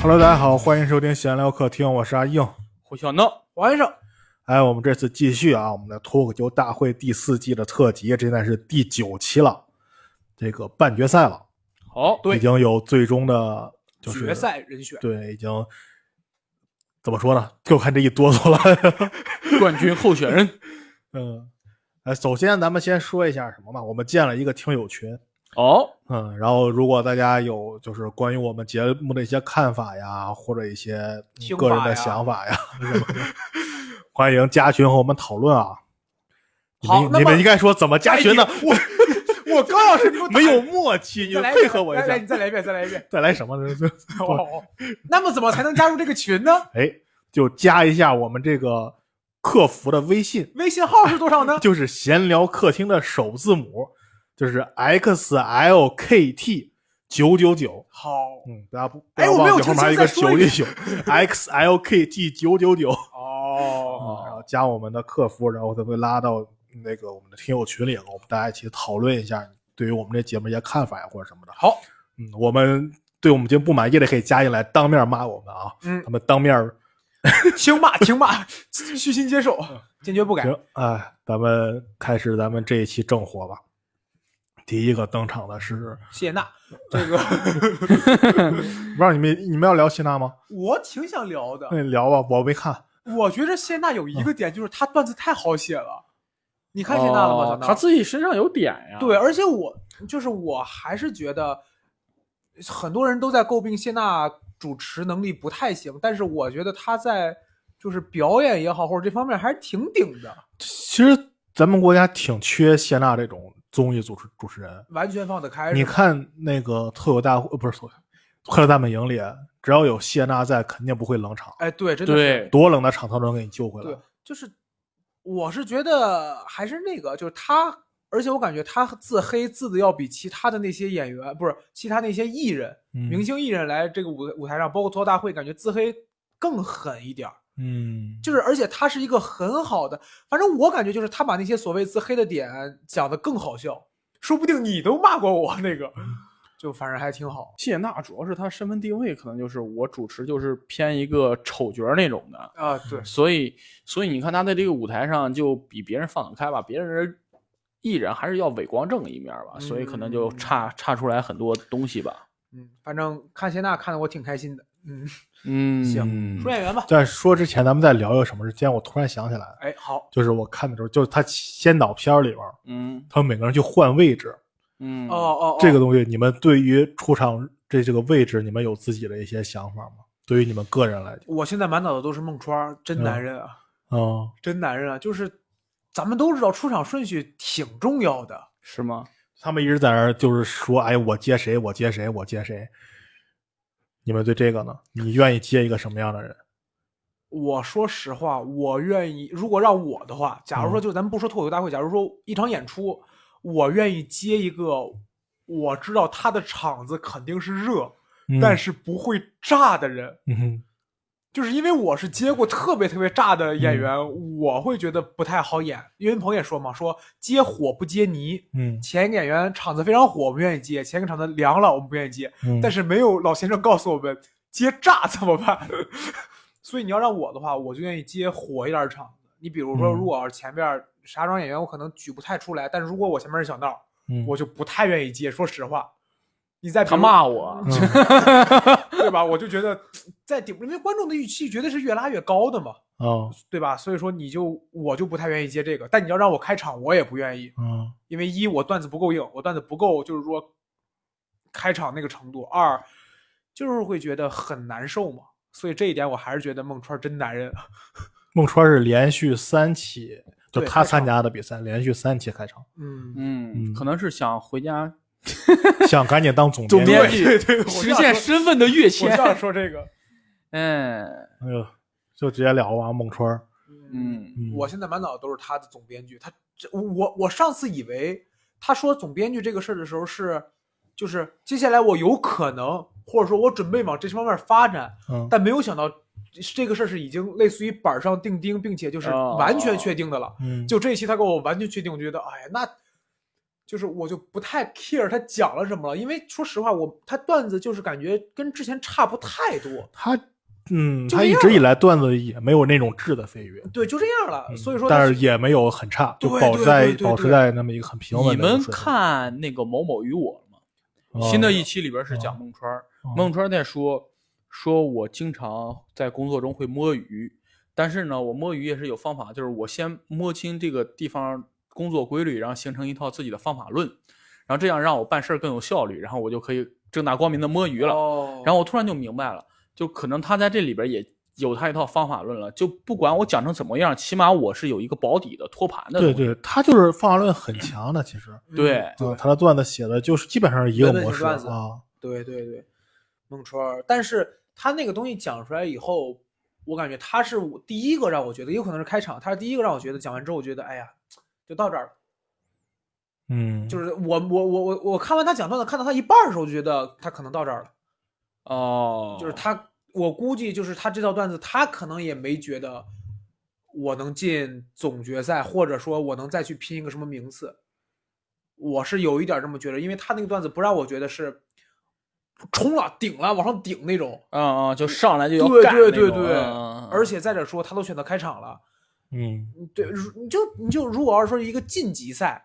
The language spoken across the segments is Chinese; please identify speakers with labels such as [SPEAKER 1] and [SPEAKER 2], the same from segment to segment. [SPEAKER 1] Hello，大家好，欢迎收听闲聊客厅，我是阿硬。
[SPEAKER 2] 胡小闹，
[SPEAKER 3] 皇上，
[SPEAKER 1] 哎，我们这次继续啊，我们的脱口秀大会第四季的特辑，现在是第九期了，这个半决赛了，
[SPEAKER 2] 好，
[SPEAKER 1] 已，经有最终的，就是
[SPEAKER 3] 决，赛人选，
[SPEAKER 1] 对，已经怎么说呢？ 就看这一哆嗦了。
[SPEAKER 2] 冠军候选人，
[SPEAKER 1] 嗯，哎，首先咱们先说一下什么吧，我们建了一个听友群，
[SPEAKER 2] 哦，
[SPEAKER 1] 嗯，然后如果大家有就是关于我们节目的一些看法呀，或者一些
[SPEAKER 3] 听
[SPEAKER 1] 个人
[SPEAKER 3] 法
[SPEAKER 1] 的
[SPEAKER 3] 呀
[SPEAKER 1] 想法 呀，什么的欢迎加群和我们讨论啊。 你
[SPEAKER 3] 好
[SPEAKER 1] 们
[SPEAKER 3] 那
[SPEAKER 1] 你
[SPEAKER 3] 么
[SPEAKER 1] 们应该说怎么加群呢？我
[SPEAKER 3] 我刚要是你给我打
[SPEAKER 1] 没有默契，你
[SPEAKER 3] 再
[SPEAKER 1] 们
[SPEAKER 3] 来一
[SPEAKER 1] 配
[SPEAKER 3] 遍
[SPEAKER 1] 合我一
[SPEAKER 3] 来来，
[SPEAKER 1] 下
[SPEAKER 3] 你。再来一遍，再来一遍。
[SPEAKER 1] 再来什么呢？就
[SPEAKER 3] 哦，那么怎么才能加入这个群 呢？
[SPEAKER 1] 哎，就加一下我们这个客服的微信，
[SPEAKER 3] 微信号是多少 呢？
[SPEAKER 1] 就是闲聊客厅的首字母，就是 X L K T 九九九。
[SPEAKER 3] 好
[SPEAKER 1] 嗯，大家不，
[SPEAKER 3] 哎
[SPEAKER 1] 不要
[SPEAKER 3] 我没有
[SPEAKER 1] 忘记后面还有一
[SPEAKER 3] 听清
[SPEAKER 1] 个
[SPEAKER 3] 再说
[SPEAKER 1] 九
[SPEAKER 3] 一
[SPEAKER 1] 九九
[SPEAKER 3] 遍
[SPEAKER 1] X L K G 九九九，然
[SPEAKER 3] 哦，
[SPEAKER 1] 后加我们的客服，然后他会拉到那个我们的听友群里，和我们大家一起讨论一下你对于我们这节目一些看法呀或者什么的。
[SPEAKER 3] 好，
[SPEAKER 1] 嗯，我们对我们节目不满意的可以加进来，当面骂我们啊，
[SPEAKER 3] 嗯
[SPEAKER 1] 他们当面儿
[SPEAKER 3] 请 骂，请骂，虚心接受，坚决不改。
[SPEAKER 1] 行，哎，咱们开始咱们这一期正活吧。第一个登场的是，
[SPEAKER 3] 谢娜，这个
[SPEAKER 1] 不知道你们你们要聊谢娜吗？
[SPEAKER 3] 我挺想聊的
[SPEAKER 1] 那。你聊吧，我没看。
[SPEAKER 3] 我觉着谢娜有一个点，就是她段子太好写了。你看谢娜了吗？小
[SPEAKER 2] 哦
[SPEAKER 3] 娜
[SPEAKER 2] 他自己身上有点呀，
[SPEAKER 3] 对，，啊而且我就是我还是觉得，很多人都在诟病谢娜主持能力不太行，但是我觉得她在就是表演也好，或者这方面还是挺顶的，
[SPEAKER 1] 其实咱们国家挺缺谢娜这种综艺主持主持人。
[SPEAKER 3] 完全放得开。
[SPEAKER 1] 你
[SPEAKER 3] 是吧，
[SPEAKER 1] 看那个《特有大会》呃不是《特有快乐大本营》里，只要有谢娜在，肯定不会冷场。
[SPEAKER 3] 哎，对，真的是
[SPEAKER 2] 对，
[SPEAKER 1] 多冷的场，她都能给你救回来
[SPEAKER 3] 对。，就是我是觉得还是那个，就是她，而且我感觉她自黑自的要比其他的那些演员，不是其他那些艺人、
[SPEAKER 1] 嗯
[SPEAKER 3] 明星艺人来这个舞舞台上，包括脱口大会，感觉自黑更狠一点儿。
[SPEAKER 1] 嗯，
[SPEAKER 3] 就是而且他是一个很好的，反正我感觉就是他把那些所谓自黑的点讲得更好笑，说不定你都骂过我那个，就反正还挺好。
[SPEAKER 2] 谢娜主要是她身份定位可能就是我主持就是偏一个丑角那种的，
[SPEAKER 3] 啊、对，
[SPEAKER 2] 所以所以你看她在这个舞台上就比别人放得开吧，别人艺人还是要伪光正一面吧，所以可能就
[SPEAKER 3] 嗯
[SPEAKER 2] 差差出来很多东西吧。
[SPEAKER 3] 嗯，反正看谢娜看的我挺开心的。嗯，
[SPEAKER 2] 嗯，
[SPEAKER 1] 行
[SPEAKER 3] 说演员吧。
[SPEAKER 1] 在说之前，咱们再聊一个什么事？今天我突然想起来，
[SPEAKER 3] 哎，好，
[SPEAKER 1] 就是我看的时候，就是他先导片儿里边儿，
[SPEAKER 2] 嗯
[SPEAKER 1] 他们每个人去换位置，
[SPEAKER 2] 嗯
[SPEAKER 3] 哦哦，哦
[SPEAKER 1] 这个东西，你们对于出场这这个位置，你们有自己的一些想法吗？对于你们个人来讲，
[SPEAKER 3] 我现在满脑子都是孟川儿，真男人啊，
[SPEAKER 1] 嗯，
[SPEAKER 3] 真男人啊，就是咱们都知道出场顺序挺重要的。
[SPEAKER 2] 是吗？
[SPEAKER 1] 他们一直在那儿就是说，哎，我接谁，我接谁，我接谁。你们对这个呢？你愿意接一个什么样的人？
[SPEAKER 3] 我说实话，我愿意。如果让我的话，假如说
[SPEAKER 1] 嗯
[SPEAKER 3] 就咱们不说脱口秀大会，假如说一场演出，我愿意接一个，我知道他的场子肯定是热，但
[SPEAKER 1] 是，
[SPEAKER 3] 是不会炸的人。
[SPEAKER 1] 嗯哼，
[SPEAKER 3] 就是因为我是接过特别特别炸的演员，我会觉得不太好演。岳云鹏也说嘛，说接火不接泥。
[SPEAKER 1] 嗯
[SPEAKER 3] 前一个演员场子非常火，我们愿意接；前一个场子凉了，我们不愿意接。
[SPEAKER 1] 嗯，
[SPEAKER 3] 但
[SPEAKER 1] 是
[SPEAKER 3] 是没有老先生告诉我们接炸怎么办。 所以你要让我的话，我就愿意接火一点儿场子。你比如说，
[SPEAKER 1] 嗯
[SPEAKER 3] 如果要是前边儿石家庄演员，我可能举不太出来，但是如果我前面是小闹，
[SPEAKER 1] 嗯
[SPEAKER 3] 我就不太愿意接。说实话，你再比
[SPEAKER 2] 他
[SPEAKER 3] 如
[SPEAKER 2] 骂我，
[SPEAKER 3] 嗯对吧？我就觉得在顶，因为观众的预期绝对是越拉越高的嘛，
[SPEAKER 1] 啊
[SPEAKER 3] 对吧？所以说你就我就不太愿意接这个，但你要让我开场，我也不愿意。
[SPEAKER 1] 嗯
[SPEAKER 3] 因为一我段子不够硬，我段子不够就是说开场那个程度；二就是会觉得很难受嘛。所以这一点我还是觉得孟川真男人。
[SPEAKER 1] 孟川是连续三期，就
[SPEAKER 3] 对
[SPEAKER 1] 他
[SPEAKER 3] 开场
[SPEAKER 1] 参加的比赛连续三期开场，
[SPEAKER 3] 嗯，
[SPEAKER 2] 嗯，
[SPEAKER 1] 嗯
[SPEAKER 2] 可能是想回家
[SPEAKER 1] 想赶紧当总
[SPEAKER 2] 总
[SPEAKER 1] 编
[SPEAKER 2] 编
[SPEAKER 1] 辑
[SPEAKER 2] 辑
[SPEAKER 3] 对对，我就
[SPEAKER 2] 实
[SPEAKER 3] 想
[SPEAKER 2] 现
[SPEAKER 3] 说
[SPEAKER 2] 身份的跃
[SPEAKER 3] 我
[SPEAKER 2] 迁
[SPEAKER 3] 就。想说这个。
[SPEAKER 2] 嗯
[SPEAKER 1] 哎呦，就直接聊吧，孟川儿。
[SPEAKER 2] 嗯，
[SPEAKER 1] 嗯
[SPEAKER 3] 我现在满脑子都是他的总编剧。他这我我上次以为他说总编剧这个事儿的时候是，就是接下来我有可能，或者说我准备往这方面发展，
[SPEAKER 1] 嗯，
[SPEAKER 3] 但没有想到这个事儿是已经类似于板上钉钉，并且就是
[SPEAKER 2] 哦
[SPEAKER 3] 完全确定的了。
[SPEAKER 1] 嗯
[SPEAKER 3] 就这一期他给我完全确定，我觉得哎呀，那就是我就不太 care 他讲了什么了，因为说实话，我他段子就是感觉跟之前差不太多，
[SPEAKER 1] 他嗯，
[SPEAKER 3] 就
[SPEAKER 1] 他
[SPEAKER 3] 这
[SPEAKER 1] 一
[SPEAKER 3] 样
[SPEAKER 1] 直以来段子也没有那种质的飞跃，嗯
[SPEAKER 3] 对，就这样
[SPEAKER 2] 嗯
[SPEAKER 3] 了。所以说，
[SPEAKER 1] 但是也没有很差，就
[SPEAKER 3] 对
[SPEAKER 1] 保持
[SPEAKER 3] 对
[SPEAKER 1] 在
[SPEAKER 3] 对对
[SPEAKER 1] 保持
[SPEAKER 3] 对
[SPEAKER 1] 在那么一个很平稳的
[SPEAKER 2] 你
[SPEAKER 1] 一个水平。
[SPEAKER 2] 们看那个某某与我了吗？
[SPEAKER 1] 嗯
[SPEAKER 2] 新的一期里边是讲孟川儿，
[SPEAKER 1] 嗯
[SPEAKER 2] 孟川儿在说，说我经常在工作中会摸鱼，但是呢，我摸鱼也是有方法，就是我先摸清这个地方工作规律，然后形成一套自己的方法论，然后这样让我办事儿更有效率，然后我就可以正大光明的摸鱼了。
[SPEAKER 3] 哦，
[SPEAKER 2] 然后我突然就明白了，就可能他在这里边也有他一套方法论了，就不管我讲成怎么样，起码我是有一个保底的托盘的东
[SPEAKER 1] 对对，
[SPEAKER 2] 西。
[SPEAKER 1] 他就是方法论很强的，其实啊、
[SPEAKER 3] 嗯
[SPEAKER 2] 对
[SPEAKER 1] 他的段子写的就是基本上是一个
[SPEAKER 3] 原本
[SPEAKER 1] 模
[SPEAKER 3] 是
[SPEAKER 1] 式
[SPEAKER 3] 段子
[SPEAKER 1] 啊，
[SPEAKER 3] 对对对，孟川儿，但是他那个东西讲出来以后，我感觉他是我第一个让我觉得，也有可能是开场，他是第一个让我觉得讲完之后，我觉得哎呀，就到这儿了。
[SPEAKER 1] 嗯，
[SPEAKER 3] 就是我我我我我看完他讲段子，看到他一半儿的时候，就觉得他可能到这儿了。
[SPEAKER 2] 哦，
[SPEAKER 3] 就是他，我估计就是他这套段子，他可能也没觉得我能进总决赛，或者说我能再去拼一个什么名次。我是有一点儿这么觉得，因为他那个段子不让我觉得是冲了顶了往上顶那种，
[SPEAKER 2] 嗯嗯，就上来就要
[SPEAKER 3] 对
[SPEAKER 2] 干
[SPEAKER 3] 对
[SPEAKER 2] 那
[SPEAKER 3] 对
[SPEAKER 2] 种
[SPEAKER 3] 对
[SPEAKER 2] 嗯嗯
[SPEAKER 3] 而且再者说，他都选择开场了，
[SPEAKER 1] 嗯，
[SPEAKER 3] 对，如你就你就如果要是说一个晋级赛，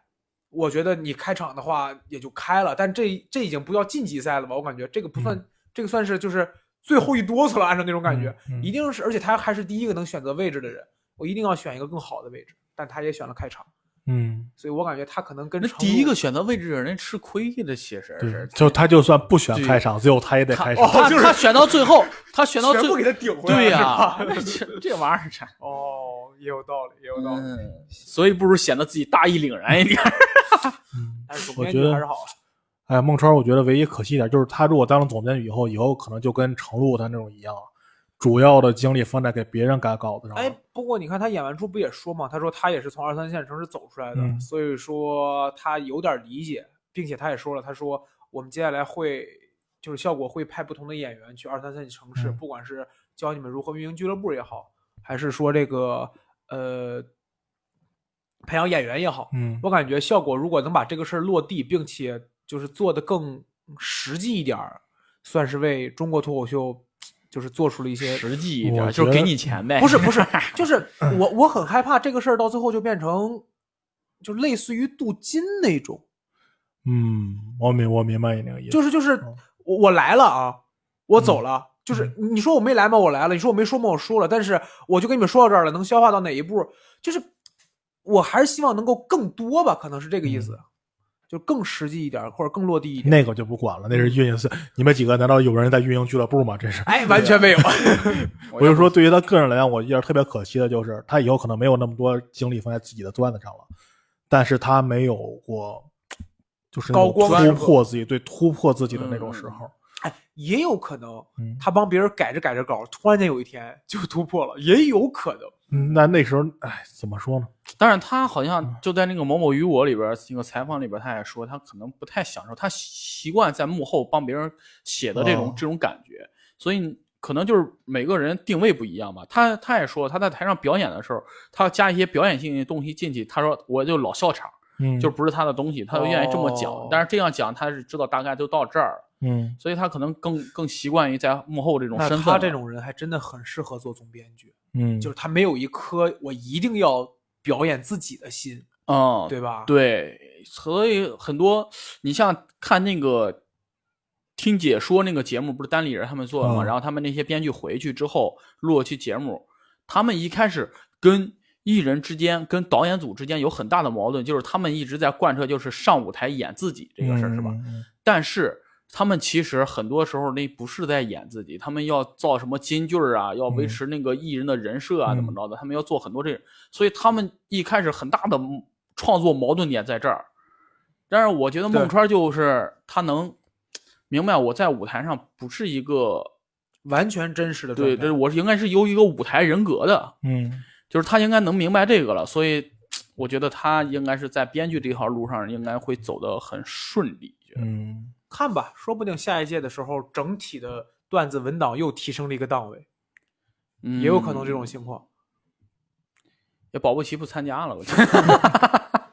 [SPEAKER 3] 我觉得你开场的话也就开了，但这这已经不叫晋级赛了吧？我感觉这个不
[SPEAKER 2] 嗯
[SPEAKER 3] 算，这个算是就是最后一哆嗦了，按照那种感觉，
[SPEAKER 1] 嗯嗯
[SPEAKER 3] 一定是，而且他还是第一个能选择位置的人，我一定要选一个更好的位置，但他也选了开场，
[SPEAKER 1] 嗯，
[SPEAKER 3] 所以我感觉他可能跟
[SPEAKER 2] 那
[SPEAKER 3] 程
[SPEAKER 2] 第一
[SPEAKER 3] 璐
[SPEAKER 2] 个选择位置的人吃亏的，其实
[SPEAKER 1] 对
[SPEAKER 2] 是，
[SPEAKER 1] 就他就算不选
[SPEAKER 2] 对
[SPEAKER 1] 开场，最后他也得
[SPEAKER 2] 他
[SPEAKER 1] 开
[SPEAKER 2] 他
[SPEAKER 1] 场。
[SPEAKER 2] 他
[SPEAKER 3] 就是
[SPEAKER 2] 他选到最后，他选到
[SPEAKER 3] 全部给
[SPEAKER 2] 最，
[SPEAKER 3] 他顶回来了，
[SPEAKER 2] 对呀、
[SPEAKER 3] 是吧
[SPEAKER 2] 那 这这玩意儿啥？
[SPEAKER 3] 哦，也有道理，也有道理，
[SPEAKER 2] 嗯，所以不如显得自己大义凛然一点。
[SPEAKER 1] 嗯
[SPEAKER 3] 但是总
[SPEAKER 1] 我
[SPEAKER 3] 编
[SPEAKER 1] 觉
[SPEAKER 3] 剧
[SPEAKER 1] 得
[SPEAKER 3] 还是好了，
[SPEAKER 1] 哎，孟川，我觉得唯一可惜一点就是，他如果当了总监以后，以后可能就跟程璐他那种一样，主要的精力放在给别人改稿子上了。
[SPEAKER 3] 哎，不过你看他演完出不也说嘛，他说他也是从二三线城市走出来的，
[SPEAKER 1] 嗯
[SPEAKER 3] 所以说他有点理解，并且他也说了，他说我们接下来会就是效果会派不同的演员去二三线城市，
[SPEAKER 1] 嗯
[SPEAKER 3] 不管是教你们如何运营俱乐部也好，还是说这个呃培养演员也好，
[SPEAKER 1] 嗯，
[SPEAKER 3] 我感觉效果如果能把这个事儿落地，并且就是做得更实际一点儿，算是为中国脱口秀就是做出了一些
[SPEAKER 2] 实际一
[SPEAKER 1] 我
[SPEAKER 2] 点，
[SPEAKER 1] 觉
[SPEAKER 2] 就
[SPEAKER 1] 得
[SPEAKER 2] 是给你钱呗。
[SPEAKER 3] 不是不是，就是
[SPEAKER 1] 嗯
[SPEAKER 3] 我我很害怕这个事儿到最后就变成，就类似于镀金那种，
[SPEAKER 1] 嗯，我明我明白你那个意思。
[SPEAKER 3] 就是就是
[SPEAKER 1] 哦
[SPEAKER 3] 我我来了啊，我
[SPEAKER 1] 嗯
[SPEAKER 3] 走了，就是你说我没来吗？我来了，你说我没说吗？我说了，但是我就跟你们说到这儿了，能消化到哪一步？就是我还是希望能够更多吧，可能是这个意思，就更实际一点儿或者更落地一点。
[SPEAKER 1] 嗯那个就不管了，那是运营是你们几个难道有人在运营俱乐部吗？这是。啊
[SPEAKER 3] 哎，完全没 有，
[SPEAKER 2] 我
[SPEAKER 1] 我就说，对于他个人来讲，我一点特别可惜的就是，他以后可能没有那么多精力放在自己的段子上了，但是他没有过，就是那种
[SPEAKER 3] 高光时
[SPEAKER 1] 突
[SPEAKER 3] 刻
[SPEAKER 1] 破自己，对突破自己的那种
[SPEAKER 2] 嗯
[SPEAKER 1] 时候。
[SPEAKER 3] 哎也有可能
[SPEAKER 1] 嗯，
[SPEAKER 3] 他帮别人改着改着稿，突然间有一天就突破了，也有可能。
[SPEAKER 1] 嗯那那时候，哎，怎么说呢？
[SPEAKER 2] 但是他好
[SPEAKER 3] 嗯
[SPEAKER 2] 像就在那个某某与我里边儿那个采访里边儿，他也说他可能不太享受，他习惯在幕后帮别人写的这种、
[SPEAKER 1] 哦
[SPEAKER 2] 这种感觉，所以可能就是每个人定位不一样吧。他他也说他在台上表演的时候，他要加一些表演性的东西进去。他说我就老笑场，
[SPEAKER 1] 嗯，
[SPEAKER 2] 就不是他的东西，他就愿意这么讲。
[SPEAKER 3] 哦
[SPEAKER 2] 但是这样讲他是知道大概就到这儿了，
[SPEAKER 1] 嗯，
[SPEAKER 2] 所以他可能更更习惯于在幕后这种
[SPEAKER 3] 那
[SPEAKER 2] 身份
[SPEAKER 3] 他
[SPEAKER 2] 了。
[SPEAKER 3] 这种人还真的很适合做总编剧，
[SPEAKER 1] 嗯，
[SPEAKER 3] 就是他没有一颗我一定要表演自己的心，
[SPEAKER 2] 嗯，
[SPEAKER 3] 对吧？，
[SPEAKER 2] 对，所以很多你像看那个听解说那个节目，不是单立人他们做的嘛，
[SPEAKER 1] 嗯
[SPEAKER 2] 然后他们那些编剧回去之后录了期节目，他们一开始跟艺人之间、跟导演组之间有很大的矛盾，就是他们一直在贯彻就是上舞台演自己这个事儿，是吧？
[SPEAKER 1] 嗯？嗯
[SPEAKER 2] 但是他们其实很多时候那不是在演自己，他们要造什么金句儿啊，要
[SPEAKER 3] 嗯
[SPEAKER 2] 维持那个艺人的人设啊，
[SPEAKER 1] 嗯
[SPEAKER 2] 怎么着的，他们要做很多这，所以他们一开始很大的创作矛盾点在这儿。但是我觉得孟川就是他能明白我在舞台上不是一个
[SPEAKER 3] 完全真实的状态。
[SPEAKER 2] 对，这我是应该是有一个舞台人格的，
[SPEAKER 1] 嗯，
[SPEAKER 2] 就是他应该能明白这个了，所以我觉得他应该是在编剧这条路上应该会走得很顺利。觉得
[SPEAKER 1] 嗯，
[SPEAKER 3] 看吧，说不定下一届的时候，整体的段子文档又提升了一个档位，
[SPEAKER 2] 嗯
[SPEAKER 3] 也有可能这种情况。
[SPEAKER 2] 也保不齐不参加了。我觉得，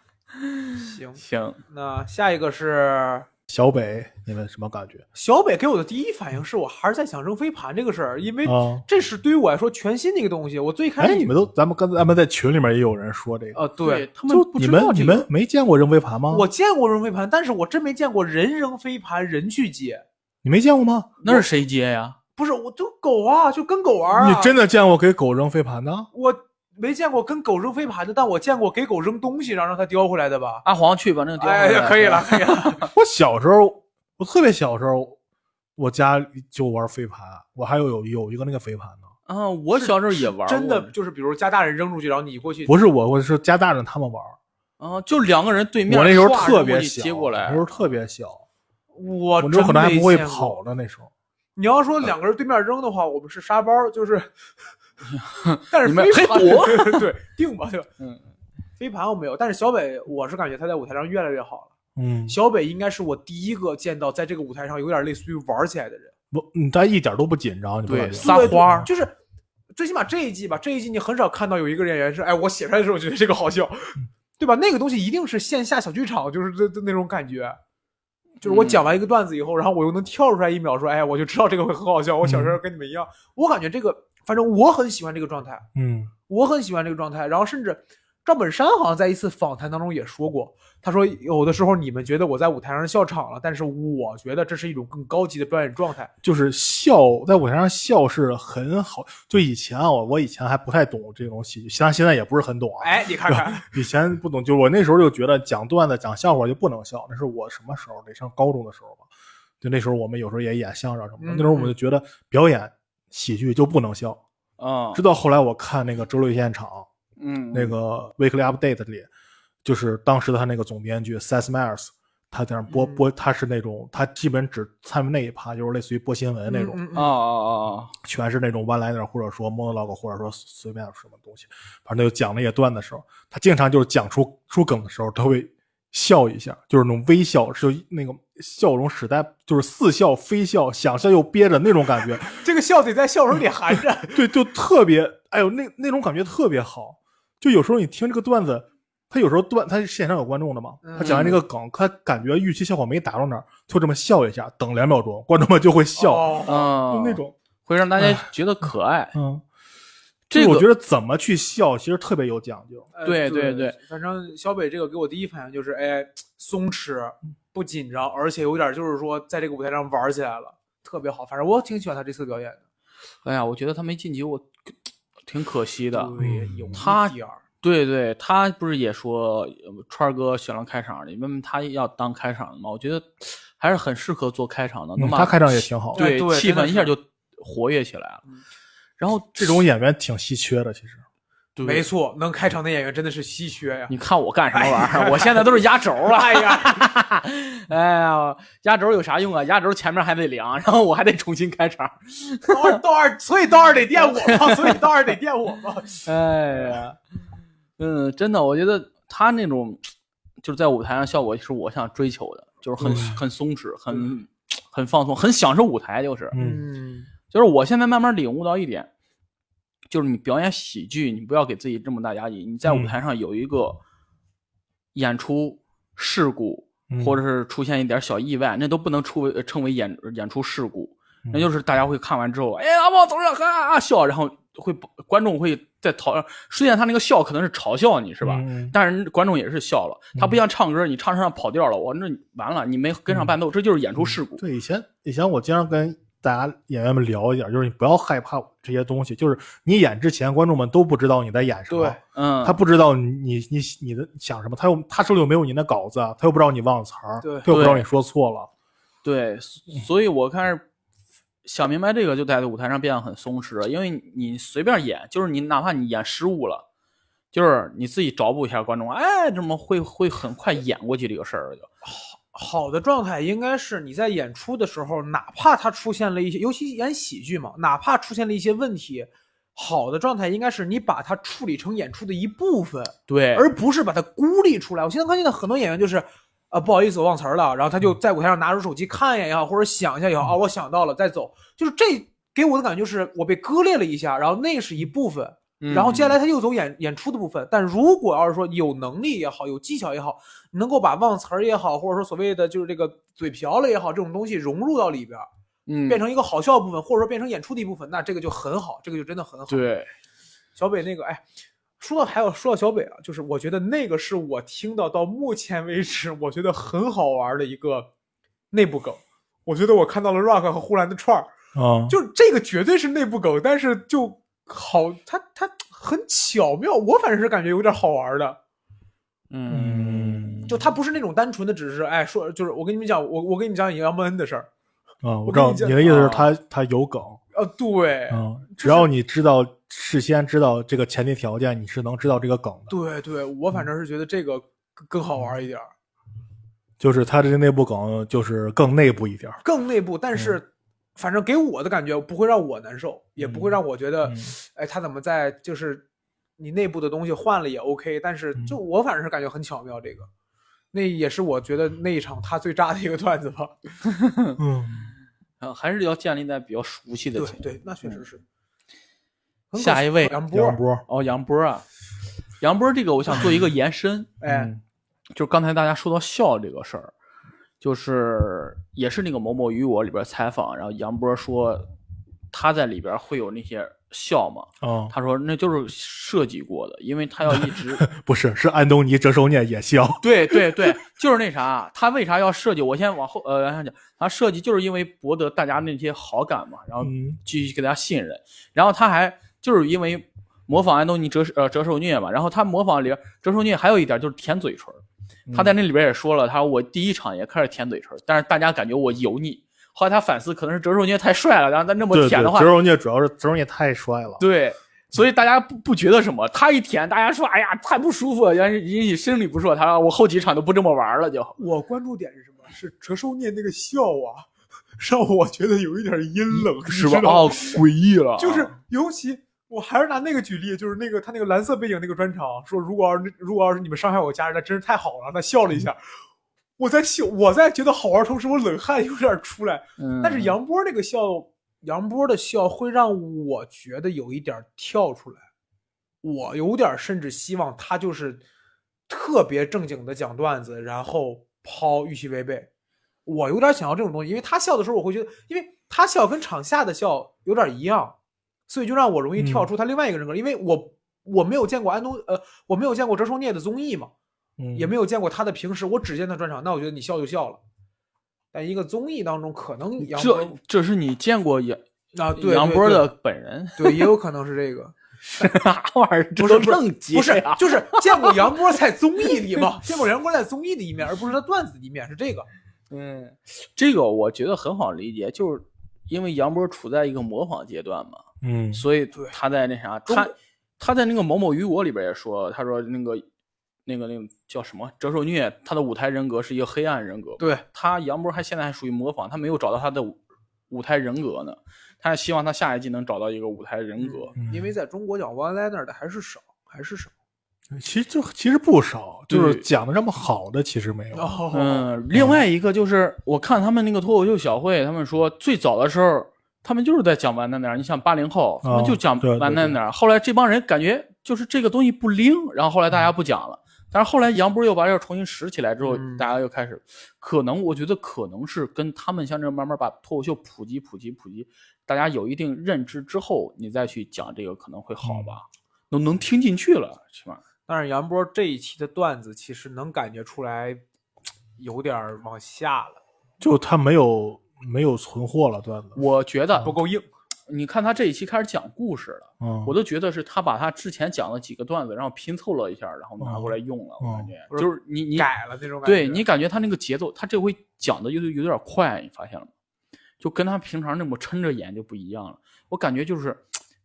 [SPEAKER 3] 行，
[SPEAKER 2] 行，
[SPEAKER 3] 那下一个是
[SPEAKER 1] 小北，你们什么感觉
[SPEAKER 3] 小北给我的第一反应是我还是在想扔飞盘这个事儿，
[SPEAKER 2] 哎
[SPEAKER 3] 因为
[SPEAKER 1] 啊？
[SPEAKER 3] 这是对于我来说全新的一个东西。我最开始
[SPEAKER 1] 哎，你们都，咱们刚才咱们在群里面也有人说这个，
[SPEAKER 3] 呃，对，
[SPEAKER 2] 他们
[SPEAKER 1] 就
[SPEAKER 2] 不
[SPEAKER 1] 你
[SPEAKER 2] 知
[SPEAKER 1] 们
[SPEAKER 2] 道
[SPEAKER 1] 你
[SPEAKER 2] 这个
[SPEAKER 1] 们没见过扔飞盘吗？
[SPEAKER 3] 我见过扔飞盘，但是我真没见过人扔飞盘，人去接。
[SPEAKER 1] 你没见过吗？
[SPEAKER 2] 那是谁接呀？
[SPEAKER 3] 不是，我就狗啊，就跟狗玩儿啊。
[SPEAKER 1] 你真的见过给狗扔飞盘的？
[SPEAKER 3] 我没见过跟狗扔飞盘的，但我见过给狗扔东西，然后让它叼回来的吧。
[SPEAKER 2] 阿黄去把那个丢回
[SPEAKER 3] 哎
[SPEAKER 2] 来
[SPEAKER 3] 呀，可以了，。可以 了。
[SPEAKER 1] 我小时候，我特别小时候，我家里就玩飞盘，我还有有有一个那个飞盘呢。
[SPEAKER 2] 啊，我小时候也玩过，
[SPEAKER 3] 真的就是，比如家大人扔出去，然后你过去，
[SPEAKER 1] 不是我，我是家大人他们玩。
[SPEAKER 2] 啊，就两个人对面，
[SPEAKER 1] 我那时候
[SPEAKER 2] 唰
[SPEAKER 1] 特别
[SPEAKER 2] 扔过去
[SPEAKER 1] 小，
[SPEAKER 2] 接过来哦
[SPEAKER 1] 那时，候特别小，
[SPEAKER 3] 我
[SPEAKER 1] 我那时候可能还
[SPEAKER 3] 真没
[SPEAKER 1] 不会
[SPEAKER 3] 见过
[SPEAKER 1] 跑呢。那时候
[SPEAKER 3] 你要说两个人对面扔的话，我们是沙包，就是， 但是
[SPEAKER 2] 你们
[SPEAKER 3] 飞盘
[SPEAKER 2] 还躲
[SPEAKER 3] 对定吧，对吧？
[SPEAKER 2] 嗯，
[SPEAKER 3] 飞盘我没有，但是小北，我是感觉他在舞台上越来越好了。
[SPEAKER 1] 嗯，
[SPEAKER 3] 小北应该是我第一个见到在这个舞台上有点类似于玩起来的人，
[SPEAKER 1] 不，你他嗯一点都不紧张，你不
[SPEAKER 2] 对
[SPEAKER 1] 感觉
[SPEAKER 2] 撒
[SPEAKER 3] 对
[SPEAKER 2] 花儿
[SPEAKER 3] 就是最起码这一季吧，这一季你很少看到有一个演员是，哎，我写出来的时候我觉得这个好笑，
[SPEAKER 2] 嗯
[SPEAKER 3] 对吧？那个东西一定是线下小剧场，就是这这那种感觉。就是
[SPEAKER 2] 嗯
[SPEAKER 3] 我讲完一个段子以后，然后我又能跳出来一秒说，哎，我就知道这个会很好笑。我小时候
[SPEAKER 2] 嗯
[SPEAKER 3] 跟你们一样，我感觉这个，反正我很喜欢这个状态，
[SPEAKER 1] 嗯，
[SPEAKER 3] 我很喜欢这个状态。然后甚至赵本山好像在一次访谈当中也说过，他说有的时候你们觉得我在舞台上笑场了，但是我觉得这是一种更高级的表演状态。
[SPEAKER 1] 就是笑，在舞台上笑是很好。就以前啊，我我以前还不太懂这种喜剧，现在现在也不是很懂啊。
[SPEAKER 3] 哎，你看 看，
[SPEAKER 1] 以前不懂，就我那时候就觉得讲段子、讲笑话就不能笑，那是我什么时候？得上高中的时候吧。就那时候我们有时候也演相声什么的，
[SPEAKER 3] 嗯哦
[SPEAKER 1] 那时候我们就觉得表演喜剧就不能笑。
[SPEAKER 2] 啊
[SPEAKER 1] 直，到后来我看那个周六现场
[SPEAKER 2] 嗯，
[SPEAKER 1] 那个 Weekly Update 里，就是当时的他那个总编剧 Seth Meyers，他在那播
[SPEAKER 3] 嗯
[SPEAKER 1] 播，他是那种他基本只参与那一趴，就是类似于播新闻那种。
[SPEAKER 3] 嗯嗯
[SPEAKER 2] 啊
[SPEAKER 3] 嗯
[SPEAKER 2] 啊啊啊，
[SPEAKER 1] 全是那种 one liner，或者说 monologue，或者说随便什么东西，反正就讲那些段的时候，他经常就是讲出出梗的时候，他会笑一下，就是那种微笑，是就那个笑容使在就是似笑非笑，想笑又憋着那种感觉，
[SPEAKER 3] 这个笑得在笑容里含着。
[SPEAKER 1] 对，就特别，哎呦，那那种感觉特别好。就有时候你听这个段子，他有时候段他是现场有观众的嘛，
[SPEAKER 3] 嗯
[SPEAKER 1] 他讲完这个梗，他感觉预期效果没达到那儿，就这么笑一下，等两秒钟，观众们就会笑，
[SPEAKER 3] 哦
[SPEAKER 2] 啊
[SPEAKER 1] 就，那种，
[SPEAKER 2] 会让大家觉得可爱。
[SPEAKER 1] 嗯。
[SPEAKER 2] 这
[SPEAKER 1] 就是我觉
[SPEAKER 2] 个
[SPEAKER 1] 得怎么去笑，其实特别有讲究。
[SPEAKER 3] 呃
[SPEAKER 2] 对
[SPEAKER 3] 对
[SPEAKER 2] 对对，
[SPEAKER 3] 反正小北这个给我第一反应就是，哎，松弛不紧张，而且有点就是说在这个舞台上玩起来了，特别好。反正我挺喜欢他这次表演的。
[SPEAKER 2] 哎呀，我觉得他没晋级，我挺可惜的。
[SPEAKER 3] 对，有一
[SPEAKER 2] 他
[SPEAKER 3] 点儿
[SPEAKER 2] 对对，他不是也说呃川儿哥选了开场，你问他要当开场的吗？我觉得还是很适合做开场的，能
[SPEAKER 1] 嗯
[SPEAKER 2] 把
[SPEAKER 1] 他开场也挺好，
[SPEAKER 3] 哎
[SPEAKER 2] 对
[SPEAKER 3] 对
[SPEAKER 2] 气
[SPEAKER 3] 真的
[SPEAKER 2] 氛一下
[SPEAKER 3] 是
[SPEAKER 2] 就活跃起来了
[SPEAKER 3] 嗯。
[SPEAKER 2] 然后
[SPEAKER 1] 这种演员挺稀缺的。其实，
[SPEAKER 2] 对
[SPEAKER 3] 没错，能开场的演员真的是稀缺 呀。
[SPEAKER 2] 你看我干什么玩
[SPEAKER 3] 哎
[SPEAKER 2] 意儿？我现在都是压轴了。 哎呀，哎呀，压轴有啥用啊？压轴前面还得凉，然后我还得重新开场。
[SPEAKER 3] 刀二刀二，所以刀二得垫我 嘛，所以刀二得垫我嘛。
[SPEAKER 2] 哎呀，嗯，真的，我觉得他那种就是在舞台上效果是我想追求的，就是很、很松弛，很很放松，很享受舞台，就是。
[SPEAKER 1] 嗯，
[SPEAKER 3] 嗯，
[SPEAKER 2] 就是我现在慢慢领悟到一点，就是你表演喜剧，你不要给自己这么大压力。你在舞
[SPEAKER 1] 嗯
[SPEAKER 2] 台上有一个演出事故，
[SPEAKER 1] 嗯
[SPEAKER 2] 或者是出现一点小意外，那都不能出为呃称为演演出事故。那
[SPEAKER 1] 嗯
[SPEAKER 2] 就是大家会看完之后，哎，阿旺总长哈啊啊笑，然后会观众会在讨，虽然他那个笑可能是嘲笑你是吧？
[SPEAKER 1] 嗯
[SPEAKER 2] 但是观众也是笑了，他不
[SPEAKER 1] 嗯
[SPEAKER 2] 像唱歌，你唱唱跑调了，我那你完了，你没跟上伴奏，这就是演出事故。
[SPEAKER 1] 嗯对，以前以前我经常跟大家演员们聊一点，就是你不要害怕这些东西，就是你演之前，观众们都不知道你在演什么
[SPEAKER 3] 对，
[SPEAKER 2] 嗯，
[SPEAKER 1] 他不知道你你你的想什么，他又他手里又没有你的稿子，啊他又不知道你忘词儿，
[SPEAKER 3] 对
[SPEAKER 1] 他又不知道你说错了。
[SPEAKER 2] 对，所所以我开始想明白这个，就在舞台上变得很松弛了，因为你随便演，就是你哪怕你演失误了，就是你自己找补一下观众，哎，怎么会会很快演过去这个事儿了就，
[SPEAKER 3] 好的状态应该是你在演出的时候，哪怕它出现了一些，尤其演喜剧嘛，哪怕出现了一些问题，好的状态应该是你把它处理成演出的一部分，
[SPEAKER 2] 对，
[SPEAKER 3] 而不是把它孤立出来。我现在看见的很多演员就是，啊、不好意思，我忘词儿了，然后他就在舞台上拿出手机看一眼也好，或者想一下也好，啊，我想到了再走，就是这给我的感觉就是我被割裂了一下，然后那是一部分，
[SPEAKER 2] 嗯
[SPEAKER 3] 然后接下来他又走演演出的部分。但如果要是说有能力也好，有技巧也好，能够把忘词儿也好，或者说所谓的就是这个嘴瓢了也好，这种东西融入到里边儿，
[SPEAKER 2] 嗯
[SPEAKER 3] 变成一个好笑部分，或者说变成演出的一部分，那这个就很好，这个就真的很好。
[SPEAKER 2] 对，
[SPEAKER 3] 小北那个，哎，说到还有说到小北啊，就是我觉得那个是我听到到目前为止我觉得很好玩的一个内部梗。我觉得我看到了 Rock 和呼兰的串儿，
[SPEAKER 1] 啊，
[SPEAKER 3] 就这个绝对是内部梗，但是就好，它它很巧妙，我反正是感觉有点好玩的，
[SPEAKER 1] 嗯
[SPEAKER 3] 就它不是那种单纯的只是哎说，就是我跟你们讲，我我跟你们讲杨蒙恩的事儿，
[SPEAKER 1] 啊，我
[SPEAKER 3] 我
[SPEAKER 1] 知道
[SPEAKER 3] 跟你讲
[SPEAKER 1] 你的意思是
[SPEAKER 2] 啊
[SPEAKER 1] 他他有梗，
[SPEAKER 3] 呃，对，
[SPEAKER 1] 嗯，只要你知道事先知道这个前提条件，你是能知道这个梗的。
[SPEAKER 3] 对对，我反正是觉得这个更更好玩一点儿。
[SPEAKER 1] 就是他这个内部梗就是更内部一点儿。
[SPEAKER 3] 更内部，
[SPEAKER 1] 嗯
[SPEAKER 3] 但是反正给我的感觉不会让我难受，也不会
[SPEAKER 1] 嗯
[SPEAKER 3] 让我觉得
[SPEAKER 1] 嗯，
[SPEAKER 3] 哎，他怎么在就是你内部的东西换了也 OK，但
[SPEAKER 1] 嗯
[SPEAKER 3] 是就我反正是感觉很巧妙这个。那也是我觉得那一场他最渣的一个段子吧。
[SPEAKER 1] 嗯，
[SPEAKER 2] 啊，还是要建立在比较熟悉的
[SPEAKER 3] 对
[SPEAKER 2] 情况。嗯
[SPEAKER 3] 对，那确实是。很可
[SPEAKER 2] 下一
[SPEAKER 3] 惜
[SPEAKER 2] 位
[SPEAKER 3] 杨波
[SPEAKER 1] 杨
[SPEAKER 3] 儿，
[SPEAKER 1] 波，嗯
[SPEAKER 2] 哦，杨波啊，杨波这个我想做一个延伸，
[SPEAKER 3] 哎，
[SPEAKER 1] 嗯
[SPEAKER 2] 就是刚才大家说到笑这个事儿，就是也是那个某某与我里边采访，然后杨波说他在里边会有那些笑嘛，
[SPEAKER 1] 啊，
[SPEAKER 2] 他说那就是设计过的，因为他要一直
[SPEAKER 1] 不是，是安东尼折手念也笑。
[SPEAKER 2] 对对对，就是那啥，他为啥要设计？我先往后呃往下讲，他设计就是因为博得大家那些好感嘛，然后
[SPEAKER 1] 嗯
[SPEAKER 2] 继续给大家信任。然后他还就是因为模仿安东尼折呃折寿虐嘛，然后他模仿里边折寿虐还有一点就是舔嘴唇儿，他在那里边也说了，他说我第一场也开始舔嘴唇儿，但是大家感觉我油腻。后来他反思，可能是折寿虐太帅了，然后他那么
[SPEAKER 1] 对对，
[SPEAKER 2] 舔的话
[SPEAKER 1] 折，手念主要是折手念太帅了。
[SPEAKER 2] 对，所以大家不不觉得什么，他一舔，大家说哎呀太不舒服了，然后引起生理不适。他说我后几场都不这么玩了就，
[SPEAKER 3] 我关注点是什么？是折寿念那个笑啊， 让我觉得有一点阴冷，你
[SPEAKER 2] 是吧
[SPEAKER 3] 知？道吗
[SPEAKER 2] 哦，诡异了，
[SPEAKER 3] 就是尤其我还是拿那个举例，就是那个他那个蓝色背景那个专场，说如果要是如果要是你们伤害我家人，那真是太好了。那笑了一
[SPEAKER 2] 嗯
[SPEAKER 3] 下，我在笑，我在觉得好玩，同时我冷汗有点出来。
[SPEAKER 2] 嗯，
[SPEAKER 3] 但是杨波那个笑，杨波的笑会让我觉得有一点跳出来，我有点甚至希望他就是特别正经的讲段子，然后抛预期违背。我有点想要这种东西，因为他笑的时候，我会觉得，因为他笑跟场下的笑有点一样，所以就让我容易
[SPEAKER 2] 嗯
[SPEAKER 3] 跳出他另外一个人格。因为我我没有见过安东，呃，我没有见过折寿聂的综艺嘛，
[SPEAKER 1] 嗯，
[SPEAKER 3] 也没有见过他的平时，我只见他专场，那我觉得你笑就笑了。但一个综艺当中，可能杨波
[SPEAKER 2] 这这是你见过杨
[SPEAKER 3] 啊，对
[SPEAKER 2] 杨
[SPEAKER 3] 对
[SPEAKER 2] 波
[SPEAKER 3] 对
[SPEAKER 2] 的本人，
[SPEAKER 3] 对，也有可能是这个，
[SPEAKER 2] 啥玩意儿？这
[SPEAKER 3] 不是
[SPEAKER 2] 都
[SPEAKER 3] 不是
[SPEAKER 2] 正极
[SPEAKER 3] 不是啊
[SPEAKER 2] 呀，
[SPEAKER 3] 就是见过杨波在综艺里嘛，见过杨波在综艺的一面，而不是他段子的一面，是这个。
[SPEAKER 2] 嗯，这个我觉得很好理解，就是因为杨波处在一个模仿阶段嘛，
[SPEAKER 1] 嗯
[SPEAKER 2] 所以
[SPEAKER 3] 对
[SPEAKER 2] 他在那啥，
[SPEAKER 3] 中
[SPEAKER 2] 他他在那个某某与我里边也说，他说那个那个那个叫什么折寿虐，他的舞台人格是一个黑暗人格，
[SPEAKER 3] 对，
[SPEAKER 2] 他杨波还现在还属于模仿，他没有找到他的舞舞台人格呢，他希望他下一季能找到一个舞台人格。
[SPEAKER 1] 嗯
[SPEAKER 3] 因为在中国讲 one liner 的还是少，还是
[SPEAKER 2] 嗯
[SPEAKER 3] 少。
[SPEAKER 1] 嗯其实就其实不少，就是
[SPEAKER 2] 对
[SPEAKER 1] 讲的这么好的其实没有。
[SPEAKER 3] 哦，
[SPEAKER 2] 嗯，另外一个就是我看他们那个脱口秀小会，他们说最早的时候，他们就是在讲完蛋点儿。你想八零后，他们就讲
[SPEAKER 1] 对对
[SPEAKER 2] 完蛋点儿。后来这帮人感觉就是这个东西不灵，然后后来大家不讲了。但是后来杨波又把这个重新拾起来之后，
[SPEAKER 3] 嗯
[SPEAKER 2] 大家又开始，可能我觉得可能是跟他们像这慢慢把脱口秀普及普及普及，大家有一定认知之后，你再去讲这个可能会好吧，能能听进去了，起码。
[SPEAKER 3] 但是杨波这一期的段子其实能感觉出来，有点儿往下了，
[SPEAKER 1] 就他没有没有存货了段子。
[SPEAKER 2] 我觉得
[SPEAKER 3] 不够硬。
[SPEAKER 2] 你看他这一期开始讲故事了。
[SPEAKER 1] 嗯，
[SPEAKER 2] 我都觉得是他把他之前讲的几个段子，然后拼凑了一下，然后拿过来用了。我感觉
[SPEAKER 3] 嗯
[SPEAKER 2] 就是你你
[SPEAKER 3] 改了那种感觉，
[SPEAKER 2] 对你感觉他那个节奏，他这回讲的有有点快，你发现了吗？就跟他平常那么抻着演就不一样了。我感觉就是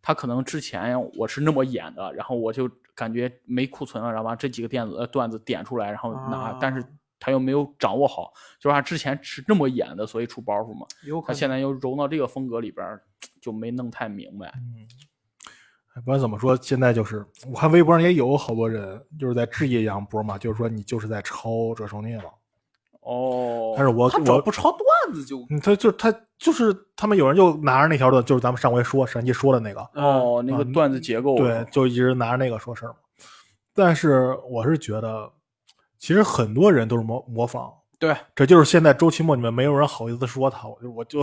[SPEAKER 2] 他可能之前我是那么演的，然后我就感觉没库存了，然后把这几个段子呃段子点出来，然后拿，
[SPEAKER 3] 啊
[SPEAKER 2] 但是他又没有掌握好，就是他之前是那么演的，所以出包袱嘛。
[SPEAKER 3] 有可
[SPEAKER 2] 他
[SPEAKER 3] 能
[SPEAKER 2] 现在又融到这个风格里边儿，就没弄太明白。
[SPEAKER 1] 哎不管怎么说，现在就是我看微博上也有好多人就是在质疑杨波嘛，就是说你就是在抄折寿聂了。
[SPEAKER 2] 哦，
[SPEAKER 1] 但是我
[SPEAKER 3] 他找
[SPEAKER 1] 我
[SPEAKER 3] 不着段子就
[SPEAKER 1] 嗯，他就是他就是他们有人就拿着那条段，就是咱们上回说神奇说的那个，
[SPEAKER 3] 啊
[SPEAKER 2] 哦，那个
[SPEAKER 1] 嗯
[SPEAKER 2] 段子结构，
[SPEAKER 1] 对，，就一直拿着那个说事儿嘛。但是我是觉得，其实很多人都是模模仿，
[SPEAKER 3] 对，
[SPEAKER 1] 这就是现在周奇墨你们没有人好意思说他，我就我
[SPEAKER 3] 嗯
[SPEAKER 1] 就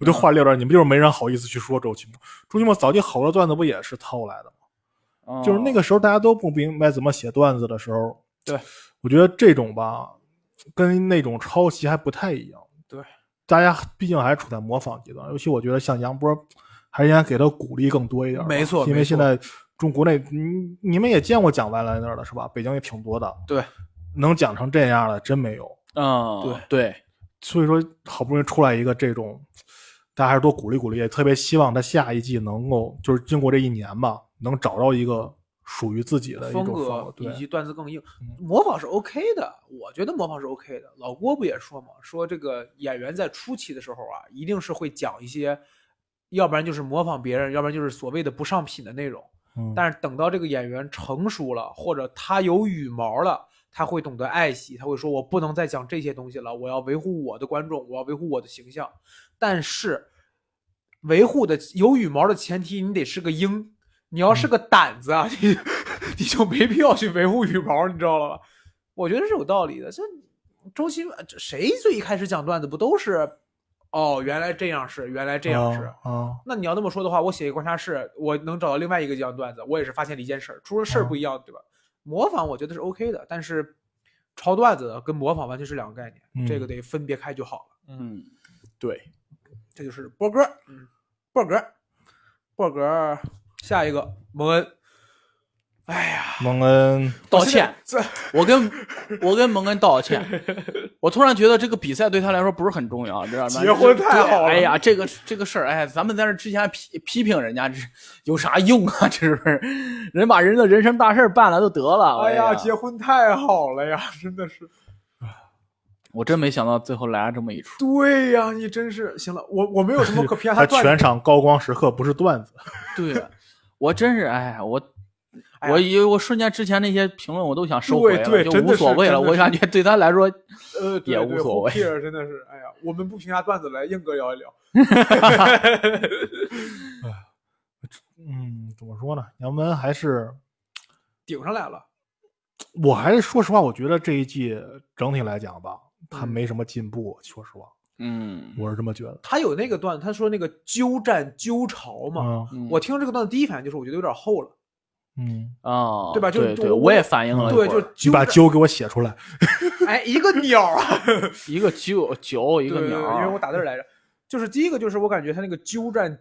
[SPEAKER 1] 我就话撂这儿，你们就是没人好意思去说周奇墨。周奇墨早期好多段子不也是掏来的吗？就是那个时候大家都不明白怎么写段子的时候，
[SPEAKER 3] 哦对，
[SPEAKER 1] 我觉得这种吧，跟那种抄袭还不太一样。
[SPEAKER 3] 对，
[SPEAKER 1] 大家毕竟还处在模仿阶段，尤其我觉得像杨波，还是应该给他鼓励更多一点吧。
[SPEAKER 3] 没错
[SPEAKER 1] 因为
[SPEAKER 3] 没错
[SPEAKER 1] 现在中国内，你你们也见过讲歪来那儿的是吧？北京也挺多的，
[SPEAKER 3] 对，
[SPEAKER 1] 能讲成这样的真没有。
[SPEAKER 2] 啊，
[SPEAKER 3] 对
[SPEAKER 2] 对，
[SPEAKER 1] 所以说，好不容易出来一个这种，大家还是多鼓励鼓励，也特别希望他下一季能够，就是经过这一年吧，能找到一个属于自己的一种
[SPEAKER 3] 风
[SPEAKER 1] 风
[SPEAKER 3] 格
[SPEAKER 1] 对
[SPEAKER 3] 以，及段子更硬
[SPEAKER 1] 嗯，
[SPEAKER 3] 模仿是 OK 的，我觉得模仿是 OK 的。老郭不也说嘛，说这个演员在初期的时候啊，一定是会讲一些，要不然就是模仿别人，要不然就是所谓的不上品的内容。
[SPEAKER 1] 嗯
[SPEAKER 3] 但是等到这个演员成熟了，或者他有羽毛了，他会懂得爱惜，他会说：“我不能再讲这些东西了，我要维护我的观众，我要维护我的形象。”但是，维护的有羽毛的前提，你得是个鹰，你要是个胆子啊， 你你就没必要去维护羽毛，你知道了吧？我觉得是有道理的。这周奇墨这谁最一开始讲段子不都是？哦，原来这样是，原来这样是。
[SPEAKER 1] 啊、啊
[SPEAKER 3] 那你要那么说的话，我写一个观察室，我能找到另外一个这样的段子，我也是发现了一件事儿，除了事
[SPEAKER 2] 嗯
[SPEAKER 3] 儿不一样，对吧？模仿我觉得是 OK 的，但是抄段子跟模仿完全是两个概念，
[SPEAKER 1] 嗯
[SPEAKER 3] 这个得分别开就好了。
[SPEAKER 2] 嗯，对，
[SPEAKER 3] 这就是波哥，嗯，波哥，波哥，下一个蒙恩，啊哎呀，
[SPEAKER 1] 蒙恩，
[SPEAKER 2] 道歉，
[SPEAKER 3] 这
[SPEAKER 2] 我跟我跟蒙恩 道歉。我突然觉得这个比赛对他来说不是很重要，知道吗？
[SPEAKER 3] 结婚太好了
[SPEAKER 2] 哎呀，这个这个事儿，哎，咱们在这之前还批批评人家，这有啥用啊？这是不是人把人的人生大事儿办了就得了？
[SPEAKER 3] 哎呀，
[SPEAKER 2] 呀，
[SPEAKER 3] 结婚太好了呀，真的是。
[SPEAKER 2] 我真没想到最后来了这么一 出。
[SPEAKER 3] 对呀，你真是行了，我我没有什 么可偏
[SPEAKER 1] 他
[SPEAKER 3] 他段
[SPEAKER 1] 全
[SPEAKER 3] 子，
[SPEAKER 1] 场高光时刻不是段子，
[SPEAKER 2] 对，啊我真是哎，我
[SPEAKER 3] 哎呀
[SPEAKER 2] 我以为我瞬间之前那些评论我都想收回了，
[SPEAKER 3] 对对
[SPEAKER 2] 就
[SPEAKER 3] 真的
[SPEAKER 2] 无
[SPEAKER 3] 是
[SPEAKER 2] 所谓了。
[SPEAKER 3] 真的
[SPEAKER 2] 我
[SPEAKER 3] 是
[SPEAKER 2] 感觉对他来说，嗯
[SPEAKER 3] 呃，对对
[SPEAKER 2] 也无所谓
[SPEAKER 3] who care，真的是，哎呀，我们不评价段子来，硬哥聊一聊。
[SPEAKER 1] 嗯，怎么说呢？杨文还是，
[SPEAKER 3] 顶上来了。
[SPEAKER 1] 我还是说实话，我觉得这一季整体来讲吧，他
[SPEAKER 3] 嗯
[SPEAKER 1] 没什么进步，说实话，
[SPEAKER 2] 嗯，
[SPEAKER 1] 我是这么觉得。
[SPEAKER 3] 他有那个段子，他说那个鸠占鸠巢嘛。
[SPEAKER 1] 嗯
[SPEAKER 2] 嗯
[SPEAKER 3] 我听这个段子第一反应就是，我觉得有点厚了。
[SPEAKER 1] 嗯，
[SPEAKER 2] 啊，
[SPEAKER 3] 对吧就
[SPEAKER 2] 对
[SPEAKER 3] 是
[SPEAKER 2] 对，
[SPEAKER 3] 我
[SPEAKER 2] 我也反应了一会
[SPEAKER 3] 对，
[SPEAKER 2] 儿，
[SPEAKER 3] 就
[SPEAKER 1] 你
[SPEAKER 3] 鸠
[SPEAKER 1] 把
[SPEAKER 3] 占
[SPEAKER 1] 鸠给我写出来，
[SPEAKER 3] 哎一个鸟啊，
[SPEAKER 2] 一个九嗯 九，一
[SPEAKER 3] 对
[SPEAKER 2] 个
[SPEAKER 3] 对对，
[SPEAKER 2] 鸟
[SPEAKER 3] 因
[SPEAKER 2] 儿，啊
[SPEAKER 3] 为我打字儿来着。就是第一个就是我感觉他那个鸠占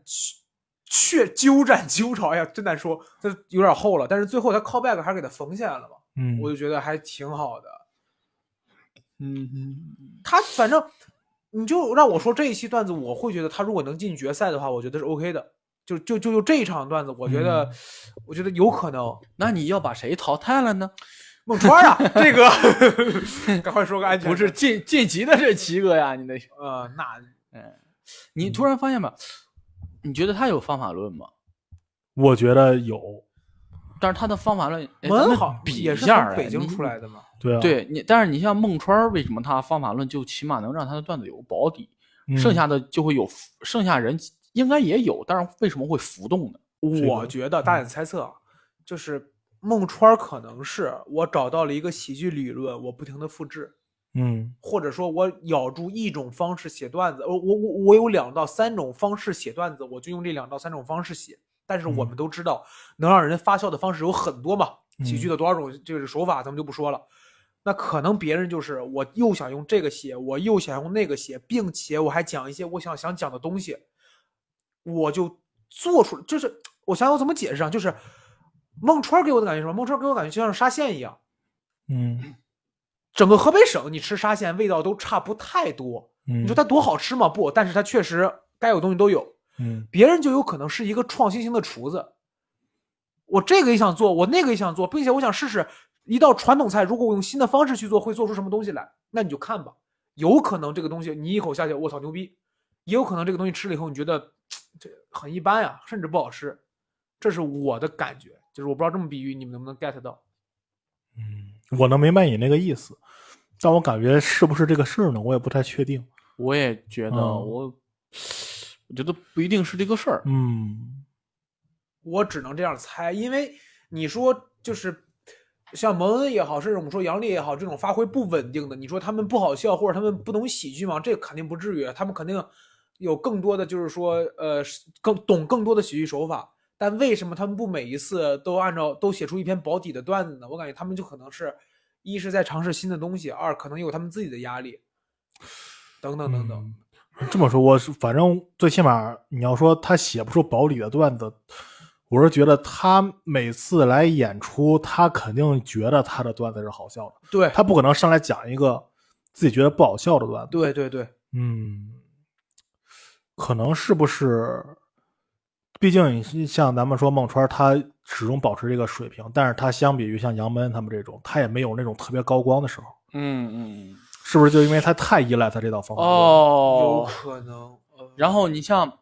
[SPEAKER 3] 却鸠占鸠巢，哎呀真难说，他有点厚了。但是最后他 callback 还是给他缝起来了嘛，
[SPEAKER 1] 嗯，
[SPEAKER 3] 我就觉得还挺好的。
[SPEAKER 2] 嗯嗯
[SPEAKER 3] 他反正你就让我说这一期段子，我会觉得他如果能进决赛的话，我觉得是 OK 的。就就就就这一场段子，我觉得、
[SPEAKER 1] 嗯
[SPEAKER 3] 我觉得有可能。
[SPEAKER 2] 那你要把谁淘汰了呢？
[SPEAKER 3] 孟川啊，这 个赶快说个安全的。
[SPEAKER 2] 不是晋晋级的这七个呀，你得，
[SPEAKER 3] 呃，那
[SPEAKER 2] 你突然发现吧，你觉得他有方法论吗？
[SPEAKER 1] 我觉得有，
[SPEAKER 2] 但是他的方法论，哎咱
[SPEAKER 3] 文
[SPEAKER 2] 们
[SPEAKER 3] 好
[SPEAKER 2] 比
[SPEAKER 3] 也
[SPEAKER 2] 一
[SPEAKER 3] 是
[SPEAKER 2] 下儿
[SPEAKER 3] 从
[SPEAKER 2] 哎，
[SPEAKER 3] 北京
[SPEAKER 2] 你
[SPEAKER 3] 出来的嘛。
[SPEAKER 1] 对啊，
[SPEAKER 2] 对你，但是你像孟川儿，为什么他的方法论就起码能让他的段子有个保底，
[SPEAKER 1] 嗯
[SPEAKER 2] 剩下的就会有，剩下人应该也有，但是为什么会浮动呢？
[SPEAKER 1] 这
[SPEAKER 3] 我
[SPEAKER 1] 个
[SPEAKER 3] 觉得
[SPEAKER 2] 嗯
[SPEAKER 3] 大胆猜测啊，就是孟川可能是我找到了一个喜剧理论，我不停的复制，
[SPEAKER 1] 嗯
[SPEAKER 3] 或者说我咬住一种方式写段子，我呃我我我有两到三种方式写段子，我就用这两到三种方式写。但是我们都知道，能让人发笑的方式有很多嘛，喜剧
[SPEAKER 1] 嗯
[SPEAKER 3] 的多少种这个手法咱们就不说了。那可能别人就是我又想用这个写，我又想用那个写，并且我还讲一些我想想讲的东西，我就做出就是我想想我怎么解释啊，就是孟川给我的感觉是什么？孟川给我感觉就像沙县一样，
[SPEAKER 1] 嗯
[SPEAKER 3] 整个河北省你吃沙县味道都差不太多。
[SPEAKER 1] 嗯，
[SPEAKER 3] 你说它多好吃吗？不，但是它确实该有东西都有。
[SPEAKER 1] 嗯
[SPEAKER 3] 别人就有可能是一个创新性的厨子，我这个也想做，我那个也想做，并且我想试试一道传统菜，如果我用新的方式去做，会做出什么东西来？那你就看吧，有可能这个东西你一口下去，我操牛逼，也有可能这个东西吃了以后你觉得这很一般呀、甚至不好吃，这是我的感觉，就是我不知道这么比喻你们能不能 get 到。
[SPEAKER 1] 嗯，我能明白你那个意思，但我感觉是不是这个事儿呢？我也不太确定。
[SPEAKER 2] 我也觉得
[SPEAKER 1] 嗯
[SPEAKER 2] 我，我觉得不一定是这个事儿。
[SPEAKER 1] 嗯
[SPEAKER 3] 我只能这样猜，因为你说就是像蒙恩也好，甚至我们说杨笠也好，这种发挥不稳定的，你说他们不好笑或者他们不懂喜剧吗？这肯定不至于，他们肯定有更多的就是说呃是更懂更多的喜剧手法。但为什么他们不每一次都按照都写出一篇保底的段子呢？我感觉他们就可能是一是在尝试新的东西，二可能有他们自己的压力，等等等等。
[SPEAKER 1] 嗯这么说，我是反正最起码你要说他写不出保里的段子，我是觉得他每次来演出，他肯定觉得他的段子是好笑的，
[SPEAKER 3] 对，
[SPEAKER 1] 他不可能上来讲一个自己觉得不好笑的段子。
[SPEAKER 3] 对对对，
[SPEAKER 1] 嗯，可能是不是？毕竟你是像咱们说孟川，他始终保持这个水平，但是他相比于像杨门他们这种，他也没有那种特别高光的时候，
[SPEAKER 2] 嗯嗯嗯。
[SPEAKER 1] 是不是？就因为他太依赖他这套
[SPEAKER 3] 哦
[SPEAKER 1] 方法论了
[SPEAKER 3] 有
[SPEAKER 2] 哦，
[SPEAKER 3] 可能。呃
[SPEAKER 2] 然后你像，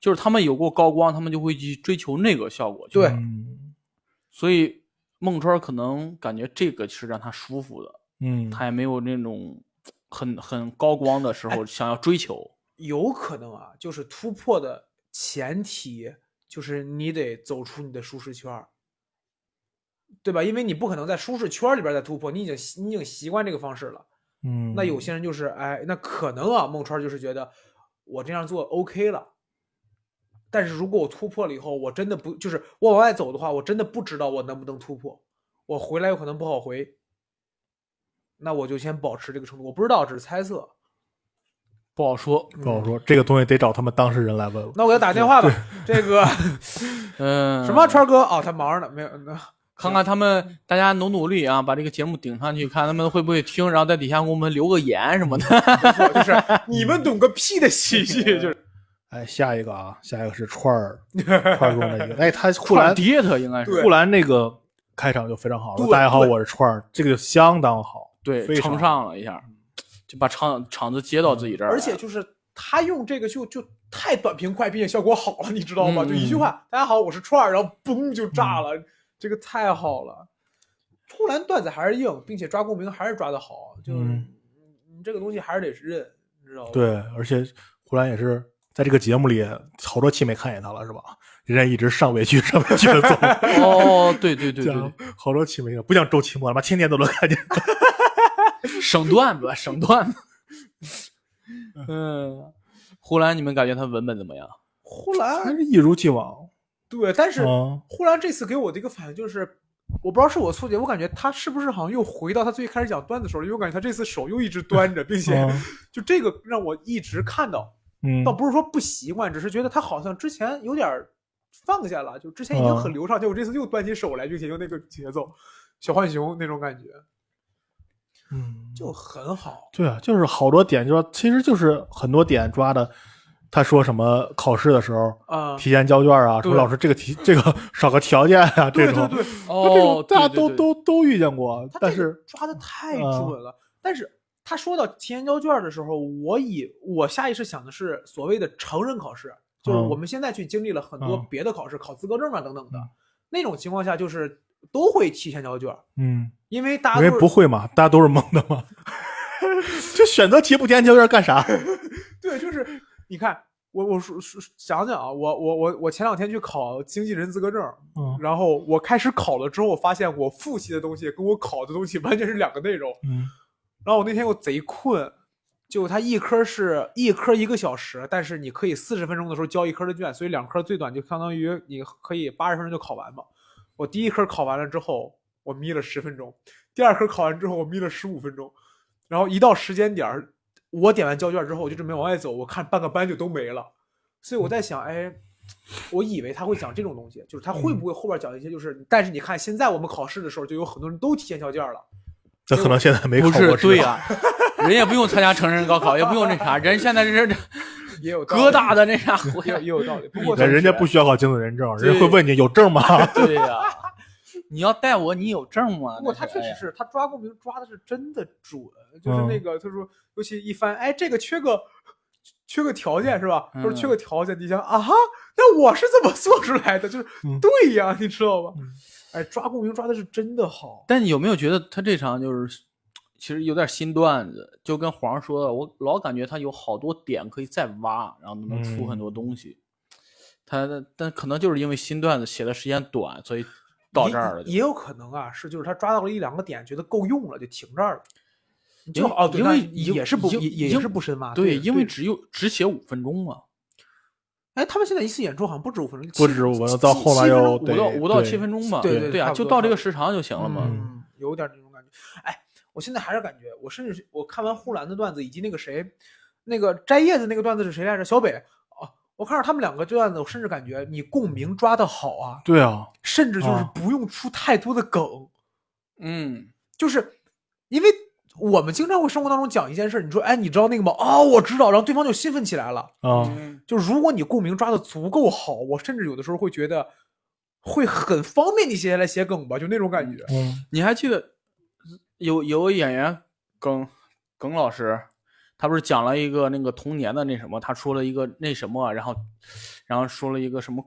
[SPEAKER 2] 就是他们有过高光，他们就会去追求那个效果去。
[SPEAKER 3] 对
[SPEAKER 1] 嗯
[SPEAKER 2] 所以孟川可能感觉这个是让他舒服的，
[SPEAKER 1] 嗯，
[SPEAKER 2] 他也没有那种很很高光的时
[SPEAKER 3] 哎
[SPEAKER 2] 候想要追求。
[SPEAKER 3] 有可能啊，就是突破的前提就是你得走出你的舒适圈儿，对吧？因为你不可能在舒适圈儿里边儿再突破，你已经习你已经习惯这个方式了。
[SPEAKER 1] 嗯，
[SPEAKER 3] 那有些人就是，哎，那可能啊，孟川儿就是觉得我这样做 OK 了。但是如果我突破了以后，我真的不就是我往外走的话，我真的不知道我能不能突破，我回来有可能不好回。那我就先保持这个程度，我不知道，只是猜测。
[SPEAKER 2] 不好说，
[SPEAKER 3] 嗯
[SPEAKER 1] 不好说，这个东西得找他们当事人来问问。
[SPEAKER 3] 那我给他打电话吧，这个。
[SPEAKER 2] 嗯，
[SPEAKER 3] 什么川哥？哦，他忙着呢，没有。那
[SPEAKER 2] 看看他们，大家努努力啊，把这个节目顶上去，看他们会不会听，然后在底下给我们留个言什么的。
[SPEAKER 3] 不错，就是你们懂个屁的喜剧，就是
[SPEAKER 1] 哎，下一个啊，下一个是串 儿串儿中的一个，哎，他忽 然
[SPEAKER 2] 爹他应该是
[SPEAKER 3] 对
[SPEAKER 1] 忽然那个开场就非常好了，
[SPEAKER 3] 对
[SPEAKER 1] 大家好，
[SPEAKER 3] 对
[SPEAKER 1] 我是串儿，这个就相当好，
[SPEAKER 2] 对
[SPEAKER 1] 非常
[SPEAKER 2] 承上了一下，就把场场子接到自己这儿来。
[SPEAKER 3] 嗯而且就是他用这个就就太短平快，并且效果好了，你知道吗？
[SPEAKER 2] 嗯
[SPEAKER 3] 就一句话，大家好，我是串儿，然后嘣就炸了，这个太好了。突然段子还是硬，并且抓共鸣还是抓得好，就是
[SPEAKER 1] 嗯
[SPEAKER 3] 你这个东西还是得认，你知道吗？，
[SPEAKER 1] 对，而且忽然也是在这个节目里，好多期没看见他了，是吧？人家一直上委屈上委屈的走，
[SPEAKER 2] 哦，对对对
[SPEAKER 1] 这
[SPEAKER 2] 对
[SPEAKER 1] 样
[SPEAKER 2] 对，
[SPEAKER 1] 好多期没见，不像周奇墨，他妈天天都能看见。
[SPEAKER 2] 省段子， 省段子。嗯，呼兰，你们感觉他文本怎么样？
[SPEAKER 3] 呼
[SPEAKER 1] 还
[SPEAKER 3] 兰
[SPEAKER 1] 是一如既往，
[SPEAKER 3] 对，但是
[SPEAKER 1] 嗯，
[SPEAKER 3] 忽然这次给我的一个反应就是，我不知道是我错觉，我感觉他是不是好像又回到他最开始讲段子的时候，因为我感觉他这次手又一直端着，并且
[SPEAKER 1] 嗯
[SPEAKER 3] 就这个让我一直看到，
[SPEAKER 1] 嗯
[SPEAKER 3] 倒不是说不习惯，只是觉得他好像之前有点儿放下了，就之前已经很
[SPEAKER 1] 嗯
[SPEAKER 3] 流畅，结果这次又端起手来，并且用那个节奏，小浣熊那种感觉
[SPEAKER 1] 嗯，
[SPEAKER 3] 就很好。
[SPEAKER 1] 对啊，就是好多点，就是其实就是很多点抓的。他说什么考试的时候
[SPEAKER 3] 啊、
[SPEAKER 1] 提前交卷啊？说
[SPEAKER 3] 对
[SPEAKER 1] 老师这个题这个少个条件啊，这
[SPEAKER 3] 对
[SPEAKER 1] 种
[SPEAKER 3] 对对，
[SPEAKER 1] 那这
[SPEAKER 2] 哦
[SPEAKER 1] 种，大家
[SPEAKER 2] 对
[SPEAKER 1] 都
[SPEAKER 2] 对对
[SPEAKER 1] 都都遇见过
[SPEAKER 3] 他，
[SPEAKER 1] 但
[SPEAKER 3] 这个
[SPEAKER 1] 是
[SPEAKER 3] 抓的太
[SPEAKER 1] 啊
[SPEAKER 3] 准了。但是他说到提前交卷的时候，我以我下意识想的是所谓的成人考试，就是
[SPEAKER 1] 嗯
[SPEAKER 3] 我们现在去经历了很多
[SPEAKER 1] 嗯
[SPEAKER 3] 别的考试，考资格证啊等等的、
[SPEAKER 1] 嗯
[SPEAKER 3] 那种情况下，就是都会提前交卷，
[SPEAKER 1] 嗯，
[SPEAKER 3] 因为大
[SPEAKER 1] 因
[SPEAKER 3] 家
[SPEAKER 1] 为
[SPEAKER 3] 都
[SPEAKER 1] 不会嘛，大家都是懵的嘛。 这选择题不填交卷干啥？
[SPEAKER 3] 对，就是你看。我我说说想想啊，我我我我前两天去考经纪人资格证，
[SPEAKER 1] 嗯
[SPEAKER 3] 然后我开始考了之后，我发现我复习的东西跟我考的东西完全是两个内容。
[SPEAKER 1] 嗯
[SPEAKER 3] 然后我那天又贼困，就它一科是一科一个小时，但是你可以四十分钟的时候交一科的卷，所以两科最短就相当于你可以八十分钟就考完嘛。我第一科考完了之后，我眯了十分钟；第二科考完之后，我眯了十五分钟。然后一到时间点儿，我点完交卷之后，我就准备往外走，我看半个班就都没了。所以我在想，哎，我以为他会讲这种东西，就是他会不会后边讲一些，就是但是你看现在我们考试的时候，就有很多人都提前交卷了。
[SPEAKER 1] 这可能现在没考
[SPEAKER 2] 不
[SPEAKER 1] 过
[SPEAKER 2] 是
[SPEAKER 1] 试
[SPEAKER 2] 对呀、人也不用参加成人高考， 也不用那啥，人现在这是
[SPEAKER 3] 也有道理
[SPEAKER 2] 疙瘩的那啥 回
[SPEAKER 3] 也有也有道理。不过
[SPEAKER 2] 对
[SPEAKER 1] 人人家不需要考精子认证，
[SPEAKER 2] 对
[SPEAKER 1] 人家会问你有证 吗？
[SPEAKER 2] 对呀、你要带我，你有证吗？
[SPEAKER 3] 不过他
[SPEAKER 2] 那
[SPEAKER 3] 确
[SPEAKER 2] 是哎
[SPEAKER 3] 实
[SPEAKER 2] 呀
[SPEAKER 3] 是，他抓共鸣抓的是真的准，就是
[SPEAKER 1] 嗯
[SPEAKER 3] 那个他说，尤其一翻，哎，这个缺个缺个条件是吧？他说缺
[SPEAKER 2] 嗯
[SPEAKER 3] 个条件，你想啊哈，那我是这么做出来的，就是
[SPEAKER 1] 嗯
[SPEAKER 3] 对呀，你知道吧
[SPEAKER 1] 嗯？
[SPEAKER 3] 哎，抓共鸣抓的是真的好，
[SPEAKER 2] 但你有没有觉得他这场就是其实有点新段子，就跟皇上说的，我老感觉他有好多点可以再挖，然后能出很多东西。他但可能就是因为新段子写的时间短，所以到这儿了就。
[SPEAKER 3] 也也有可能啊，是就是他抓到了一两个点，觉得够用了就停这儿了。
[SPEAKER 2] 因
[SPEAKER 3] 就
[SPEAKER 2] 为
[SPEAKER 3] 哦，对
[SPEAKER 2] 因为
[SPEAKER 3] 那
[SPEAKER 2] 已经
[SPEAKER 3] 也是不
[SPEAKER 2] 已经
[SPEAKER 3] 也
[SPEAKER 2] 已
[SPEAKER 3] 也
[SPEAKER 2] 经
[SPEAKER 3] 是不深挖，
[SPEAKER 2] 对，
[SPEAKER 3] 啊对，
[SPEAKER 2] 因为
[SPEAKER 3] 对
[SPEAKER 2] 只有只写五分钟嘛，
[SPEAKER 3] 哎，他们现在一次演出好像不止五分钟，
[SPEAKER 1] 不
[SPEAKER 3] 七
[SPEAKER 1] 止五分钟，
[SPEAKER 3] 七
[SPEAKER 1] 到后来
[SPEAKER 3] 七分
[SPEAKER 1] 又
[SPEAKER 3] 钟
[SPEAKER 2] 五
[SPEAKER 1] 对
[SPEAKER 2] 到五到
[SPEAKER 1] 对
[SPEAKER 2] 七分钟嘛，
[SPEAKER 3] 对
[SPEAKER 2] 对
[SPEAKER 3] 对
[SPEAKER 2] 啊，
[SPEAKER 3] 差不
[SPEAKER 2] 就
[SPEAKER 3] 多
[SPEAKER 2] 到
[SPEAKER 3] 差
[SPEAKER 2] 这
[SPEAKER 3] 不多
[SPEAKER 2] 个时长就行了嘛。
[SPEAKER 3] 嗯，有点那种感觉。哎，我现在还是感觉，我甚至是我看完呼兰的段子以及那个谁，那个摘叶子那个段子是谁来着？小北哦，我看到他们两个段子，我甚至感觉你共鸣抓的好啊，
[SPEAKER 1] 对啊，
[SPEAKER 3] 甚至就是
[SPEAKER 1] 啊
[SPEAKER 3] 不用出太多的梗，
[SPEAKER 2] 嗯，
[SPEAKER 3] 就是因为我们经常会生活当中讲一件事儿，你说哎，你知道那个吗？哦，我知道，然后对方就兴奋起来了。
[SPEAKER 1] 啊、
[SPEAKER 2] 嗯
[SPEAKER 3] 就如果你共鸣抓的足够好，我甚至有的时候会觉得会很方便你接下来写梗吧，就那种感觉。
[SPEAKER 1] 嗯，
[SPEAKER 2] 你还记得有有个演员耿耿老师，他不是讲了一个那个童年的那什么，他说了一个那什么，啊然后然后说了一个什么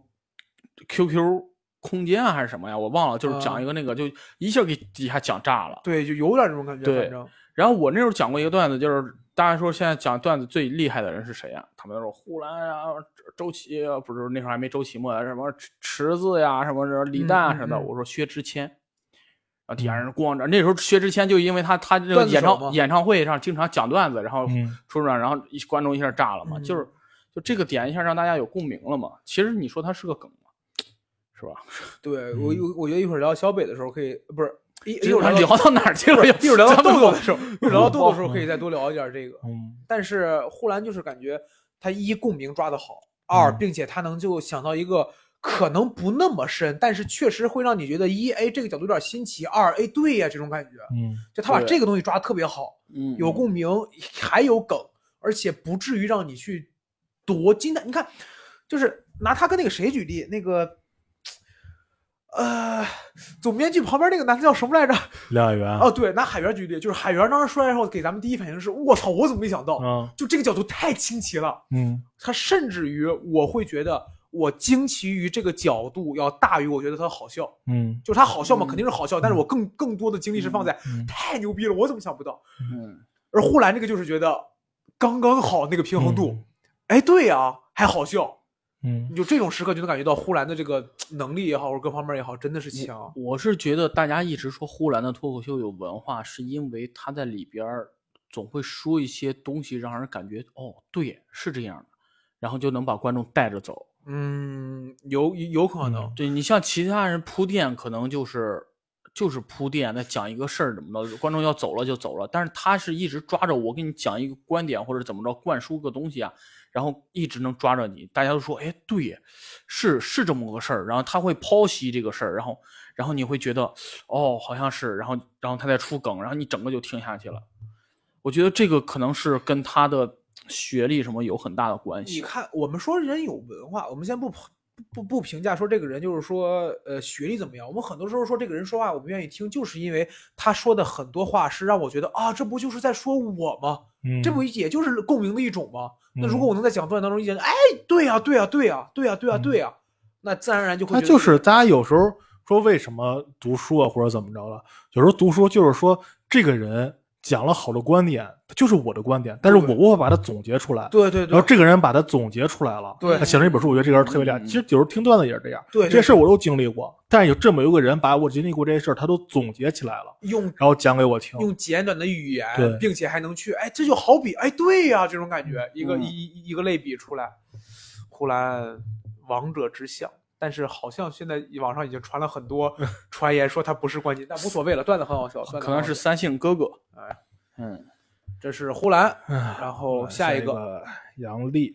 [SPEAKER 2] QQ 空间啊还是什么呀，我忘了，就是讲一个那个，就一下给底下讲炸了。
[SPEAKER 3] 对，就有点这种感觉，
[SPEAKER 2] 对
[SPEAKER 3] 反正。
[SPEAKER 2] 然后我那时候讲过一个段子，就是大家说现在讲段子最厉害的人是谁呀、他们都说呼兰啊、周琦啊，不是那时候还没周奇墨，什么池池子呀、什么什么李诞啊
[SPEAKER 3] 嗯嗯
[SPEAKER 2] 什么的。
[SPEAKER 3] 嗯
[SPEAKER 2] 我说薛之谦，然后底下人咣着。那时候薛之谦就因为他他这个
[SPEAKER 3] 段子
[SPEAKER 2] 演
[SPEAKER 3] 手
[SPEAKER 2] 唱
[SPEAKER 3] 嘛
[SPEAKER 2] 演唱会上经常讲段子，然后
[SPEAKER 1] 嗯
[SPEAKER 2] 出场，然后一观众一下炸了嘛，
[SPEAKER 3] 嗯
[SPEAKER 2] 就是就这个点一下让大家有共鸣了嘛。其实你说他是个梗嘛，是吧？
[SPEAKER 3] 对我
[SPEAKER 1] 嗯
[SPEAKER 3] 有，我觉得一会儿聊小北的时候可以，不是一一
[SPEAKER 2] 这
[SPEAKER 3] 会儿
[SPEAKER 2] 聊
[SPEAKER 3] 到
[SPEAKER 2] 到哪儿去了？
[SPEAKER 3] 一会儿聊到
[SPEAKER 2] 咱们
[SPEAKER 3] 豆豆的时候，一会儿聊到豆豆的时候
[SPEAKER 1] 嗯
[SPEAKER 3] 可以再多聊一点这个。
[SPEAKER 1] 嗯，
[SPEAKER 3] 但是呼兰就是感觉他一共鸣抓得好，二
[SPEAKER 1] 嗯
[SPEAKER 3] 并且他能就想到一个可能不那么深，但是确实会让你觉得一哎这个角度有点新奇，二哎对呀这种感觉，
[SPEAKER 1] 嗯，
[SPEAKER 3] 就他把
[SPEAKER 2] 对
[SPEAKER 3] 这个东西抓得特别好，
[SPEAKER 2] 嗯，
[SPEAKER 3] 有共鸣，还有梗，而且不至于让你去多惊叹。你看，就是拿他跟那个谁举例，那个，呃，总编剧旁边那个男的叫什么来着？
[SPEAKER 2] 啊
[SPEAKER 1] 亮演员，
[SPEAKER 3] 哦，对，拿海源举例，就是海源当时说来的时候，给咱们第一反应是：我操，我怎么没想到？
[SPEAKER 1] 啊，
[SPEAKER 3] 就这个角度太新奇了。
[SPEAKER 1] 嗯
[SPEAKER 3] 他甚至于我会觉得，我惊奇于这个角度要大于我觉得他好笑。
[SPEAKER 1] 嗯
[SPEAKER 3] 就是他好笑嘛，
[SPEAKER 2] 嗯
[SPEAKER 3] 肯定是好笑，但是我更更多的精力是放在
[SPEAKER 1] 嗯
[SPEAKER 3] 太牛逼了，我怎么想不到？
[SPEAKER 2] 嗯。
[SPEAKER 3] 而呼兰这个就是觉得刚刚好那个平衡度
[SPEAKER 1] 嗯，
[SPEAKER 3] 哎、对啊，还好笑。
[SPEAKER 1] 嗯
[SPEAKER 3] 你就这种时刻就能感觉到呼兰的这个能力也好，或者各方面也好，真的是强。
[SPEAKER 2] 我是觉得大家一直说呼兰的脱口秀有文化，是因为他在里边儿总会说一些东西，让人感觉哦，对，是这样的，然后就能把观众带着走。
[SPEAKER 3] 嗯，有有可能，
[SPEAKER 2] 对你像其他人铺垫，可能就是就是铺垫，在讲一个事儿怎么着，观众要走了就走了。但是他是一直抓着我给你讲一个观点或者怎么着灌输个东西啊，然后一直能抓着你，大家都说哎对耶，是是这么个事儿，然后他会剖析这个事儿，然后然后你会觉得哦好像是，然后然后他再出梗，然后你整个就听下去了。我觉得这个可能是跟他的学历什么有很大的关
[SPEAKER 3] 你
[SPEAKER 2] 系。
[SPEAKER 3] 看，我们说人有文化，我们先不不不不评价说这个人就是说呃学历怎么样，我们很多时候说这个人说话我们愿意听，就是因为他说的很多话是让我觉得啊，这不就是在说我吗？
[SPEAKER 1] 嗯，
[SPEAKER 3] 这不也就是共鸣的一种吗？那如
[SPEAKER 1] 嗯
[SPEAKER 3] 果我能在讲段当中遇见，哎，对呀、对呀、对呀、对呀、对呀、对呀、那自然而然就会
[SPEAKER 1] 他
[SPEAKER 3] 觉得
[SPEAKER 1] 就是大家有时候说为什么读书啊，或者怎么着了，有时候读书就是说这个人讲了好的观点，就是我的观点，但是我
[SPEAKER 3] 对
[SPEAKER 1] 无法把它总结出来。
[SPEAKER 3] 对对
[SPEAKER 1] 然
[SPEAKER 3] 对
[SPEAKER 1] 后，这个人把它总结出来了，
[SPEAKER 3] 对
[SPEAKER 1] 他写成一本书，我觉得这个人特别厉害。
[SPEAKER 2] 嗯
[SPEAKER 1] 其实有时候听段子也是这样，
[SPEAKER 3] 对对
[SPEAKER 1] 这些事儿我都经历过，但是有这么有个人把我经历过这些事儿，他都总结起来了，
[SPEAKER 3] 用
[SPEAKER 1] 然后讲给我听。
[SPEAKER 3] 用简短的语言
[SPEAKER 1] 嗯对，
[SPEAKER 3] 并且还能去，哎，这就好比，哎，对呀、这种感觉，一个、
[SPEAKER 2] 嗯
[SPEAKER 3] 一一一个类比出来，呼兰王者之相。但是好像现在网上已经传了很多 传言，说他不是冠军，但无所谓了，段子很好笑，段子
[SPEAKER 2] 可能
[SPEAKER 3] 很好
[SPEAKER 2] 是
[SPEAKER 3] 笑
[SPEAKER 2] 三姓哥哥，
[SPEAKER 3] 哎，
[SPEAKER 2] 嗯。
[SPEAKER 3] 这是呼兰，
[SPEAKER 1] 唉
[SPEAKER 3] 然后
[SPEAKER 1] 呃下
[SPEAKER 3] 下一个，
[SPEAKER 1] 个杨笠，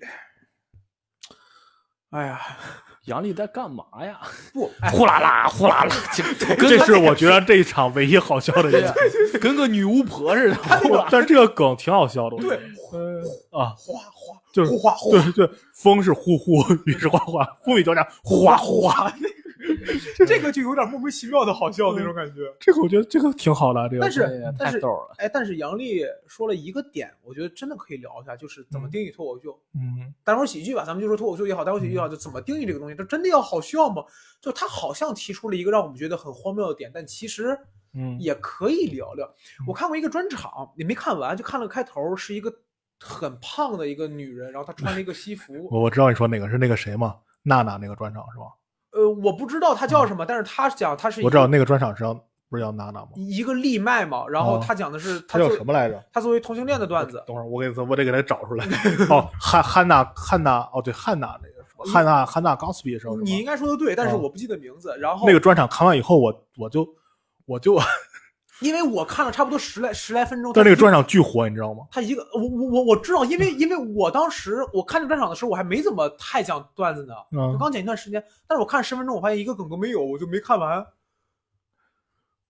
[SPEAKER 3] 哎呀，
[SPEAKER 2] 杨笠在干嘛呀？
[SPEAKER 3] 不，哎，
[SPEAKER 2] 呼啦啦，呼啦啦，就跟
[SPEAKER 1] 这是我觉得这一场唯一好笑的一 个。
[SPEAKER 2] 得跟个女巫婆似的。 呼啦
[SPEAKER 1] 但是这个梗挺好笑的， 我觉得
[SPEAKER 3] 对，
[SPEAKER 1] 啊，
[SPEAKER 3] 哗哗，
[SPEAKER 1] 就是
[SPEAKER 3] 哗哗，
[SPEAKER 1] 对对，风是呼呼，雨是哗哗，风雨交加，哗哗。
[SPEAKER 3] 这个就有点莫名其妙的好笑那种感觉。
[SPEAKER 1] 这个我觉得这个挺好的，这个
[SPEAKER 3] 但是
[SPEAKER 2] 哎呀
[SPEAKER 3] 但
[SPEAKER 2] 太
[SPEAKER 3] 是
[SPEAKER 2] 逗了。
[SPEAKER 3] 嗯哎，但是杨笠说了一个点，我觉得真的可以聊一下，就是怎么定义脱口秀，
[SPEAKER 1] 嗯
[SPEAKER 3] 单口喜剧吧，咱们就说脱口秀也好，单口喜剧也好，就怎么定义这个东西，这真的要好笑吗？就他好像提出了一个让我们觉得很荒谬的点，但其实
[SPEAKER 1] 嗯
[SPEAKER 3] 也可以聊聊。我看过一个专场，也没看完，就看了个开头，是一个很胖的一个女人，然后她穿了一个西服。
[SPEAKER 1] 我我知道你说哪个是那个谁嘛，娜娜那个专场是吧？
[SPEAKER 3] 呃，我不知道她叫什么，但是她讲她是一
[SPEAKER 1] 我知道
[SPEAKER 3] 个
[SPEAKER 1] 那个专场是要不是叫娜娜吗？
[SPEAKER 3] 一个利麦嘛，然后
[SPEAKER 1] 哦
[SPEAKER 3] 她讲的是她
[SPEAKER 1] 他叫
[SPEAKER 3] 作
[SPEAKER 1] 什么来着？
[SPEAKER 3] 她作为同性恋的段子。
[SPEAKER 1] 等会儿我给我得给他找出 来。哦，汉汉娜汉娜哦对汉娜那个是吧汉娜汉娜 Gosby 是吧？
[SPEAKER 3] 你应该说的对，但是
[SPEAKER 1] 哦
[SPEAKER 3] 我不记得名字。然后
[SPEAKER 1] 那个专场看完以后，我我就我
[SPEAKER 3] 哦
[SPEAKER 1] 就，
[SPEAKER 3] 因为我看了差不多十来十来分钟，
[SPEAKER 1] 但
[SPEAKER 3] 它
[SPEAKER 1] 那个
[SPEAKER 3] 一
[SPEAKER 1] 专场巨火，你知道吗？
[SPEAKER 3] 他一个我我我我知道，因为因为我当时我看这专场的时候，我还没怎么太讲段子呢，我
[SPEAKER 1] 嗯，
[SPEAKER 3] 刚讲一段时间，但是我看十分钟，我发现一个梗都没有，我就没看完。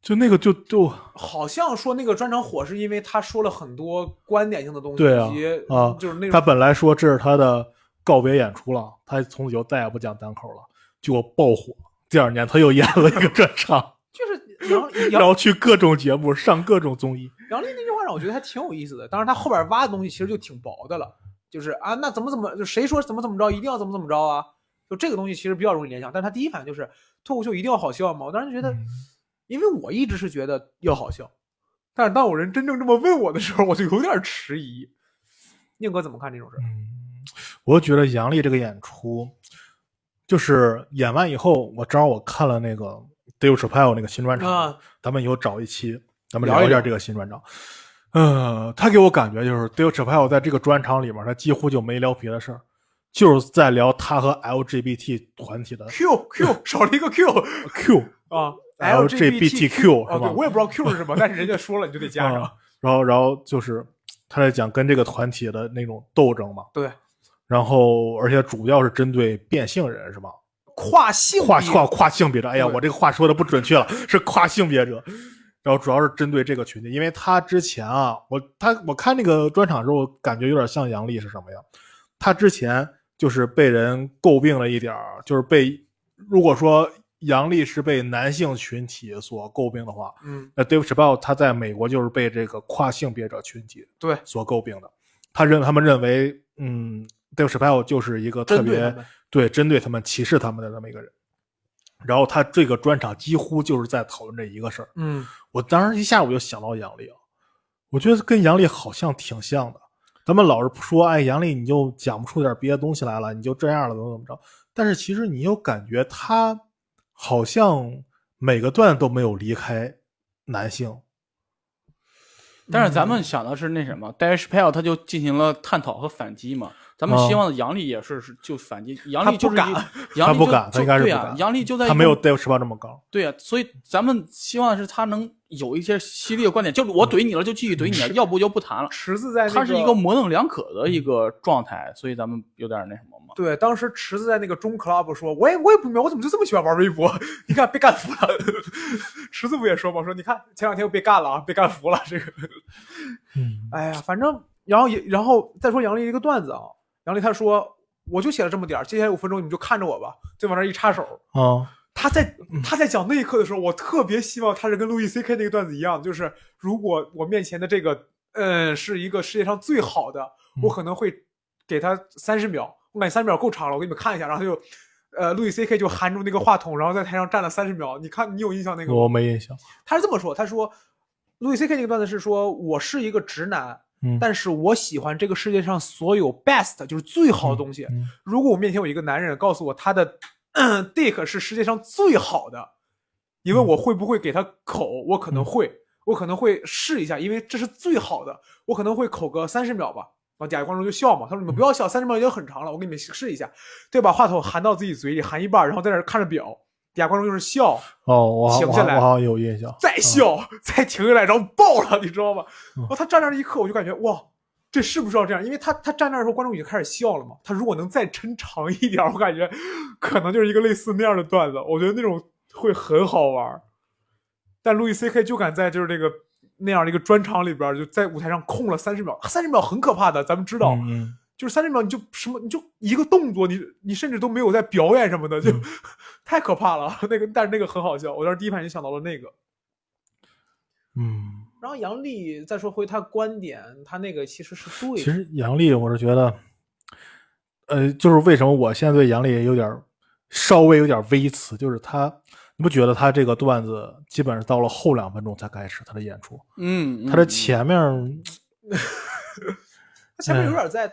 [SPEAKER 1] 就那个就就
[SPEAKER 3] 好像说那个专场火是因为他说了很多观点性的东西，
[SPEAKER 1] 对啊
[SPEAKER 3] 以及
[SPEAKER 1] 啊
[SPEAKER 3] 就是那
[SPEAKER 1] 他
[SPEAKER 3] 种
[SPEAKER 1] 本来说这是他的告别演出了，他从此就再也不讲单口了，结果爆火。第二年他又演了一个专场，
[SPEAKER 3] 就是杨
[SPEAKER 1] 然
[SPEAKER 3] 杨
[SPEAKER 1] 后去各种节目上各种综艺。
[SPEAKER 3] 杨笠那句话让我觉得还挺有意思的，当然他后边挖的东西其实就挺薄的了，就是啊那怎么怎么就谁说怎么怎么着一定要怎么怎么着啊，就这个东西其实比较容易联想，但是他第一反应就是脱口秀一定要好笑嘛，我当时觉得。
[SPEAKER 1] 嗯
[SPEAKER 3] 因为我一直是觉得要好笑，但是当有人真正这么问我的时候，我就有点迟疑。宁哥怎么看这种事儿？
[SPEAKER 1] 嗯，我觉得杨笠这个演出，就是演完以后，我正好我看了那个 Dave Chappelle 那个新专场，
[SPEAKER 3] 啊
[SPEAKER 1] 咱们以后找一期，咱们
[SPEAKER 3] 聊
[SPEAKER 1] 聊
[SPEAKER 3] 一
[SPEAKER 1] 一下
[SPEAKER 3] 聊
[SPEAKER 1] 这个新专场。呃，他给我感觉就是 Dave Chappelle 在这个专场里面，他几乎就没聊别的事儿，就是在聊他和 LGBT 团体的
[SPEAKER 3] Q Q 少了一个 Q
[SPEAKER 1] Q
[SPEAKER 3] 啊
[SPEAKER 1] LGBTQ
[SPEAKER 3] 啊，
[SPEAKER 1] 是吧
[SPEAKER 3] 对，我也不知道 Q 是什么，但是人家说了你就得加
[SPEAKER 1] 啊
[SPEAKER 3] 上。
[SPEAKER 1] 然后然后就是他在讲跟这个团体的那种斗争嘛，
[SPEAKER 3] 对，
[SPEAKER 1] 然后而且主要是针对变性人是吧？
[SPEAKER 3] 跨性
[SPEAKER 1] 跨
[SPEAKER 3] 别
[SPEAKER 1] 跨跨性别者，哎呀，
[SPEAKER 3] 对
[SPEAKER 1] 我这个话说的不准确了， 是跨性别者。然后主要是针对这个群体，因为他之前啊，我他我看那个专场的时候，我感觉有点像杨笠是什么呀？他之前就是被人诟病了一点儿，就是被如果说杨笠是被男性群体所诟病的话，
[SPEAKER 3] 嗯，
[SPEAKER 1] 那 Dave Chappelle 他在美国就是被这个跨性别者群体
[SPEAKER 3] 对，
[SPEAKER 1] 所诟病的。他认他们认为，嗯，Dave Chappelle 就是一个特
[SPEAKER 3] 针对
[SPEAKER 1] 别
[SPEAKER 3] 他们
[SPEAKER 1] 对针对他们、歧视他们的这么一个人。然后他这个专场几乎就是在讨论这一个事儿。
[SPEAKER 3] 嗯，
[SPEAKER 1] 我当时一下我就想到杨笠了，我觉得跟杨笠好像挺像的。咱们老是说，哎，杨笠你就讲不出点别的东西来了，你就这样了，怎么怎么着？但是其实你又感觉他好像每个段都没有离开男性，
[SPEAKER 2] 但是咱们想的是那什么 d a s h p e l 他就进行了探讨和反击嘛。咱们
[SPEAKER 1] 哦
[SPEAKER 2] 希望杨笠也是是就反击，杨
[SPEAKER 3] 他
[SPEAKER 2] 笠就是
[SPEAKER 3] 不
[SPEAKER 2] 一
[SPEAKER 3] 敢
[SPEAKER 2] 杨笠
[SPEAKER 1] 不
[SPEAKER 2] 就
[SPEAKER 1] 敢他
[SPEAKER 2] 就
[SPEAKER 1] 应该是
[SPEAKER 2] 对
[SPEAKER 1] 不
[SPEAKER 2] 啊
[SPEAKER 1] 敢，
[SPEAKER 2] 杨笠就在一
[SPEAKER 1] 他
[SPEAKER 2] 个
[SPEAKER 1] 没有 Dave c h a p p e l 这么高。
[SPEAKER 2] 对啊，所以咱们希望是他能有一些犀利的观点，就是我怼你了就继续怼你了，要不就不谈了。
[SPEAKER 3] 池子在那
[SPEAKER 2] 他是一个模棱两可的一个状态，所以咱们有点那什么嘛。
[SPEAKER 3] 对，当时池子在那个中 club 说，我也我也不明白，我怎么就这么喜欢玩微博？ 你看被干服了， 池子不也说吗？说你看前两天又被干了啊，被干服了这个。
[SPEAKER 1] 嗯，
[SPEAKER 3] 哎呀，反正然后也然后再说杨笠一个段子啊，杨笠他说我就写了这么点儿，接下来五分钟你们就看着我吧，就往那儿一插手。
[SPEAKER 1] 啊，
[SPEAKER 3] 他在他在讲那一刻的时候，我特别希望他是跟路易 C K 那个段子一样，就是如果我面前的这个嗯是一个世界上最好的，
[SPEAKER 1] 嗯
[SPEAKER 3] 我可能会给他三十秒，我感觉三秒够长了，我给你们看一下，然后他就。呃，路易 C K 就含住那个话筒，然后在台上站了三十秒。你看，你有印象那个吗？
[SPEAKER 1] 我没印象。
[SPEAKER 3] 他是这么说，他说，路易 C K 那个段子是说，我是一个直男，
[SPEAKER 1] 嗯，
[SPEAKER 3] 但是我喜欢这个世界上所有 best，就是最好的东西。
[SPEAKER 1] 嗯
[SPEAKER 3] 如果我面前有一个男人告诉我他的 咳 dick 是世界上最好的，你问我会不会给他口，我可能会，我可能会试一下，因为这是最好的，我可能会口个三十秒吧。然后底下观众就笑嘛，他说你们不要笑，三十秒已经很长了，我给你们试一下，对，把话筒含到自己嘴里，含一半，然后在那儿看着表，底下观众就是笑，
[SPEAKER 1] 哦，我好
[SPEAKER 3] 停
[SPEAKER 1] 我
[SPEAKER 3] 下
[SPEAKER 1] 好
[SPEAKER 3] 来
[SPEAKER 1] 我好像有印象。
[SPEAKER 3] 再笑，再停下来，然后爆了， 你知道吗？哦
[SPEAKER 1] 嗯
[SPEAKER 3] 然后他站那儿一刻，我就感觉哇，这是不是要这样？因为他他站那儿的时候，观众已经开始笑了嘛。他如果能再抻长一点儿，我感觉可能就是一个类似那样的段子。我觉得那种会很好玩儿。但路易 C K 就敢在就是这个那样的一个专场里边儿，就在舞台上空了三十秒，三十秒很可怕的，咱们知道。
[SPEAKER 1] 嗯，
[SPEAKER 3] 就是三十秒，你就什么，你就一个动作，你你甚至都没有在表演什么的，就、
[SPEAKER 1] 嗯
[SPEAKER 3] 太可怕了。那个，但是那个很好笑，我当时第一反应想到了那个。
[SPEAKER 1] 嗯，
[SPEAKER 3] 然后杨笠再说回他观点，他那个其实是对的。
[SPEAKER 1] 其实杨笠，我是觉得，呃，就是为什么我现在对杨笠有点儿稍微有点儿微词，就是他你不觉得他这个段子基本上到了后两分钟才开始他的演出，
[SPEAKER 2] 嗯，
[SPEAKER 1] 他这
[SPEAKER 2] 嗯
[SPEAKER 1] 前面儿
[SPEAKER 3] 他前面
[SPEAKER 1] 哎
[SPEAKER 3] 有点在，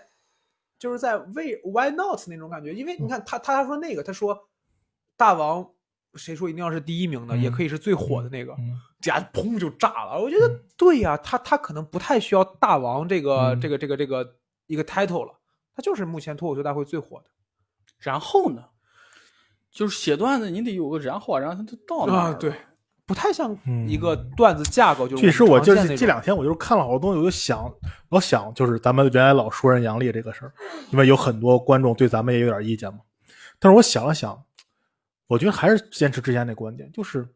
[SPEAKER 3] 就是在为 why not 那种感觉，因为
[SPEAKER 1] 嗯
[SPEAKER 3] 你看他他还说那个，他说大王谁说一定要是第一名的，也
[SPEAKER 1] 嗯
[SPEAKER 3] 可以是最火的那个，
[SPEAKER 1] 嗯
[SPEAKER 3] 家砰就炸了。我觉得对呀、他他可能不太需要大王这个、
[SPEAKER 1] 嗯
[SPEAKER 3] 这个这个这个一个 title 了，他就是目前脱口秀大会最火的。
[SPEAKER 2] 然后呢，就是写段子你得有个然后啊，然后他就到那儿了，，
[SPEAKER 3] 不太像
[SPEAKER 1] 嗯
[SPEAKER 3] 一个段子架构，就是
[SPEAKER 1] 确实，我
[SPEAKER 3] 们常
[SPEAKER 1] 就
[SPEAKER 3] 见
[SPEAKER 1] 是
[SPEAKER 3] 那
[SPEAKER 1] 这
[SPEAKER 3] 种
[SPEAKER 1] 两天我就是看了好多东西，我就想，老想就是咱们原来老说人杨笠这个事儿，因为有很多观众对咱们也有点意见嘛。但是我想了想，我觉得还是坚持之前那观点，就是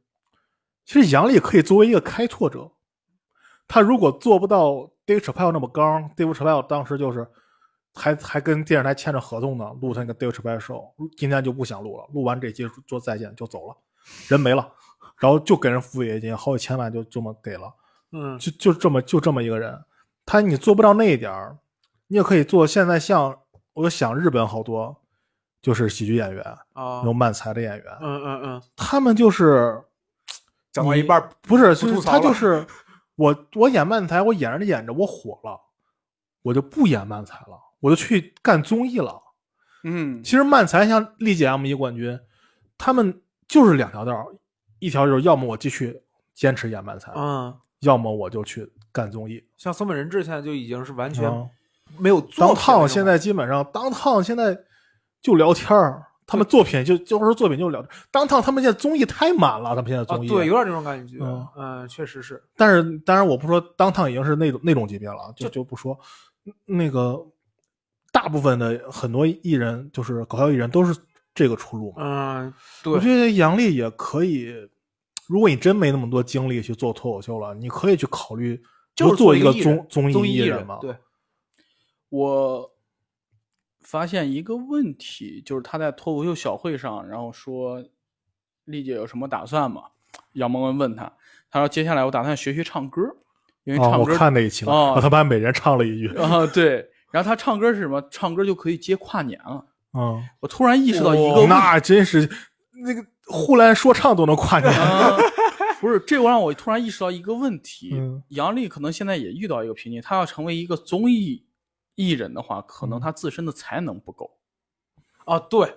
[SPEAKER 1] 其实杨笠可以作为一个开拓者，他如果做不到 Dave Chappelle 那么刚，Dave Chappelle 当时就是还还跟电视台签着合同呢，录他那个 Dave Chappelle show，今天就不想录了，录完这期说再见就走了，人没了。然后就给人付违约金，好几千万就这么给了，
[SPEAKER 3] 嗯
[SPEAKER 1] 就就这么就这么一个人，他你做不到那一点儿，你也可以做。现在像我就想日本好多就是喜剧演员，
[SPEAKER 3] 啊
[SPEAKER 1] 那种漫才的演员，
[SPEAKER 3] 嗯嗯嗯，
[SPEAKER 1] 他们就是
[SPEAKER 3] 讲到一半儿
[SPEAKER 1] 不是
[SPEAKER 3] 不
[SPEAKER 1] 就是
[SPEAKER 3] 吐槽
[SPEAKER 1] 他
[SPEAKER 3] 了
[SPEAKER 1] 就是我我演漫才，我演着演着我火了，我就不演漫才了，我就去干综艺了。
[SPEAKER 2] 嗯
[SPEAKER 1] 其实漫才像历届 M 一冠军，他们就是两条道儿，一条就是要么我继续坚持演漫才，
[SPEAKER 3] 嗯，
[SPEAKER 1] 要么我就去干综艺。
[SPEAKER 3] 像松本人志现在就已经是完全
[SPEAKER 1] 嗯
[SPEAKER 3] 没有做
[SPEAKER 1] 当烫现
[SPEAKER 3] 啊
[SPEAKER 1] 在基本上当烫现在就聊天儿，他们作品就就是作品就聊天儿。当烫他们现在综艺太满了，他们现在
[SPEAKER 3] 啊，
[SPEAKER 1] 综艺、
[SPEAKER 3] 对，有点这种感觉，
[SPEAKER 1] 嗯
[SPEAKER 3] 嗯，确实是，
[SPEAKER 1] 但是当然我不说当烫已经是那种那种级别了，啊就
[SPEAKER 3] 就
[SPEAKER 1] 就不说那个大部分的很多艺人就是搞笑艺人都是这个出路嘛。
[SPEAKER 3] 嗯，
[SPEAKER 1] 我
[SPEAKER 3] 对，
[SPEAKER 1] 觉得杨笠也可以，如果你真没那么多精力去做脱口秀了，你可以去考虑
[SPEAKER 3] 就是
[SPEAKER 1] 不做一个
[SPEAKER 3] 艺
[SPEAKER 1] 综
[SPEAKER 3] 人综
[SPEAKER 1] 综艺
[SPEAKER 3] 艺
[SPEAKER 1] 艺
[SPEAKER 3] 人
[SPEAKER 1] 嘛。
[SPEAKER 3] 对，
[SPEAKER 2] 我发现一个问题，就是他在脱口秀小会上，然后说丽姐有什么打算吗？杨蒙恩问他，他说接下来我打算学学唱歌，因为
[SPEAKER 1] 啊，
[SPEAKER 2] 唱
[SPEAKER 1] 我
[SPEAKER 2] 歌
[SPEAKER 1] 看那一期了，
[SPEAKER 2] 哦
[SPEAKER 1] 啊他把每人唱了一句，
[SPEAKER 2] 啊对，然后他唱歌是什么？唱歌就可以接跨年了。
[SPEAKER 1] 嗯，
[SPEAKER 2] 我突然意识到一个
[SPEAKER 1] 哦
[SPEAKER 2] 问题
[SPEAKER 1] 那真是那个呼兰说唱都能 跨年，
[SPEAKER 2] 啊，不是，这我让我突然意识到一个问题，
[SPEAKER 1] 嗯
[SPEAKER 2] 杨笠可能现在也遇到一个瓶颈，他要成为一个综艺艺人的话，可
[SPEAKER 1] 嗯
[SPEAKER 2] 能他自身的才能不够。
[SPEAKER 3] 啊，对，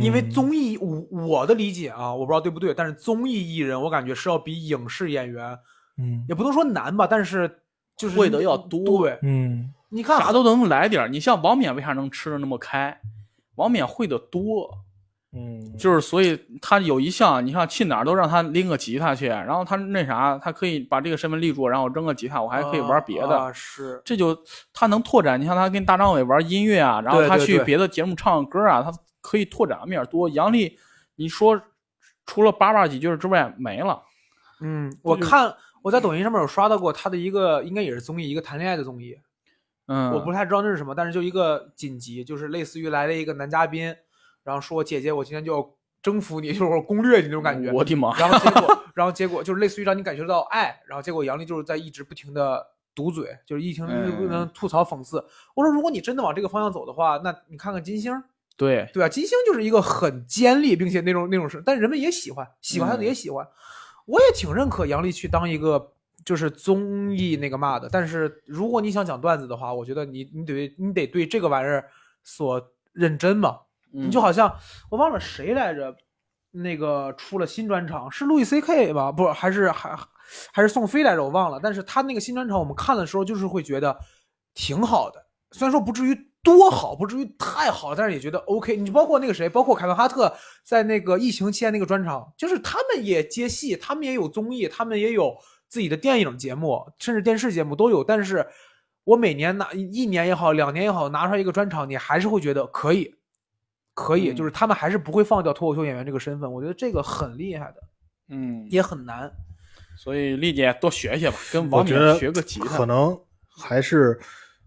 [SPEAKER 3] 因为
[SPEAKER 1] 嗯
[SPEAKER 3] 综艺，我我的理解啊，我不知道对不对，但是综艺艺人，我感觉是要比影视演员，
[SPEAKER 1] 嗯
[SPEAKER 3] 也不能说难吧，但是就是
[SPEAKER 2] 会得要多
[SPEAKER 3] 对，
[SPEAKER 1] 嗯
[SPEAKER 3] 你看
[SPEAKER 2] 啥都能来点儿。你像王冕为啥能吃的那么开？王冕会的多，
[SPEAKER 1] 嗯，
[SPEAKER 2] 就是所以他有一项，你看去哪儿都让他拎个吉他去，然后他那啥，他可以把这个身份立住，然后扔个吉他，我还可以玩别的。
[SPEAKER 3] 啊啊是
[SPEAKER 2] 这就他能拓展，你像他跟大张伟玩音乐啊，然后
[SPEAKER 3] 对
[SPEAKER 2] 他
[SPEAKER 3] 对
[SPEAKER 2] 去
[SPEAKER 3] 对
[SPEAKER 2] 别的节目唱歌啊，他可以拓展的面儿多。杨笠，你说除了叭叭几句之外没了，
[SPEAKER 3] 嗯，我
[SPEAKER 2] 就是
[SPEAKER 3] 看我在抖音上面有刷到过他的一个，应该也是综艺，一个谈恋爱的综艺，
[SPEAKER 2] 嗯，
[SPEAKER 3] 我不太知道那是什么，但是就一个紧急，就是类似于来了一个男嘉宾，然后说姐姐，我今天就要征服你，就是我攻略你那种感觉。
[SPEAKER 2] 我的妈，
[SPEAKER 3] 然后结果，然后结果就是类似于让你感觉到爱，然后结果杨笠就是在一直不停的堵嘴，就是一停
[SPEAKER 2] 嗯
[SPEAKER 3] 不能吐槽讽刺。我说，如果你真的往这个方向走的话，那你看看金星，
[SPEAKER 2] 对，
[SPEAKER 3] 对吧？金星就是一个很尖利，并且那种那种事，但人们也喜欢，喜欢他的
[SPEAKER 2] 嗯
[SPEAKER 3] 也喜欢。我也挺认可杨笠去当一个就是综艺那个嘛的，但是如果你想讲段子的话，我觉得你你得你得对这个玩意儿所认真嘛。
[SPEAKER 2] 你
[SPEAKER 3] 你就好像我忘了谁来着，那个出了新专场是路易 C K 吧？不，还是还还是宋飞来着？我忘了。但是他那个新专场，我们看的时候就是会觉得挺好的，虽然说不至于多好，不至于太好，但是也觉得 OK。你包括那个谁，包括凯文哈特在那个疫情期间那个专场，就是他们也接戏，他们也有综艺，他们也有自己的电影节目，甚至电视节目都有，但是。我每年拿一年也好，两年也好，拿出来一个专场，你还是会觉得可以，可以，
[SPEAKER 2] 嗯
[SPEAKER 3] 就是他们还是不会放掉脱口秀演员这个身份，我觉得这个很厉害的，
[SPEAKER 2] 嗯，
[SPEAKER 3] 也很难。
[SPEAKER 2] 所以丽姐多学学吧，跟
[SPEAKER 1] 我
[SPEAKER 2] 王
[SPEAKER 1] 觉
[SPEAKER 2] 冕
[SPEAKER 1] 得
[SPEAKER 2] 学个吉
[SPEAKER 1] 可
[SPEAKER 2] 他，
[SPEAKER 1] 能还是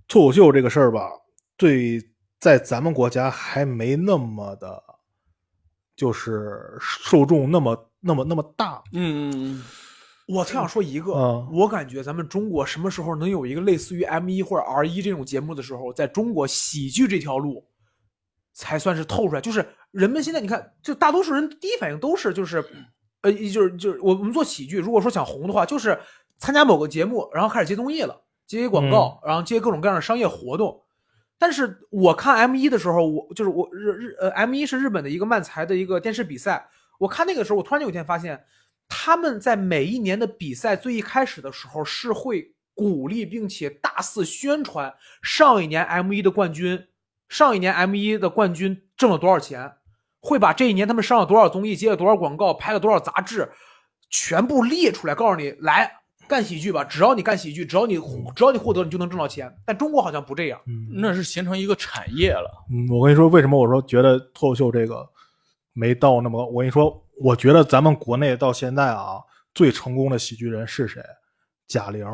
[SPEAKER 1] 脱口秀这个事儿吧，对，在咱们国家还没那么的，就是受众那么那么那么大，
[SPEAKER 2] 嗯嗯
[SPEAKER 3] 我特想说一个，
[SPEAKER 1] 嗯
[SPEAKER 3] 我感觉咱们中国什么时候能有一个类似于 M 一或者 R 一这种节目的时候，在中国喜剧这条路才算是透出来。就是人们现在你看，就大多数人第一反应都是就是呃，一就是就是我我们做喜剧，如果说想红的话，就是参加某个节目，然后开始接综艺了，接广告，然后接各种各样的商业活动。但是我看 M 一的时候，我就是我日日呃 M 一是日本的一个漫才的一个电视比赛，我看那个时候，我突然有一天发现，他们在每一年的比赛最一开始的时候是会鼓励并且大肆宣传上一年 M 一的冠军，上一年 M 一的冠军挣了多少钱，会把这一年他们上了多少综艺、接了多少广告、拍了多少杂志，全部列出来，告诉你来干喜剧吧，只要你干喜剧，只要你只要你获得，你就能挣到钱。但中国好像不这样，
[SPEAKER 1] 嗯
[SPEAKER 2] 那是形成一个产业了。
[SPEAKER 1] 嗯，我跟你说，为什么我说觉得脱口秀这个没到那么高？我跟你说，我觉得咱们国内到现在啊，最成功的喜剧人是谁？贾玲。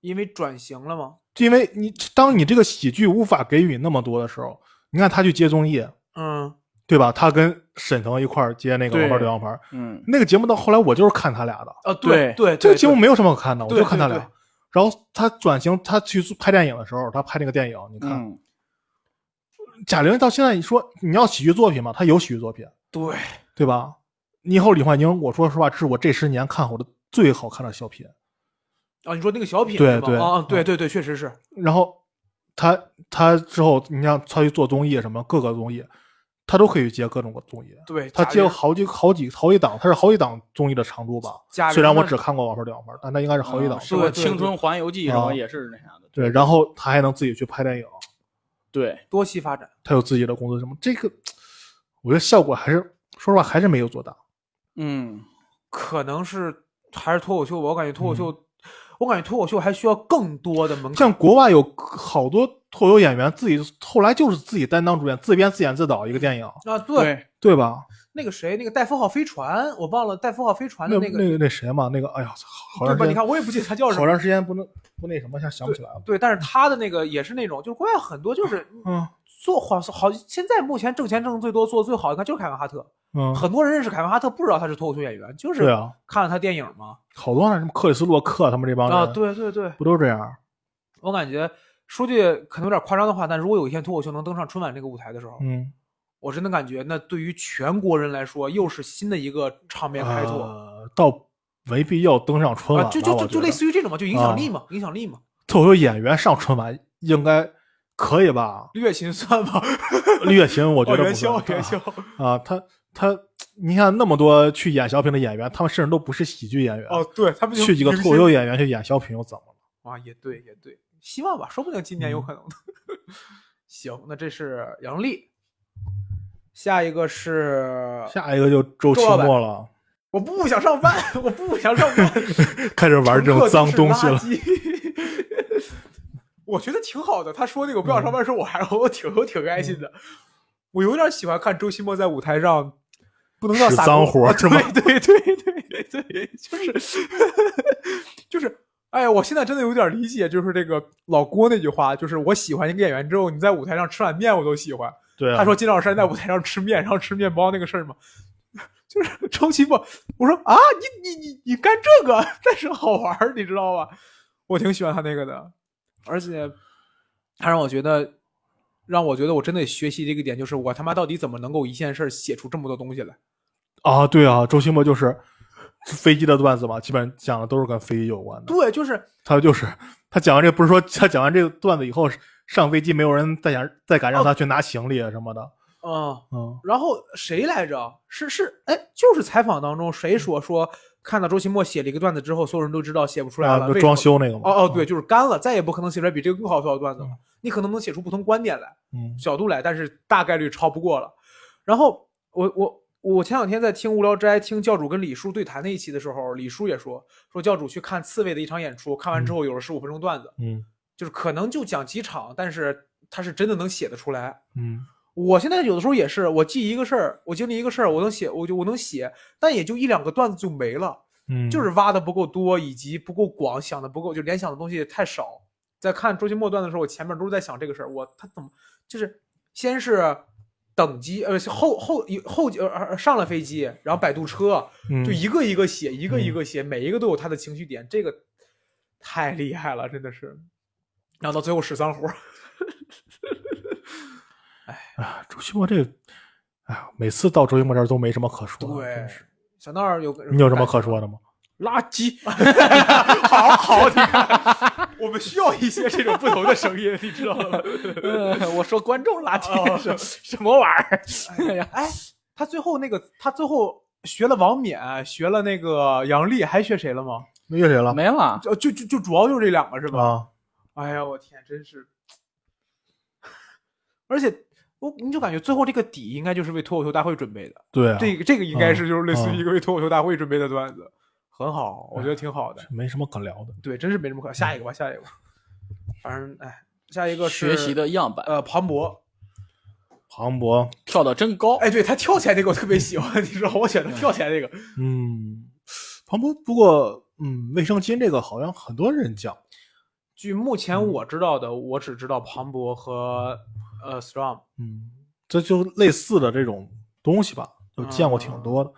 [SPEAKER 3] 因为转型了嘛。
[SPEAKER 1] 因为你当你这个喜剧无法给予那么多的时候，你看他去接综艺，
[SPEAKER 3] 嗯，
[SPEAKER 1] 对吧？他跟沈腾一块儿接那个《
[SPEAKER 2] 对
[SPEAKER 1] 王牌对王牌》
[SPEAKER 2] 嗯，
[SPEAKER 1] 那个节目，到后来我就是看他俩的，
[SPEAKER 3] 啊，对
[SPEAKER 2] 对
[SPEAKER 3] 对，
[SPEAKER 1] 这
[SPEAKER 3] 对
[SPEAKER 1] 个节目没有什么可看的，我
[SPEAKER 3] 对
[SPEAKER 1] 就看他俩。
[SPEAKER 3] 对对
[SPEAKER 1] 然后他转型，他去做拍电影的时候，他拍那个电影，你看、
[SPEAKER 2] 嗯，
[SPEAKER 1] 贾玲到现在，你说你要喜剧作品嘛，她有喜剧作品，
[SPEAKER 3] 对，
[SPEAKER 1] 对吧？你以后李焕英，我说实话，是我这十年看过的最好看的小品。
[SPEAKER 3] 啊，你说那个小品
[SPEAKER 1] 对
[SPEAKER 3] 是吧
[SPEAKER 1] 对
[SPEAKER 3] 啊，啊对对对，确实是，
[SPEAKER 1] 然后她她之后，你像她去做综艺什么各个综艺，她都可以接各种综艺。
[SPEAKER 3] 对，
[SPEAKER 1] 她
[SPEAKER 3] 贾
[SPEAKER 1] 接了
[SPEAKER 3] 玲
[SPEAKER 1] 好几好几好几档，她是好几档综艺的长度吧？
[SPEAKER 3] 贾玲
[SPEAKER 1] 虽然我
[SPEAKER 3] 呢
[SPEAKER 1] 只看过《王牌对王牌》，但她应该是好几档。
[SPEAKER 2] 啊什么
[SPEAKER 3] 对对
[SPEAKER 2] 青春环游记什
[SPEAKER 1] 啊
[SPEAKER 2] 么也是那啥的。
[SPEAKER 1] 对，然后她还能自己去拍电影，
[SPEAKER 2] 对，
[SPEAKER 3] 多栖发展，
[SPEAKER 1] 她有自己的工作什么，这个我觉得效果还是说实话还是没有做大。
[SPEAKER 2] 嗯，
[SPEAKER 3] 可能是还是脱口秀吧。我感觉脱口秀，
[SPEAKER 1] 嗯
[SPEAKER 3] 我感觉脱口秀还需要更多的门槛。
[SPEAKER 1] 像国外有好多脱口秀演员自己后来就是自己担当主演，自编自演自导一个电影，
[SPEAKER 3] 啊，对，
[SPEAKER 2] 对，
[SPEAKER 1] 对吧？
[SPEAKER 3] 那个谁，那个戴夫号飞船，我忘了戴夫号飞船的
[SPEAKER 1] 那
[SPEAKER 3] 啊那个，
[SPEAKER 1] 那那谁嘛，那个哎呀，好
[SPEAKER 3] 对
[SPEAKER 1] 长
[SPEAKER 3] 吧？
[SPEAKER 1] 时间，
[SPEAKER 3] 你看，我也不记得他叫什
[SPEAKER 1] 好
[SPEAKER 3] 么。
[SPEAKER 1] 长时间不能不那什么，一下想不起来了。
[SPEAKER 3] 对，但是他的那个也是那种，就是国外很多就是
[SPEAKER 1] 嗯
[SPEAKER 3] 做好好，现在目前挣钱挣得最多、做得最好的，看就是凯文哈特。
[SPEAKER 1] 嗯，
[SPEAKER 3] 很多人认识凯文哈特，不知道他是脱口秀演员，就
[SPEAKER 1] 对
[SPEAKER 3] 是
[SPEAKER 1] 啊，
[SPEAKER 3] 看了他电影嘛。
[SPEAKER 1] 好多那什么克里斯洛克他们这帮人，
[SPEAKER 3] 啊，对对对，
[SPEAKER 1] 不都这样？
[SPEAKER 3] 我感觉说句可能有点夸张的话，但如果有一天脱口秀能登上春晚这个舞台的时候，
[SPEAKER 1] 嗯，
[SPEAKER 3] 我真的感觉那对于全国人来说又是新的一个场面开拓。
[SPEAKER 1] 呃，倒没必要登上春晚
[SPEAKER 3] 啊，
[SPEAKER 1] 吧，
[SPEAKER 3] 就就
[SPEAKER 1] 我
[SPEAKER 3] 就
[SPEAKER 1] 觉
[SPEAKER 3] 就
[SPEAKER 1] 得
[SPEAKER 3] 类似于这种嘛，就影响
[SPEAKER 1] 啊
[SPEAKER 3] 力嘛，影响力嘛，？
[SPEAKER 1] 脱口秀演员上春晚应该可以吧
[SPEAKER 3] 月琴算 吧，
[SPEAKER 1] 李雪琴我觉
[SPEAKER 3] 哦
[SPEAKER 1] 得
[SPEAKER 3] 元
[SPEAKER 1] 不
[SPEAKER 3] 宵
[SPEAKER 1] 算
[SPEAKER 3] 元宵，
[SPEAKER 1] 啊，他他，你看那么多去演小品的演员，他们甚至都不是喜剧演员，
[SPEAKER 3] 哦，对他们就
[SPEAKER 1] 去几个
[SPEAKER 3] 明
[SPEAKER 1] 脱口秀
[SPEAKER 3] 星
[SPEAKER 1] 演员去演小品又怎么了？
[SPEAKER 3] 啊，也对也对，希望吧，说不定今年有
[SPEAKER 1] 嗯
[SPEAKER 3] 可能的。 行，那这是杨笠，下一个是
[SPEAKER 1] 下一个就周奇墨了，
[SPEAKER 3] 我不想上班， 我不想上班，
[SPEAKER 1] 开始玩这种脏东西了。
[SPEAKER 3] 乘客都是垃圾。我觉得挺好的，他说那个我不想上班的时候，我还 我挺我挺开心的。我有点喜欢看周奇墨在舞台上，不能叫
[SPEAKER 1] 使
[SPEAKER 3] 撒
[SPEAKER 1] 脏
[SPEAKER 3] 狗啊
[SPEAKER 1] 活儿是吗
[SPEAKER 3] 对对对对对对，就是就是，哎呀，我现在真的有点理解，就是这个老郭那句话，就是我喜欢一个演员之后，你在舞台上吃碗面我都喜欢。
[SPEAKER 1] 对啊，
[SPEAKER 3] 他说金老师在舞台上吃面，然后吃面包那个事儿嘛， 就是周奇墨，我说啊，你你你你干这个， 但是好玩儿，你知道吧？我挺喜欢他那个的，而且他让我觉得，让我觉得我真的学习这个点，就是我他妈到底怎么能够一件事儿写出这么多东西来？
[SPEAKER 1] 啊，对啊，周奇墨就是飞机的段子嘛，基本上讲的都是跟飞机有关的。
[SPEAKER 3] 对，就是
[SPEAKER 1] 他就是他讲完这，不是说他讲完这个段子以后，上飞机没有人再想再敢
[SPEAKER 3] 哦
[SPEAKER 1] 让他去拿行李啊什么的。
[SPEAKER 3] 嗯。
[SPEAKER 1] 嗯，
[SPEAKER 3] 然后谁来着？是是，哎，就是采访当中谁说说看到周奇墨写了一个段子之后，所有人都知道写不出来了，
[SPEAKER 1] 啊，就
[SPEAKER 3] 为什么
[SPEAKER 1] 装修那个嘛。
[SPEAKER 3] 哦哦，对，，就是干了，再也不可能写出来比这个更好笑的段子了。你可能能写出不同观点来、
[SPEAKER 1] 嗯
[SPEAKER 3] 角度来，但是大概率超不过了。然后我我我前两天在听《无聊斋》听教主跟李叔对谈那一期的时候，李叔也说说教主去看刺猬的一场演出，看完之后有了十五分钟段子，
[SPEAKER 1] 嗯
[SPEAKER 3] 就是可能就讲几场，但是他是真的能写得出来。
[SPEAKER 1] 嗯
[SPEAKER 3] 我现在有的时候也是，我记一个事儿，我经历一个事儿，我能写，我就我能写，但也就一两个段子就没了。
[SPEAKER 1] 嗯，
[SPEAKER 3] 就是挖的不够多，以及不够广，想的不够，就联想的东西太少。在看周奇墨段的时候，我前面都是在想这个事儿，我他怎么就是先是等级，呃，后后后呃呃上了飞机，然后摆渡车，
[SPEAKER 1] 嗯
[SPEAKER 3] 就一个一个写，一个一
[SPEAKER 1] 嗯
[SPEAKER 3] 个写，每一个都有他的情绪点，这个太厉害了，真的是。然后到最后使脏活儿，
[SPEAKER 1] 哎啊，周奇墨这，哎呀，每次到周奇墨这儿都没什么可说的。真
[SPEAKER 3] 对
[SPEAKER 1] 是，
[SPEAKER 3] 小闹儿有哎
[SPEAKER 1] 你有什么可说的 吗？
[SPEAKER 2] 垃 圾，
[SPEAKER 1] 好好，你看， 我们需要一些这种不同的声音，你知道吗？呃
[SPEAKER 2] 我说观众垃圾是 什么玩意儿？
[SPEAKER 3] 哦 哎，他最后那个，他最后学了王冕，学了那个杨笠，还学谁了吗？
[SPEAKER 1] 那乐谁了？
[SPEAKER 2] 没了，
[SPEAKER 3] 就就就就主要就是这两个是吧？
[SPEAKER 1] 啊，
[SPEAKER 3] 哎呀，我天，真是！ 而且我你就感觉最后这个底应该就是为脱口秀大会准备的，
[SPEAKER 1] 对啊，
[SPEAKER 3] 这个这个应该是就是类似
[SPEAKER 1] 嗯
[SPEAKER 3] 于一个为脱口秀大会准备的段子，很好，我觉得挺好的。
[SPEAKER 1] 没什么可聊的。
[SPEAKER 3] 对，真是没什么可。下一个吧，下一个吧。反正哎，下一个
[SPEAKER 2] 学
[SPEAKER 3] 是
[SPEAKER 2] 习的样板
[SPEAKER 3] 呃庞博，
[SPEAKER 1] 庞博，
[SPEAKER 2] 跳的真高。
[SPEAKER 3] 哎，对他跳起来那个我特别喜欢，你知道我选的跳起来那个，
[SPEAKER 1] 嗯，庞博，不过，嗯，卫生巾这个好像很多人讲，
[SPEAKER 3] 据目前我知道的，我只知道庞博和呃 Strom。
[SPEAKER 1] 嗯，这就类似的这种东西吧，就见过挺
[SPEAKER 3] 啊
[SPEAKER 1] 多的。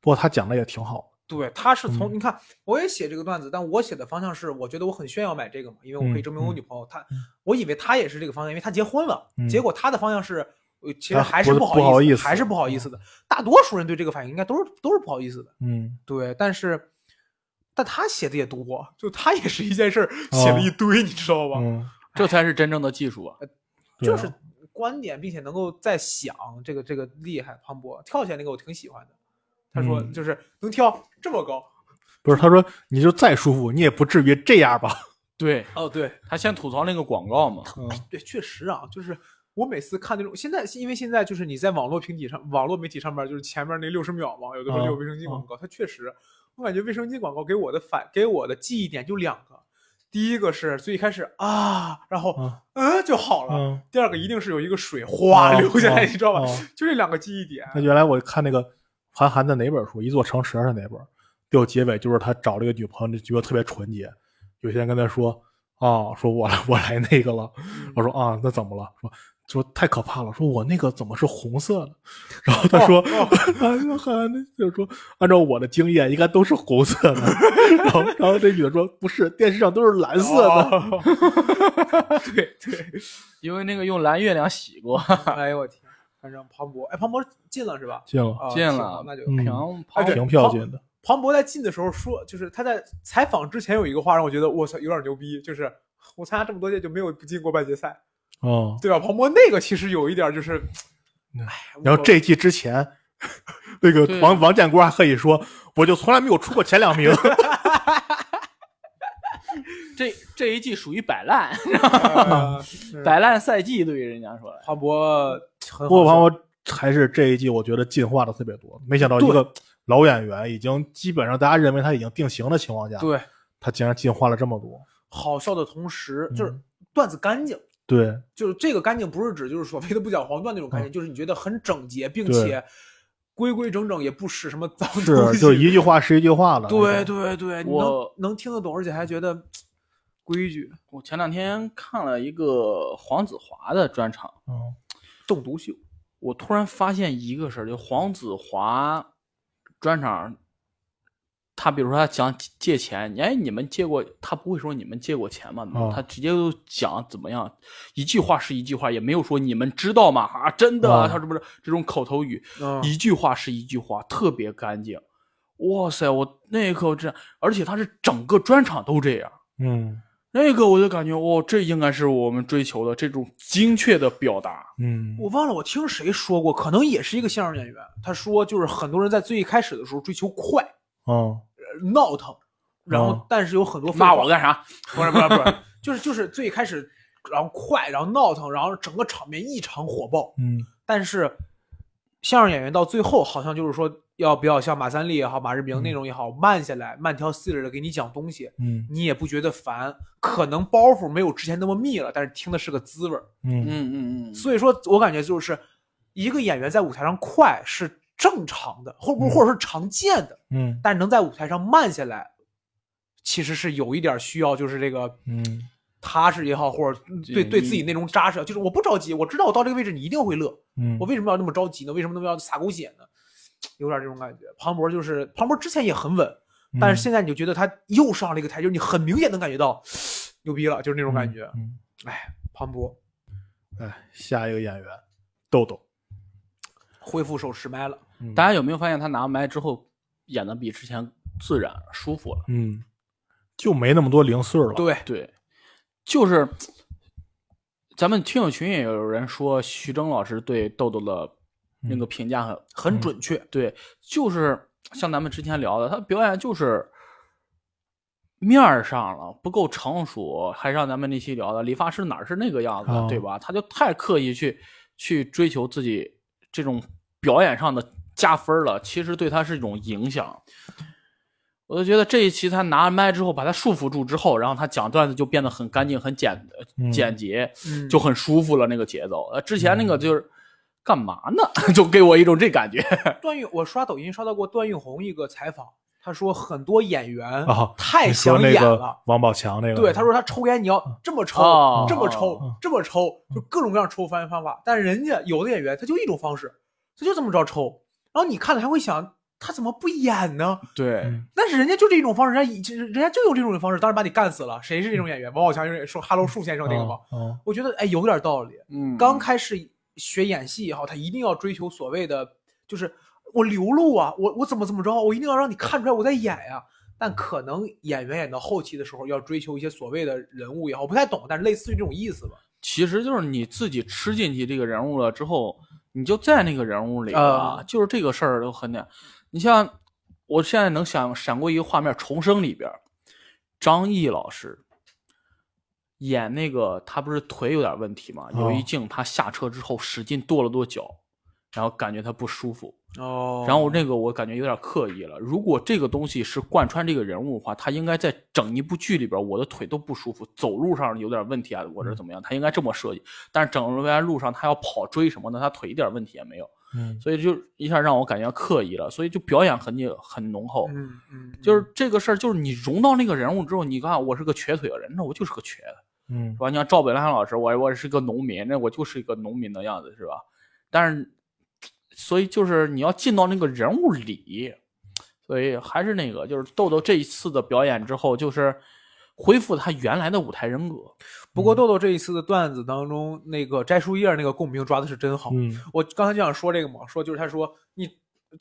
[SPEAKER 1] 不过他讲的也挺好
[SPEAKER 3] 对，他是从、
[SPEAKER 1] 嗯
[SPEAKER 3] 你看，我也写这个段子，但我写的方向是，我觉得我很炫耀买这个嘛，因为我可
[SPEAKER 1] 嗯
[SPEAKER 3] 以证明我
[SPEAKER 1] 嗯
[SPEAKER 3] 女朋友。她，
[SPEAKER 1] 嗯
[SPEAKER 3] 我以为她也是这个方向，因为她结婚了。
[SPEAKER 1] 嗯
[SPEAKER 3] 结果她的方向是，呃其实
[SPEAKER 1] 她
[SPEAKER 3] 还是
[SPEAKER 1] 不不
[SPEAKER 3] 好
[SPEAKER 1] 好
[SPEAKER 3] 意
[SPEAKER 1] 意
[SPEAKER 3] 还是
[SPEAKER 1] 思
[SPEAKER 3] 不好意思嗯的。大多数人对这个反应应该都是都是不好意思的。
[SPEAKER 1] 的。嗯，
[SPEAKER 3] 对，但是，但他写的也多，就他也是一件事儿写了
[SPEAKER 1] 哦
[SPEAKER 3] 一堆，你知道吧？
[SPEAKER 1] 嗯，
[SPEAKER 2] 这才是真正的技术啊！
[SPEAKER 1] 对
[SPEAKER 3] 就
[SPEAKER 1] 啊
[SPEAKER 3] 是观点，并且能够在想这个这个厉害磅礴。跳起来那个我挺喜欢的，他说
[SPEAKER 1] 嗯
[SPEAKER 3] 就是能跳这么高。
[SPEAKER 1] 不是他说你就再舒服，你也不至于这样吧？
[SPEAKER 2] 对
[SPEAKER 3] 哦，对，
[SPEAKER 2] 他先吐槽那个广告嘛，
[SPEAKER 1] 嗯
[SPEAKER 3] 哎，对，确实啊，就是我每次看那种现在，因为现在就是你在网络平体上、网络媒体上面，就是前面那六十秒嘛，有的时候
[SPEAKER 1] 啊
[SPEAKER 3] 就有卫生巾广告，它确实，我感觉卫生巾广告给我的反给我的记忆点就两个，第一个是最一开始啊，然后
[SPEAKER 1] 啊
[SPEAKER 3] 嗯就好了。
[SPEAKER 1] 嗯，
[SPEAKER 3] 第二个一定是有一个水哗
[SPEAKER 1] 啊
[SPEAKER 3] 流下来，
[SPEAKER 1] 啊
[SPEAKER 3] 你知道吧？
[SPEAKER 1] 啊
[SPEAKER 3] 就这两个记忆点。
[SPEAKER 1] 那原来我看那个韩寒的哪本书，《一座城池》是哪本？就结尾就是他找了一个女朋友，就觉得特别纯洁。有些人跟他说：“啊、说我来我 来那个了。”我说：“啊，那怎么了？”说说太可怕了，说我那个怎么是红色的？ 然后他说：“
[SPEAKER 3] 哦
[SPEAKER 1] 韩寒就是说，按照我的经验，应该都是红色的。” 然后然后这女的说：“不是，电视上都是蓝色的。
[SPEAKER 3] 哦对对，
[SPEAKER 2] 因为那个用蓝月亮洗过，
[SPEAKER 3] 哎呦我天，看上庞博，哎，庞博进了是吧？
[SPEAKER 1] 见了，
[SPEAKER 3] 啊
[SPEAKER 2] 进
[SPEAKER 3] 行
[SPEAKER 2] 了
[SPEAKER 3] 那就
[SPEAKER 1] 嗯
[SPEAKER 2] 平
[SPEAKER 3] 哎
[SPEAKER 2] 跑
[SPEAKER 3] 对
[SPEAKER 1] 凭票进的。
[SPEAKER 3] 庞博在进的时候说，就是他在采访之前有一个话让我觉得我操有点牛逼，就是我参加这么多届就没有不进过半决赛，
[SPEAKER 1] 嗯，
[SPEAKER 3] 对吧？庞博那个其实有一点就是，
[SPEAKER 1] 嗯
[SPEAKER 3] 哎，
[SPEAKER 1] 然后
[SPEAKER 3] 我
[SPEAKER 1] 这一季之前，那个
[SPEAKER 2] 对
[SPEAKER 1] 王王建国还可以说，我就从来没有出过前两名。
[SPEAKER 2] 这这一季属于摆烂，
[SPEAKER 1] 啊
[SPEAKER 3] 呃
[SPEAKER 2] 摆烂赛季对于人家说来，
[SPEAKER 3] 庞博 很
[SPEAKER 1] 不过
[SPEAKER 3] 好
[SPEAKER 1] 王
[SPEAKER 3] 笑，
[SPEAKER 1] 博还是这一季，我觉得进化的特别多。没想到一个老演员，已经基本上大家认为他已经定型的情况下，
[SPEAKER 3] 对，
[SPEAKER 1] 他竟然进化了这么多。
[SPEAKER 3] 好笑的同时就是
[SPEAKER 1] 嗯
[SPEAKER 3] 段子干净。
[SPEAKER 1] 对，
[SPEAKER 3] 就是这个干净，不是指就是所谓的不讲黄段那种干净，就是你觉得很整洁，
[SPEAKER 1] 嗯
[SPEAKER 3] 并
[SPEAKER 1] 对
[SPEAKER 3] 且规规整整，也不使什么脏东
[SPEAKER 1] 是
[SPEAKER 3] 西。
[SPEAKER 1] 就一句话是一句
[SPEAKER 2] 啊
[SPEAKER 1] 话了。
[SPEAKER 3] 对对对，你能
[SPEAKER 2] 我
[SPEAKER 3] 能听得懂，而且还觉得规矩。
[SPEAKER 2] 我前两天看了一个黄子华的专场，
[SPEAKER 1] 嗯，
[SPEAKER 3] 中毒秀，
[SPEAKER 2] 我突然发现一个事儿，就黄子华专场，他比如说他讲借钱，哎，你们借过，他不会说你们借过钱嘛，
[SPEAKER 1] 哦
[SPEAKER 2] 他直接就讲怎么样，一句话是一句话，也没有说你们知道吗？啊，真的啊，
[SPEAKER 1] 哦
[SPEAKER 2] 他是不是这种口头语？
[SPEAKER 3] 嗯
[SPEAKER 2] 一句话是一句话，特别干净。哇塞，我那一刻我真，而且他是整个专场都这样。
[SPEAKER 1] 嗯
[SPEAKER 2] 那个我就感觉，哦，这应该是我们追求的这种精确的表达。
[SPEAKER 1] 嗯，
[SPEAKER 3] 我忘了我听谁说过，可能也是一个相声演员，他说就是很多人在最一开始的时候追求快、
[SPEAKER 1] 嗯
[SPEAKER 3] 呃闹腾，然后
[SPEAKER 1] 嗯
[SPEAKER 3] 但是有很多废
[SPEAKER 2] 哦骂
[SPEAKER 3] 话
[SPEAKER 2] 我干啥？
[SPEAKER 3] 不是不是不是，就是就是最一开始，然后快，然后闹腾，然后整个场面异常火爆，
[SPEAKER 1] 嗯
[SPEAKER 3] 但是相声演员到最后好像就是说要不要像马三立也好，马志
[SPEAKER 2] 嗯
[SPEAKER 3] 明那种也好，慢下来，慢条斯理的给你讲东西，
[SPEAKER 1] 嗯
[SPEAKER 3] 你也不觉得烦，可能包袱没有之前那么密了，但是听的是个滋味儿。
[SPEAKER 1] 嗯
[SPEAKER 2] 嗯嗯嗯，
[SPEAKER 3] 所以说我感觉就是一个演员在舞台上快是正常的，或不
[SPEAKER 1] 嗯
[SPEAKER 3] 或者说常见的，
[SPEAKER 1] 嗯
[SPEAKER 3] 但是能在舞台上慢下来，其实是有一点需要，就是这个
[SPEAKER 1] 嗯
[SPEAKER 3] 踏实也好，或者对对自己那种扎实，啊就是我不着急，我知道我到这个位置你一定会乐，
[SPEAKER 1] 嗯
[SPEAKER 3] 我，为什么要那么着急呢？为什么那么要撒狗血呢？有点这种感觉。庞博就是庞博之前也很稳，
[SPEAKER 1] 嗯
[SPEAKER 3] 但是现在你就觉得他又上了一个台阶，你很明显能感觉到牛逼了，就是那
[SPEAKER 1] 这
[SPEAKER 3] 种感觉。
[SPEAKER 1] 嗯，
[SPEAKER 3] 庞博
[SPEAKER 1] 哎，下一个演员豆豆，
[SPEAKER 3] 恢复手持麦了，
[SPEAKER 1] 嗯
[SPEAKER 2] 大家有没有发现他拿麦之后演的比之前自然舒服了。
[SPEAKER 1] 嗯，就没那么多零碎了。
[SPEAKER 3] 对，
[SPEAKER 2] 对，就是咱们听友群也有人说徐峥老师对豆豆的那个评价很、
[SPEAKER 3] 很准确。
[SPEAKER 2] 对，就是像咱们之前聊的，他表演就是面儿上了，不够成熟，还像咱们那期聊的，理发师哪是那个样子，
[SPEAKER 1] 哦
[SPEAKER 2] 对吧？他就太刻意去去追求自己这种表演上的加分了，其实对他是一种影响。我就觉得这一期他拿麦之后，把他束缚住之后，然后他讲段子就变得很干净、很简呃
[SPEAKER 1] 嗯
[SPEAKER 2] 简洁，
[SPEAKER 3] 嗯，
[SPEAKER 2] 就很舒服了那个节奏。呃，之前那个就是、干嘛呢？ 就给我一种这感觉。
[SPEAKER 3] 段誉，我刷抖音刷到过段奕宏一个采访，他说很多演员
[SPEAKER 1] 啊，
[SPEAKER 3] 太
[SPEAKER 1] 你说
[SPEAKER 3] 想
[SPEAKER 1] 那
[SPEAKER 3] 演
[SPEAKER 1] 个
[SPEAKER 3] 了。
[SPEAKER 1] 王宝强那个，
[SPEAKER 3] 对，他说他抽烟你要这么抽，
[SPEAKER 2] 哦
[SPEAKER 3] 这么抽，
[SPEAKER 1] 哦
[SPEAKER 3] 这么抽，就各种各样抽方方法。但人家有的演员他就一种方式，他就这么着抽。然后你看了还会想，他怎么不演呢？
[SPEAKER 2] 对
[SPEAKER 1] 嗯
[SPEAKER 3] 但是人家就这一种方式，人家以人家就有这种方式，当然把你干死了。谁是这种演员？王宝强就是说哈喽树先生那个吗？？
[SPEAKER 1] 嗯嗯
[SPEAKER 3] 我觉得哎有点道理。
[SPEAKER 2] 嗯，
[SPEAKER 3] 刚开始学演戏也好，他一定要追求所谓的，就是我流露啊，我我怎么怎么着，我一定要让你看出来我在演呀、但可能演员演到后期的时候，要追求一些所谓的人物也好，我不太懂，但是类似于这种意思吧。
[SPEAKER 2] 其实就是你自己吃进去这个人物了之后，你就在那个人物里了，
[SPEAKER 3] 啊
[SPEAKER 2] 就是这个事儿都很简。你像我现在能想闪过一个画面，《重生》里边，张译老师演那个他不是腿有点问题嘛，有一
[SPEAKER 1] 哦
[SPEAKER 2] 镜他下车之后使劲跺了跺脚，然后感觉他不舒服，
[SPEAKER 3] 哦
[SPEAKER 2] 然后那个我感觉有点刻意了。如果这个东西是贯穿这个人物的话，他应该在整一部剧里边，我的腿都不舒服，走路上有点问题啊，我这怎
[SPEAKER 3] 嗯
[SPEAKER 2] 么样？他应该这么设计。但是整个路上他要跑追什么的，他腿一点问题也没有，
[SPEAKER 1] 嗯，
[SPEAKER 2] 所以就一下让我感觉刻意了，所以就表演痕迹很浓厚。
[SPEAKER 3] 嗯嗯，
[SPEAKER 2] 就是这个事儿，就是你融到那个人物之后，你看我是个瘸腿的人，那我就是个瘸的。
[SPEAKER 1] 嗯
[SPEAKER 2] 是吧？你像赵本山老师，我我是个农民，那我就是一个农民的样子，是吧？但是，所以就是你要进到那个人物里，所以还是那个，就是豆豆这一次的表演之后，就是恢复他原来的舞台人格。
[SPEAKER 3] 不过豆豆这一次的段子当中，那个摘树叶那个共鸣抓的是真好。
[SPEAKER 1] 嗯，
[SPEAKER 3] 我刚才就想说这个嘛，说就是他说你，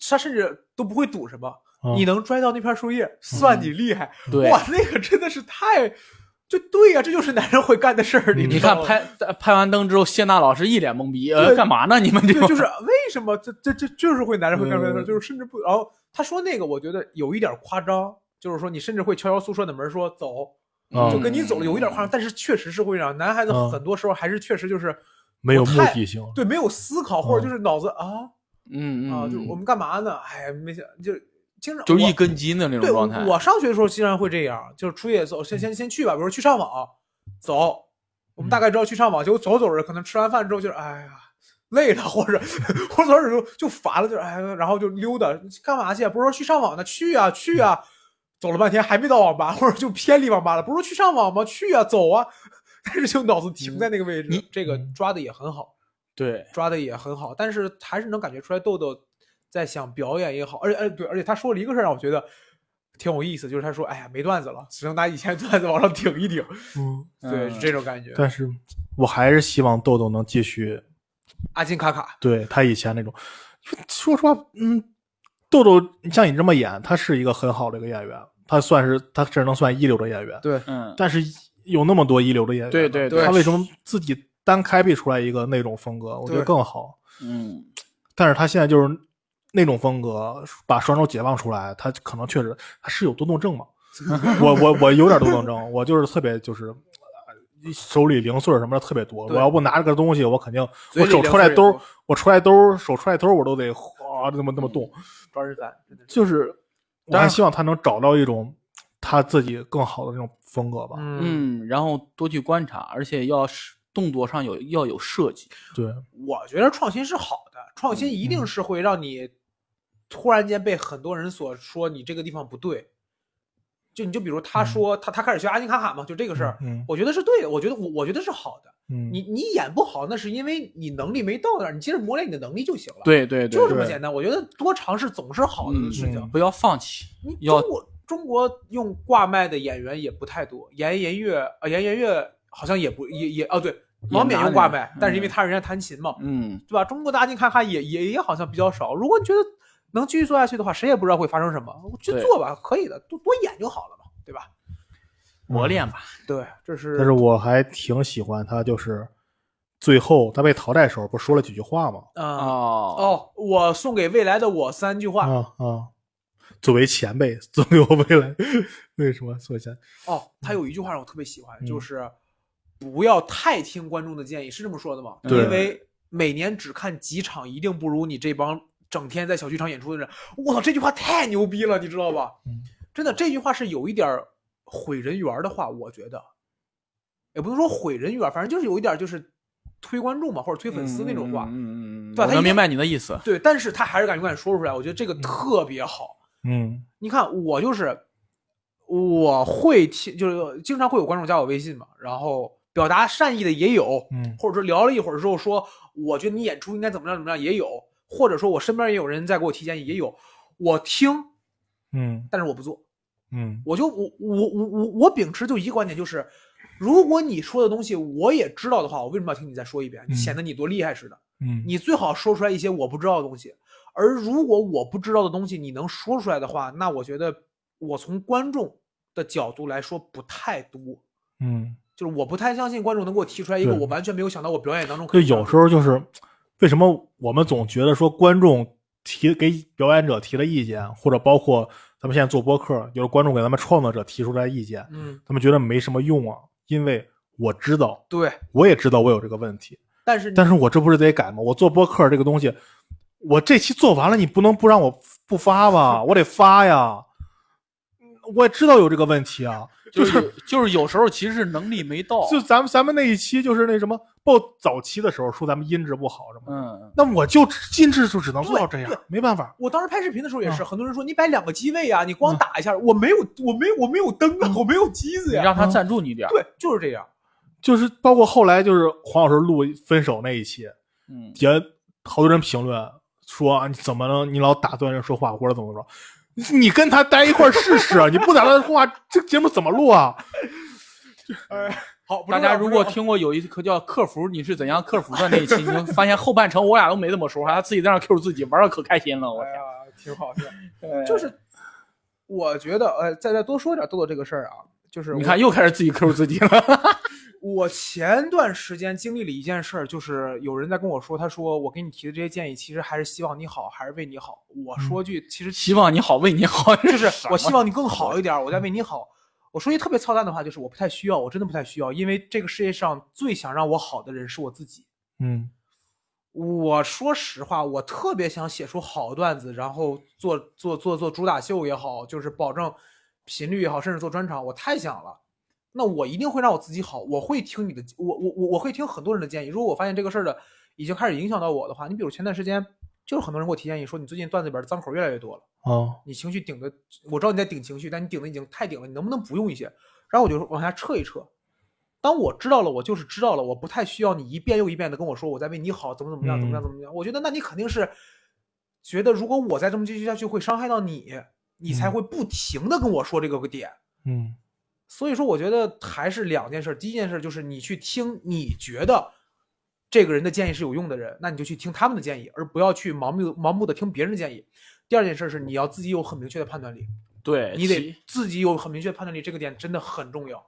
[SPEAKER 3] 他甚至都不会赌什么，
[SPEAKER 1] 嗯
[SPEAKER 3] 你能拽到那片树叶，算你厉害。
[SPEAKER 2] 嗯对，
[SPEAKER 3] 哇，那个真的是太，就对呀、这就是男人会干的事儿。
[SPEAKER 1] 嗯
[SPEAKER 3] 知
[SPEAKER 2] 你
[SPEAKER 3] 道
[SPEAKER 2] 看
[SPEAKER 3] 吗，
[SPEAKER 2] 拍拍完灯之后，谢娜老师一脸懵逼，呃，
[SPEAKER 3] 对
[SPEAKER 2] 干嘛呢？你们这
[SPEAKER 3] 对，
[SPEAKER 2] 种
[SPEAKER 3] 就是为什么这这这就是会男人会干这样的事儿，
[SPEAKER 2] 嗯
[SPEAKER 3] 就是甚至不，然后他说那个，我觉得有一点夸张，就是说你甚至会敲敲宿舍的门说走，
[SPEAKER 1] 嗯
[SPEAKER 3] 就跟你走了有一点夸张，但是确实是会让男孩子
[SPEAKER 1] 嗯
[SPEAKER 3] 很多时候还是确实就是
[SPEAKER 1] 没有
[SPEAKER 3] 我
[SPEAKER 1] 目
[SPEAKER 3] 太
[SPEAKER 1] 的性了。
[SPEAKER 3] 对没有思考，或者就是脑子啊
[SPEAKER 2] 嗯嗯
[SPEAKER 3] 啊，就是
[SPEAKER 2] 嗯
[SPEAKER 3] 我们干嘛呢？哎，没想就经常
[SPEAKER 2] 就是
[SPEAKER 3] 我
[SPEAKER 2] 一根筋的那种
[SPEAKER 3] 对，
[SPEAKER 2] 状态。嗯
[SPEAKER 3] 我我上学的时候经常会这样，就是出去走，先先先去吧，比如说去上网，走，我们大
[SPEAKER 2] 嗯
[SPEAKER 3] 概知道去上网，结果走着走着，可能吃完饭之后就是哎呀累了，或者或者走着走着就烦了，就是哎，然后就溜达，干嘛去啊？不是说去上网呢？去啊去啊，走了半天还没到网吧，或者就偏离网吧了。不是说去上网吗？去啊，走啊。但是就脑子
[SPEAKER 2] 嗯
[SPEAKER 3] 停在那个位置，这个抓的也很好。
[SPEAKER 2] 对
[SPEAKER 3] 抓的也很好，但是还是能感觉出来豆豆在想表演也好，而且哎对，而且他说了一个事儿让我觉得挺有意思，就是他说哎呀没段子了，只能拿以前的段子往上顶 一顶，
[SPEAKER 1] 嗯，
[SPEAKER 3] 对，是这种感觉。
[SPEAKER 1] 但是我还是希望豆豆能继续
[SPEAKER 3] 阿金卡卡，
[SPEAKER 1] 对他以前那种，说实话，嗯，豆豆像你这么演，他是一个很好的一个演员，他算是他甚至能算一流的演员。
[SPEAKER 3] 对
[SPEAKER 2] 嗯，
[SPEAKER 1] 但是有那么多一流的演员，
[SPEAKER 2] 对对对
[SPEAKER 1] 他为什么自己单开辟出来一个那种风格，我觉得
[SPEAKER 3] 对
[SPEAKER 1] 更好。
[SPEAKER 2] 嗯，
[SPEAKER 1] 但是他现在就是那种风格，把双手解放出来，他可能确实他是有多动症嘛。我我我有点多动症，我就是特别就是。呃手里零碎儿什么的特别多，我
[SPEAKER 3] 对
[SPEAKER 1] 要不拿着个东西，我肯定
[SPEAKER 3] 嘴
[SPEAKER 1] 我
[SPEAKER 3] 里
[SPEAKER 1] 手
[SPEAKER 3] 零
[SPEAKER 1] 揣
[SPEAKER 3] 碎
[SPEAKER 1] 在
[SPEAKER 3] 儿
[SPEAKER 1] 兜
[SPEAKER 3] 也
[SPEAKER 1] 儿
[SPEAKER 3] 多，
[SPEAKER 1] 我揣在兜儿，手揣在兜儿，我都得哗那么那么动，
[SPEAKER 3] 抓人烦，真的是。
[SPEAKER 1] 就是我
[SPEAKER 2] 当
[SPEAKER 1] 还
[SPEAKER 2] 然
[SPEAKER 1] 希望他能找到一种他自己更好的那种风格吧。
[SPEAKER 3] 嗯，
[SPEAKER 2] 嗯，然后多去观察，而且要是动作上有要有设计。
[SPEAKER 1] 对，
[SPEAKER 3] 我觉得创新是好的，创新一定是会让你突然间被很多人所说你这个地方不对。就你就比如他说、他他开始学阿金卡卡嘛，就这个事儿，
[SPEAKER 1] 嗯
[SPEAKER 3] 我觉得是对的，我觉得我我觉得是好的。
[SPEAKER 1] 嗯，
[SPEAKER 3] 你你演不好，那是因为你能力没到那儿，你接着磨练你的能力就行了。，
[SPEAKER 2] 对对对，
[SPEAKER 3] 就这么
[SPEAKER 1] 对
[SPEAKER 3] 简单。我觉得多尝试总是好的
[SPEAKER 2] 嗯
[SPEAKER 3] 事情。
[SPEAKER 1] 嗯
[SPEAKER 2] 不要放弃。
[SPEAKER 3] 你
[SPEAKER 2] 要
[SPEAKER 3] 中国中国用挂麦的演员也不太多，严颜悦啊，严颜悦好像也不也也哦对，
[SPEAKER 2] 也
[SPEAKER 3] 王冕
[SPEAKER 2] 拿
[SPEAKER 3] 用挂
[SPEAKER 2] 那个
[SPEAKER 3] 麦，但是因为
[SPEAKER 2] 嗯
[SPEAKER 3] 他人家弹琴嘛，
[SPEAKER 2] 嗯，
[SPEAKER 3] 对吧？中国的阿金卡卡也也也好像比较少。如果你觉得能继续做下去的话，谁也不知道会发生什么，就
[SPEAKER 2] 对
[SPEAKER 3] 做吧，可以的，多多演就好了嘛，对吧？
[SPEAKER 2] 磨练吧。
[SPEAKER 3] 对，这是
[SPEAKER 1] 但是我还挺喜欢他，就是最后他被淘汰的时候，不是说了几句话吗？
[SPEAKER 3] 啊、
[SPEAKER 2] 哦
[SPEAKER 3] 哦，我送给未来的我三句话、
[SPEAKER 1] 啊啊！作为前辈，作为我未来，为什么做前？
[SPEAKER 3] 哦，
[SPEAKER 2] 嗯
[SPEAKER 3] 他有一句话让我特别喜欢，
[SPEAKER 1] 嗯
[SPEAKER 3] 就是不要太听观众的建议，是这么说的吗？
[SPEAKER 2] 对
[SPEAKER 3] 因为每年只看几场，一定不如你这帮整天在小剧场演出的人。我操，这句话太牛逼了，你知道吧？
[SPEAKER 1] 嗯
[SPEAKER 3] 真的，这句话是有一点儿毁人缘儿的话，我觉得，也不能说毁人缘儿，反正就是有一点儿就是推观众嘛，或者推
[SPEAKER 2] 嗯，
[SPEAKER 3] 粉丝那种话。
[SPEAKER 2] 嗯嗯嗯嗯，
[SPEAKER 3] 对
[SPEAKER 2] 我
[SPEAKER 3] 他一
[SPEAKER 2] 能
[SPEAKER 3] 定
[SPEAKER 2] 明白你的意思。
[SPEAKER 3] 对，但是他还是敢勇敢说出来，我觉得这个特别好。
[SPEAKER 1] 嗯
[SPEAKER 3] 你看我就是，我会听，就是经常会有观众加我微信嘛，然后表达善意的也有，
[SPEAKER 1] 嗯
[SPEAKER 3] 或者说聊了一会儿之后说，我觉得你演出应该怎么样怎么样也有，或者说我身边也有人在给我提建议也有，我听，
[SPEAKER 1] 嗯
[SPEAKER 3] 但是我不做，
[SPEAKER 1] 嗯
[SPEAKER 3] 我就我我我我我秉持就一个观点就是，如果你说的东西我也知道的话，我为什么要听你再说一遍，
[SPEAKER 1] 嗯
[SPEAKER 3] 显得你多厉害似的？
[SPEAKER 1] 嗯
[SPEAKER 3] 你最好说出来一些我不知道的东西。而如果我不知道的东西你能说出来的话，那我觉得我从观众的角度来说不太多，
[SPEAKER 1] 嗯，
[SPEAKER 3] 就是我不太相信观众能给我提出来一个
[SPEAKER 1] 对
[SPEAKER 3] 我完全没有想到我表演当中可
[SPEAKER 1] 就
[SPEAKER 3] 以这样
[SPEAKER 1] 有
[SPEAKER 3] 做。
[SPEAKER 1] 时候就是为什么我们总觉得说观众提给表演者提了意见，或者包括咱们现在做播客，就是观众给咱们创作者提出来意见，
[SPEAKER 3] 嗯，
[SPEAKER 1] 他们觉得没什么用啊，因为我知道，
[SPEAKER 3] 对，
[SPEAKER 1] 我也知道我有这个问题，
[SPEAKER 3] 但是你
[SPEAKER 1] 但是我这不是得改吗？我做播客这个东西，我这期做完了，你不能不让我不发吧？我得发呀！我也知道有这个问题啊，
[SPEAKER 2] 就是有就是有时候其实是能力 没到，
[SPEAKER 1] 就咱们咱们那一期就是那什么报早期的时候说咱们音质不好什么的，
[SPEAKER 2] 嗯，
[SPEAKER 1] 那我就只音质就只能做到这样
[SPEAKER 3] 对对，
[SPEAKER 1] 没办法。
[SPEAKER 3] 我当时拍视频的时候也
[SPEAKER 2] 嗯
[SPEAKER 3] 是，
[SPEAKER 1] 啊
[SPEAKER 3] 很多人说你摆两个机位啊，你光
[SPEAKER 1] 嗯
[SPEAKER 3] 打一下，我没有，我没有，我没有灯啊，我没有机子
[SPEAKER 2] 嗯你
[SPEAKER 3] 呀。
[SPEAKER 2] 让他赞助你点儿。
[SPEAKER 3] 对，就是这样。
[SPEAKER 1] 就是包括后来就是黄老师录分手那一期，
[SPEAKER 2] 嗯，
[SPEAKER 1] 也好多人评论说啊你怎么能你老打断人说话或者怎么着？你跟他待一块儿试试啊，你不打断他说话，这节目怎么录啊？
[SPEAKER 3] 好，不
[SPEAKER 2] 大
[SPEAKER 3] 重要
[SPEAKER 2] 家如果
[SPEAKER 3] 不重要
[SPEAKER 2] 听过有一课叫克服你是怎样克服的那一期，你就发现后半程我俩都没怎么说话，他自己在那 Q 自己玩的可开心了，我
[SPEAKER 3] 哎呀，挺好，挺好。
[SPEAKER 2] 天，
[SPEAKER 3] 就是我觉得，呃，再再多说点豆豆这个事儿啊，就是
[SPEAKER 2] 你
[SPEAKER 3] 我
[SPEAKER 2] 看又开始自己 Q 自己了，
[SPEAKER 3] 我前段时间经历了一件事儿，就是有人在跟我说，他说我给你提的这些建议，其实还是希望你好，还是为你好。我说句，其实
[SPEAKER 2] 希望你好，为你好，就
[SPEAKER 3] 就是我希望你更好一点儿，我在为你好。我说句特别操蛋的话，就是我不太需要，我真的不太需要，因为这个世界上最想让我好的人是我自己。
[SPEAKER 1] 嗯
[SPEAKER 3] 我说实话，我特别想写出好段子，然后做做做做主打秀也好，就是保证频率也好，甚至做专场，我太想了。那我一定会让我自己好，我会听你的，我我我我会听很多人的建议。如果我发现这个事儿的已经开始影响到我的话，你比如前段时间就是很多人给我提建议说，你最近段子里边脏口越来越多了，
[SPEAKER 1] 哦
[SPEAKER 3] 你情绪顶的，我知道你在顶情绪，但你顶的已经太顶了，你能不能不用一些？然后我就往下撤一撤。当我知道了，我就是知道了，我不太需要你一遍又一遍的跟我说我在为你好，怎么怎么样，怎么样，
[SPEAKER 1] 嗯
[SPEAKER 3] 怎么样。我觉得那你肯定是觉得，如果我再这么继续下去会伤害到你，你才
[SPEAKER 1] 嗯
[SPEAKER 3] 会不停的跟我说这个点。
[SPEAKER 1] 嗯
[SPEAKER 3] 所以说，我觉得还是两件事。第一件事就是你去听你觉得这个人的建议是有用的人，那你就去听他们的建议，而不要去盲目盲目的听别人的建议。第二件事是你要自己有很明确的判断力，
[SPEAKER 2] 对
[SPEAKER 3] 你
[SPEAKER 2] 哎其
[SPEAKER 3] 得自己有很明确的判断力，这个点真的很重要。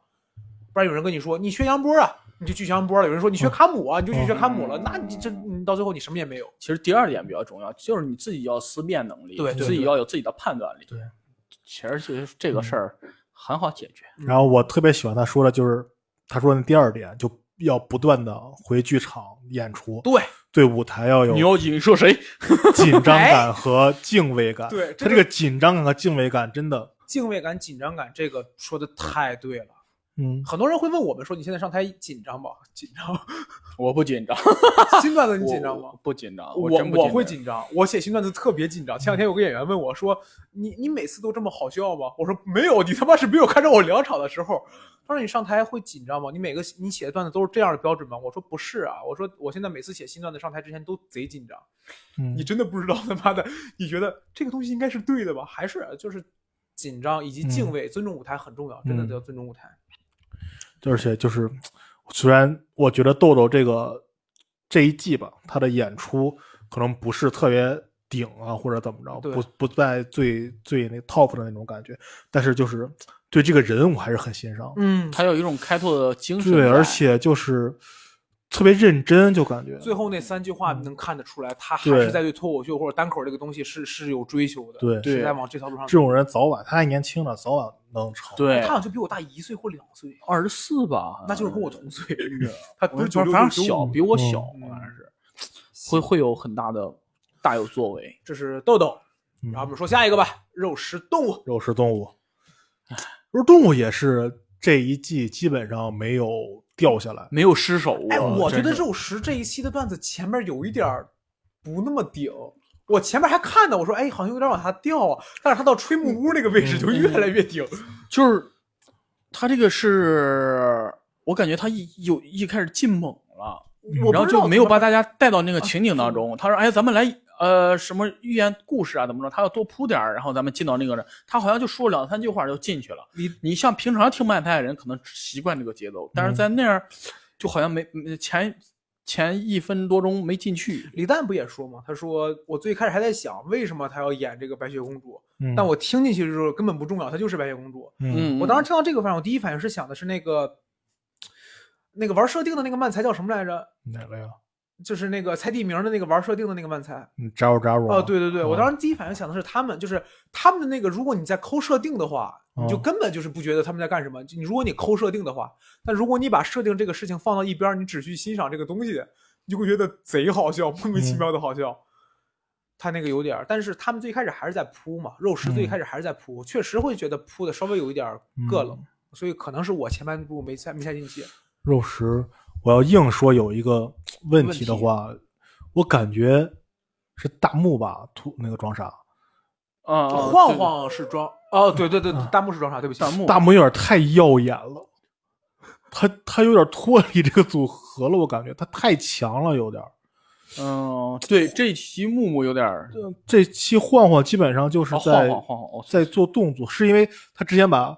[SPEAKER 3] 不然有人跟你说你学杨波啊，你就去学杨波了；有人说你学卡姆啊，你就去学卡姆了。
[SPEAKER 2] 嗯
[SPEAKER 3] 那你这你到最后你什么也没有。
[SPEAKER 2] 其实第二点比较重要，就是你自己要思辨能力，
[SPEAKER 3] 对对
[SPEAKER 2] 自己
[SPEAKER 3] 对
[SPEAKER 2] 要有自己的判断力。
[SPEAKER 1] 对，
[SPEAKER 2] 其实其实这个事儿很好解决。
[SPEAKER 1] 然后我特别喜欢他说的就是他说的第二点，就要不断的回剧场演出，
[SPEAKER 3] 对
[SPEAKER 1] 对舞台要有
[SPEAKER 2] 你要紧说谁？
[SPEAKER 1] 紧张感和敬畏感。
[SPEAKER 3] 对
[SPEAKER 1] 他这个紧张感和敬畏感真的，
[SPEAKER 3] 敬畏感、紧张感，这个说的太对了。
[SPEAKER 1] 嗯，
[SPEAKER 3] 很多人会问我们说：“你现在上台紧张吗？紧张 吗？
[SPEAKER 2] 我不 紧张，
[SPEAKER 3] 新段子你
[SPEAKER 2] 我
[SPEAKER 3] 紧张吗？”
[SPEAKER 2] 我不紧张，
[SPEAKER 3] 啊我
[SPEAKER 2] 真不
[SPEAKER 3] 我会。紧张，我写新段子特别紧张。前两天有个演员问我说：“你你每次都这么好笑吗？”我说：“没有，你他妈是没有看着我两场的时候。”他说：“你上台会紧张吗？你每个你写的段子都是这样的标准吗？”我说：“不是啊，我说我现在每次写新段子上台之前都贼紧张。
[SPEAKER 1] 嗯
[SPEAKER 3] 你真的不知道他妈的，你觉得这个东西应该是对的吧？还是啊就是紧张以及敬畏、尊重舞台很重要，真的
[SPEAKER 1] 嗯
[SPEAKER 3] 要尊重舞台。
[SPEAKER 1] 而且就是，虽然我觉得豆豆这个这一季吧，他的演出可能不是特别顶啊，或者怎么着，
[SPEAKER 3] 对
[SPEAKER 1] 不不在最最那 top 的那种感觉，但是就是对这个人我还是很欣赏，
[SPEAKER 3] 嗯，
[SPEAKER 2] 他有一种开拓的精神在。
[SPEAKER 1] 对，而且就是特别认真，就感觉
[SPEAKER 3] 最后那三句话能看得出来，他还
[SPEAKER 1] 对
[SPEAKER 3] 是在对脱口秀或者单口这个东西是是有追求的，
[SPEAKER 1] 对
[SPEAKER 3] 是在往这条路上
[SPEAKER 1] 这。种人早晚他还年轻呢，早晚能成。
[SPEAKER 2] 对
[SPEAKER 3] 他好像就比我大一岁或两岁，啊
[SPEAKER 2] 二十四吧，
[SPEAKER 3] 那就是跟我同岁。
[SPEAKER 2] 他
[SPEAKER 3] 不是96
[SPEAKER 2] 反正反
[SPEAKER 3] 95
[SPEAKER 2] 正小，比我小，
[SPEAKER 3] 嗯
[SPEAKER 2] 好像是会会有很大的大有作为。
[SPEAKER 3] 这是豆豆，
[SPEAKER 1] 嗯
[SPEAKER 3] 然后我们说下一个吧，肉食动物。
[SPEAKER 1] 肉食动物，肉食动物也是这一季基本上没有掉下来。
[SPEAKER 2] 没有失手啊，
[SPEAKER 3] 哎，我觉
[SPEAKER 2] 真
[SPEAKER 3] 得
[SPEAKER 2] 是
[SPEAKER 3] 肉食这一期的段子前面有一点儿不那么顶，我前面还看到我说，哎，好像有点往下掉啊，但是他到吹木屋那个位置
[SPEAKER 2] 嗯
[SPEAKER 3] 就越来越顶。
[SPEAKER 2] 就是他这个是，我感觉他一有一开始进猛了，
[SPEAKER 3] 我
[SPEAKER 2] 嗯然
[SPEAKER 3] 不
[SPEAKER 2] 后
[SPEAKER 3] 知道
[SPEAKER 2] 就没有
[SPEAKER 3] 怎么啊
[SPEAKER 2] 把大家带到那个情景当中。他说：“哎，咱们来呃什么寓言故事啊，怎么着？他要多铺点儿，然后咱们进到那个人。他好像就说了两三句话就进去了。
[SPEAKER 3] 你
[SPEAKER 2] 你像平常听慢拍的人，可能习惯这个节奏，但
[SPEAKER 3] 嗯
[SPEAKER 2] 是在那样就好像没没前前一分多钟没进去。
[SPEAKER 3] 李诞不也说吗？他说我最开始还在想为什么他要演这个白雪公主，
[SPEAKER 1] 嗯，
[SPEAKER 3] 但我听进去之后根本不重要，她就是白雪公主。
[SPEAKER 1] 嗯
[SPEAKER 2] 嗯，
[SPEAKER 3] 我当时听到这个反应，我第一反应是想的是那个那个玩设定的那个漫才叫什么来着？
[SPEAKER 1] 哪啊个呀？
[SPEAKER 3] 就是那个猜地名的那个玩设定的那个漫才。
[SPEAKER 1] 嗯扎入扎入。
[SPEAKER 3] 哦，对，对对，我
[SPEAKER 1] 啊
[SPEAKER 3] 当时第一反应想的是他们，就是他们的那个，如果你在抠设定的话，你就
[SPEAKER 1] 嗯
[SPEAKER 3] 根本就是不觉得他们在干什么。就你如果你抠设定的话，但如果你把设定这个事情放到一边儿，你只去欣赏这个东西，你就会觉得贼好笑，莫名其
[SPEAKER 1] 嗯
[SPEAKER 3] 妙的好笑。他那个有点儿，但是他们最开始还是在铺嘛，肉食最
[SPEAKER 1] 嗯
[SPEAKER 3] 开始还是在铺，确实会觉得铺的稍微有一点儿硌了，所以可能是我前半部没塞没塞进去。
[SPEAKER 1] 肉食，我要硬说有一个问题的话，我感觉是大木吧，图那个装傻，
[SPEAKER 2] 啊，
[SPEAKER 3] 晃晃是装哦，对对对，
[SPEAKER 1] 嗯
[SPEAKER 3] 弹幕是装啥？对不起，
[SPEAKER 2] 弹幕
[SPEAKER 1] 大木有点太耀眼了，他他有点脱离这个组合了，我感觉他太强了，有点儿。
[SPEAKER 2] 对，嗯、对，这一期木木有点儿
[SPEAKER 1] 这嗯这期晃晃基本上就是
[SPEAKER 2] 啊
[SPEAKER 1] 在、
[SPEAKER 2] 晃晃晃晃哦
[SPEAKER 1] 在做动作，是因为他之前把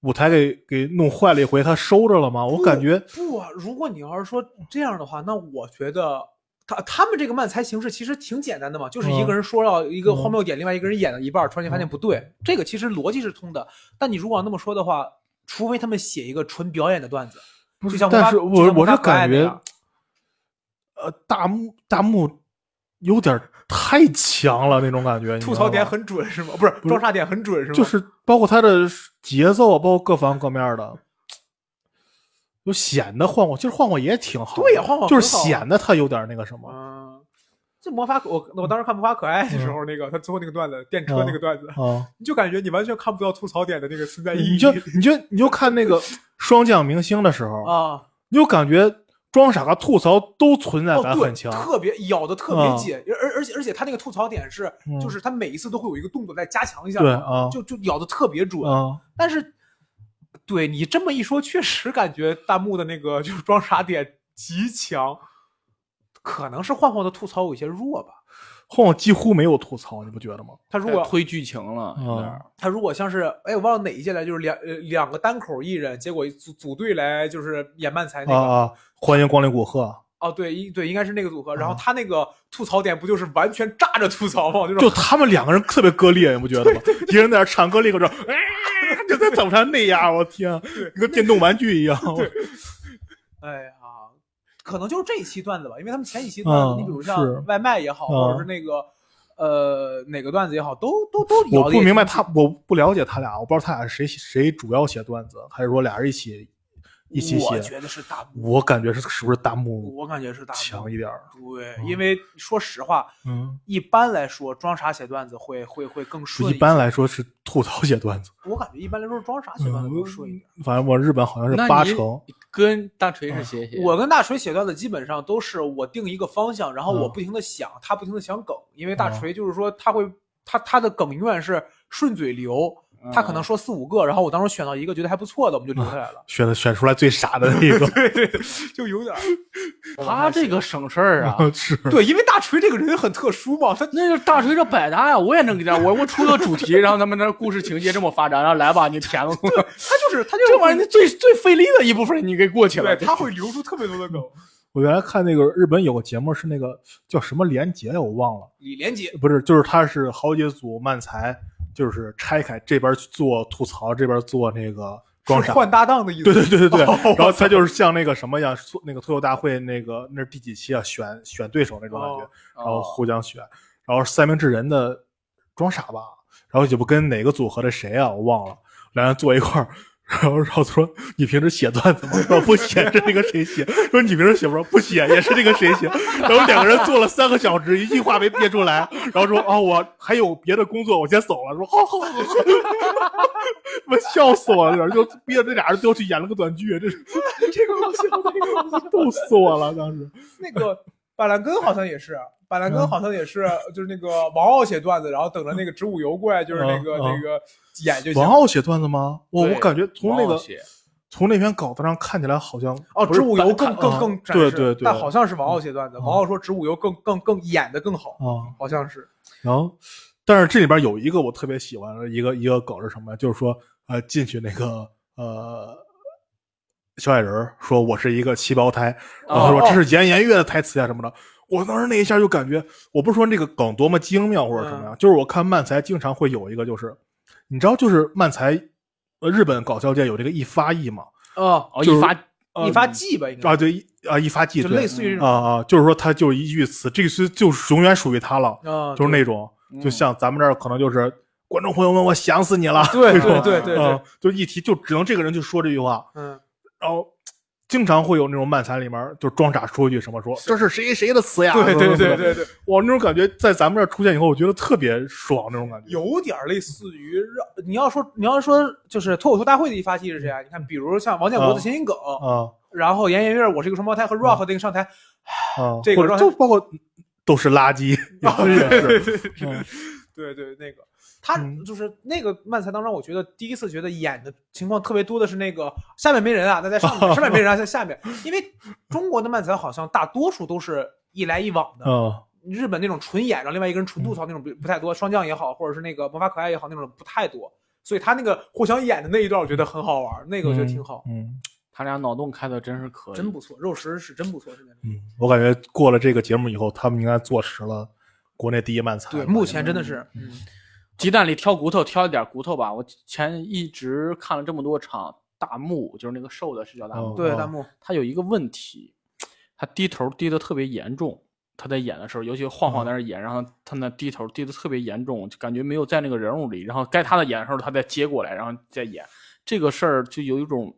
[SPEAKER 1] 舞台给给弄坏了一回，他收着了吗？我感觉
[SPEAKER 3] 不啊，如果你要是说这样的话，那我觉得他他们这个漫才形式其实挺简单的嘛，就是一
[SPEAKER 1] 嗯
[SPEAKER 3] 个人说到一个
[SPEAKER 1] 嗯
[SPEAKER 3] 荒谬点，另外一个人演了一半儿，突然间发现不对，这个其实逻辑是通的。但你如果要那么说的话，除非他们写一个纯表演的段子，
[SPEAKER 1] 不
[SPEAKER 3] 就像
[SPEAKER 1] 但
[SPEAKER 3] 我
[SPEAKER 1] 是
[SPEAKER 3] 爸就
[SPEAKER 1] 我
[SPEAKER 3] 像我
[SPEAKER 1] 我
[SPEAKER 3] 爸
[SPEAKER 1] 是
[SPEAKER 3] 可爱
[SPEAKER 1] 感
[SPEAKER 3] 那
[SPEAKER 1] 觉
[SPEAKER 3] 样，
[SPEAKER 1] 呃，大木大木有点太强了那种感觉，你知道
[SPEAKER 3] 吐槽点
[SPEAKER 1] 吗
[SPEAKER 3] 很准是吗？不是
[SPEAKER 1] 是
[SPEAKER 3] 装傻点很准是吗？
[SPEAKER 1] 就是包括他的节奏，啊，包括各方各面的，就显得晃晃，其实晃晃也挺好的，
[SPEAKER 3] 对呀晃晃
[SPEAKER 1] 就是
[SPEAKER 3] 很好啊
[SPEAKER 1] 显得他有点那个什么
[SPEAKER 3] 嗯。这魔法可我我当时看魔法可爱的时
[SPEAKER 1] 嗯
[SPEAKER 3] 候，那个他最后那个段子电车那个段子，
[SPEAKER 1] 啊。
[SPEAKER 3] 你就感觉你完全看不到吐槽点的那个存在意义。
[SPEAKER 1] 嗯你就你就你就看 那个霜降明星的时候，
[SPEAKER 3] 啊，
[SPEAKER 1] 你就感觉装傻和吐槽都存在
[SPEAKER 3] 哦，
[SPEAKER 1] 感
[SPEAKER 3] 对，
[SPEAKER 1] 很强。
[SPEAKER 3] 特别咬的特别
[SPEAKER 1] 嗯
[SPEAKER 3] 紧，而而而且而且他那个吐槽点是，
[SPEAKER 1] 嗯
[SPEAKER 3] 就是他每一次都会有一个动作再加强一下嘛，
[SPEAKER 1] 对啊，
[SPEAKER 3] 就就咬的特别准。
[SPEAKER 1] 啊，
[SPEAKER 3] 但是，对你这么一说，确实感觉弹幕的那个就是装傻点极强，可能是晃晃的吐槽有些弱吧。
[SPEAKER 1] 晃晃几乎没有吐槽，你不觉得吗？
[SPEAKER 3] 他如果
[SPEAKER 2] 推剧情了，有点
[SPEAKER 1] 哦
[SPEAKER 2] 儿
[SPEAKER 3] 他如果像是，哎，我忘了哪一届来，就是两呃两个单口艺人，结果组组队来就是演漫才那个，
[SPEAKER 1] 啊啊！欢迎光临古贺，啊
[SPEAKER 3] 哦，对，一对应该是那个组合。
[SPEAKER 1] 哦
[SPEAKER 3] 然后他那个吐槽点不就是完全炸着吐槽吗？就是
[SPEAKER 1] 就他们两个人特别割裂，你不觉得吗？一个人在那唱歌，另一个人说哎，就在走上那样，我天，跟电动玩具一样。
[SPEAKER 3] 哎呀，可能就是这一期段子吧，因为他们前几期段子，
[SPEAKER 1] 嗯
[SPEAKER 3] 你比如
[SPEAKER 1] 是
[SPEAKER 3] 像外卖也好，
[SPEAKER 1] 嗯
[SPEAKER 3] 或者是那个呃哪个段子也好，都都都
[SPEAKER 1] 我
[SPEAKER 3] 聊的。
[SPEAKER 1] 不明白他，，我不了解他俩，我不知道他俩谁谁主要写段子，还是说俩人一起一起
[SPEAKER 3] 我
[SPEAKER 1] 写？
[SPEAKER 3] 觉得是大幕，
[SPEAKER 1] 我感觉是是不是弹幕
[SPEAKER 3] 我感觉是大幕
[SPEAKER 1] 强一点儿？
[SPEAKER 3] 对，
[SPEAKER 1] 嗯
[SPEAKER 3] 因为说实话，
[SPEAKER 1] 嗯，
[SPEAKER 3] 一般来说装傻写段子会会会更顺
[SPEAKER 1] 一
[SPEAKER 3] 些
[SPEAKER 1] 般来说是吐槽写段子。
[SPEAKER 3] 我感觉一般来说装傻写段子
[SPEAKER 1] 嗯
[SPEAKER 3] 更顺一点。
[SPEAKER 1] 反正我日本好像是
[SPEAKER 2] 那
[SPEAKER 1] 八
[SPEAKER 2] 你
[SPEAKER 1] 成，
[SPEAKER 2] 跟大锤是写写，
[SPEAKER 3] 哦我跟大锤写段子基本上都是我定一个方向，然后我
[SPEAKER 1] 嗯
[SPEAKER 3] 不停的想，他不停的想梗，因为大
[SPEAKER 1] 嗯
[SPEAKER 3] 锤就是说他会他他的梗永远是顺嘴流，
[SPEAKER 2] 嗯
[SPEAKER 3] 他可能说四五个，然后我当时选到一个觉得还不错的，我们就留下来了。
[SPEAKER 1] 选选出来最傻的那个。
[SPEAKER 3] 对对， 就有点儿
[SPEAKER 2] 他这个省事儿啊，
[SPEAKER 1] 是，
[SPEAKER 3] 对，因为大锤这个人很特殊嘛，他
[SPEAKER 2] 那就大锤这百搭呀，我也能给他，我我出个主题，然后咱们这故事情节这么发展，然后来吧，你填了，
[SPEAKER 3] 他就是他就是
[SPEAKER 2] 这玩意儿最最费力的一部分你给过去了，
[SPEAKER 3] 对，他会留出特别多的梗。
[SPEAKER 1] 我原来看那个日本有个节目是那个叫什么连结呀，我忘了，
[SPEAKER 3] 李连 杰
[SPEAKER 1] 不是，就是他是好几组漫才，就是拆开这边做吐槽，这边做那个装
[SPEAKER 3] 是
[SPEAKER 1] 傻。
[SPEAKER 3] 换搭档的意 思，
[SPEAKER 1] 对对对对对，
[SPEAKER 3] 哦
[SPEAKER 1] 然后他就是像那个什么一样，那个脱口大会那个那是第几期啊？选选对手那种感觉，
[SPEAKER 3] 哦
[SPEAKER 1] 然后互相选，然后三明治人的装傻吧，然后也不跟哪个组合的谁啊，我忘了，两人坐一块儿。然后，然后说你平时写段子吗？说不写，是那个谁写。说你平时写不说不写，也是那个谁写。然后两个人坐了三个小时，一句话没憋出来。然后说哦，我还有别的工作，我先走了。说好好好，好我笑死我了，有点就逼着这俩人都去演了个短剧，这是
[SPEAKER 3] 这个好笑，这个好笑。
[SPEAKER 1] 逗死我了。当时
[SPEAKER 3] 那个板蓝根好像也 是，板蓝根
[SPEAKER 1] 嗯
[SPEAKER 3] 好像也是，就是那个王傲写段子，然后等着那个植物油过来，就是那个
[SPEAKER 1] 嗯嗯
[SPEAKER 3] 那个演就行
[SPEAKER 1] 王。傲写段子吗？我
[SPEAKER 2] 对
[SPEAKER 1] 我感觉从那
[SPEAKER 2] 王傲
[SPEAKER 1] 个
[SPEAKER 2] 写
[SPEAKER 1] 从那篇稿子上看起来好像
[SPEAKER 3] 哦，
[SPEAKER 1] 不是
[SPEAKER 3] 植物油更
[SPEAKER 1] 看
[SPEAKER 3] 更
[SPEAKER 1] 啊
[SPEAKER 3] 更展
[SPEAKER 1] 对
[SPEAKER 3] 示
[SPEAKER 1] 对对，
[SPEAKER 3] 但好像是王傲写段子，
[SPEAKER 1] 嗯
[SPEAKER 3] 王傲说植物油更更更演的更好，
[SPEAKER 1] 啊。
[SPEAKER 3] 好像是
[SPEAKER 1] 然后，但是这里边有一个我特别喜欢的一个一个梗是什么呀？就是说，呃，进去那个呃，小矮人儿说我是一个七胞胎，然后
[SPEAKER 2] 哦
[SPEAKER 1] 说这是颜颜悦的台词啊呀、什么的。我当时那一下就感觉，我不是说这个梗多么精妙或者什么呀，
[SPEAKER 2] 嗯
[SPEAKER 1] 就是我看漫才经常会有一个，就是你知道，就是漫才，呃，日本搞笑界有这个一发艺嘛，
[SPEAKER 3] 啊
[SPEAKER 2] 哦，
[SPEAKER 1] 就是
[SPEAKER 2] 一发
[SPEAKER 1] 呃
[SPEAKER 3] 一发技吧，应
[SPEAKER 2] 嗯
[SPEAKER 3] 该
[SPEAKER 1] 啊对一啊一发技
[SPEAKER 3] 就
[SPEAKER 1] 对
[SPEAKER 3] 类似于这
[SPEAKER 1] 啊
[SPEAKER 3] 种
[SPEAKER 1] 啊，就是说他就一句词，这个词就是永远属于他了。
[SPEAKER 3] 啊，
[SPEAKER 1] 嗯就是
[SPEAKER 3] 对
[SPEAKER 1] 那种，就
[SPEAKER 2] 嗯
[SPEAKER 1] 像咱们这儿可能就是观众朋友们，我想死你了，
[SPEAKER 3] 对
[SPEAKER 1] 这种
[SPEAKER 3] 对对对对
[SPEAKER 1] 嗯，就一提就只能这个人去说这句话，
[SPEAKER 3] 嗯，
[SPEAKER 1] 然后经常会有那种漫才里面就装傻说一句什么说这是谁谁的词呀，
[SPEAKER 3] 对对
[SPEAKER 1] 什么
[SPEAKER 3] 对
[SPEAKER 1] 什么的，
[SPEAKER 3] 对对，
[SPEAKER 1] 哇，那种感觉在咱们这儿出现以后，我觉得特别爽那种感觉，
[SPEAKER 3] 有点类似于让你要说你要说就是脱口秀大会的一发技是谁啊？你看，比如像王建国的
[SPEAKER 1] 啊
[SPEAKER 3] 谐音梗，
[SPEAKER 1] 啊
[SPEAKER 3] 然后严颜悦我是一个双胞
[SPEAKER 1] 嗯
[SPEAKER 3] 胎和 Rock 那个上台，
[SPEAKER 1] 啊，
[SPEAKER 3] 这
[SPEAKER 1] 或
[SPEAKER 3] 个啊
[SPEAKER 1] 者
[SPEAKER 3] 让
[SPEAKER 1] 就包括都是垃圾，
[SPEAKER 3] 哦
[SPEAKER 1] 也是，嗯
[SPEAKER 3] 对对，那个他
[SPEAKER 1] 嗯
[SPEAKER 3] 就是那个漫才当中，我觉得第一次觉得演的情况特别多的是那个下面没人啊，那在 上面，上面没人啊，在下面，因为中国的漫才好像大多数都是一来一往的，
[SPEAKER 1] 嗯
[SPEAKER 3] 日本那种纯演，然后另外一个人纯吐槽那种不不太多，霜降也好，或者是那个魔法可爱也好，那种不太多。所以他那个互相演的那一段，我觉得很好玩，那个我觉得挺好，
[SPEAKER 1] 嗯。
[SPEAKER 2] 他俩脑洞开的真是可以，
[SPEAKER 3] 真不错。肉食是真不错，现在
[SPEAKER 1] 嗯，我感觉过了这个节目以后，他们应该坐实了国内第一漫才。
[SPEAKER 3] 对，目前真的是，嗯，
[SPEAKER 2] 鸡蛋里挑骨头，挑一点骨头吧。我前一直看了这么多场大幕，就是那个瘦的是叫大幕，
[SPEAKER 1] 哦
[SPEAKER 3] 对，弹幕，
[SPEAKER 2] 他有一个问题，他低头低得特别严重。他在演的时候，尤其晃晃在
[SPEAKER 1] 嗯
[SPEAKER 2] 那儿演，然后他那低头低得特别严重，就感觉没有在那个人物里。然后该他的演的时候，他再接过来，然后再演。这个事儿就有一种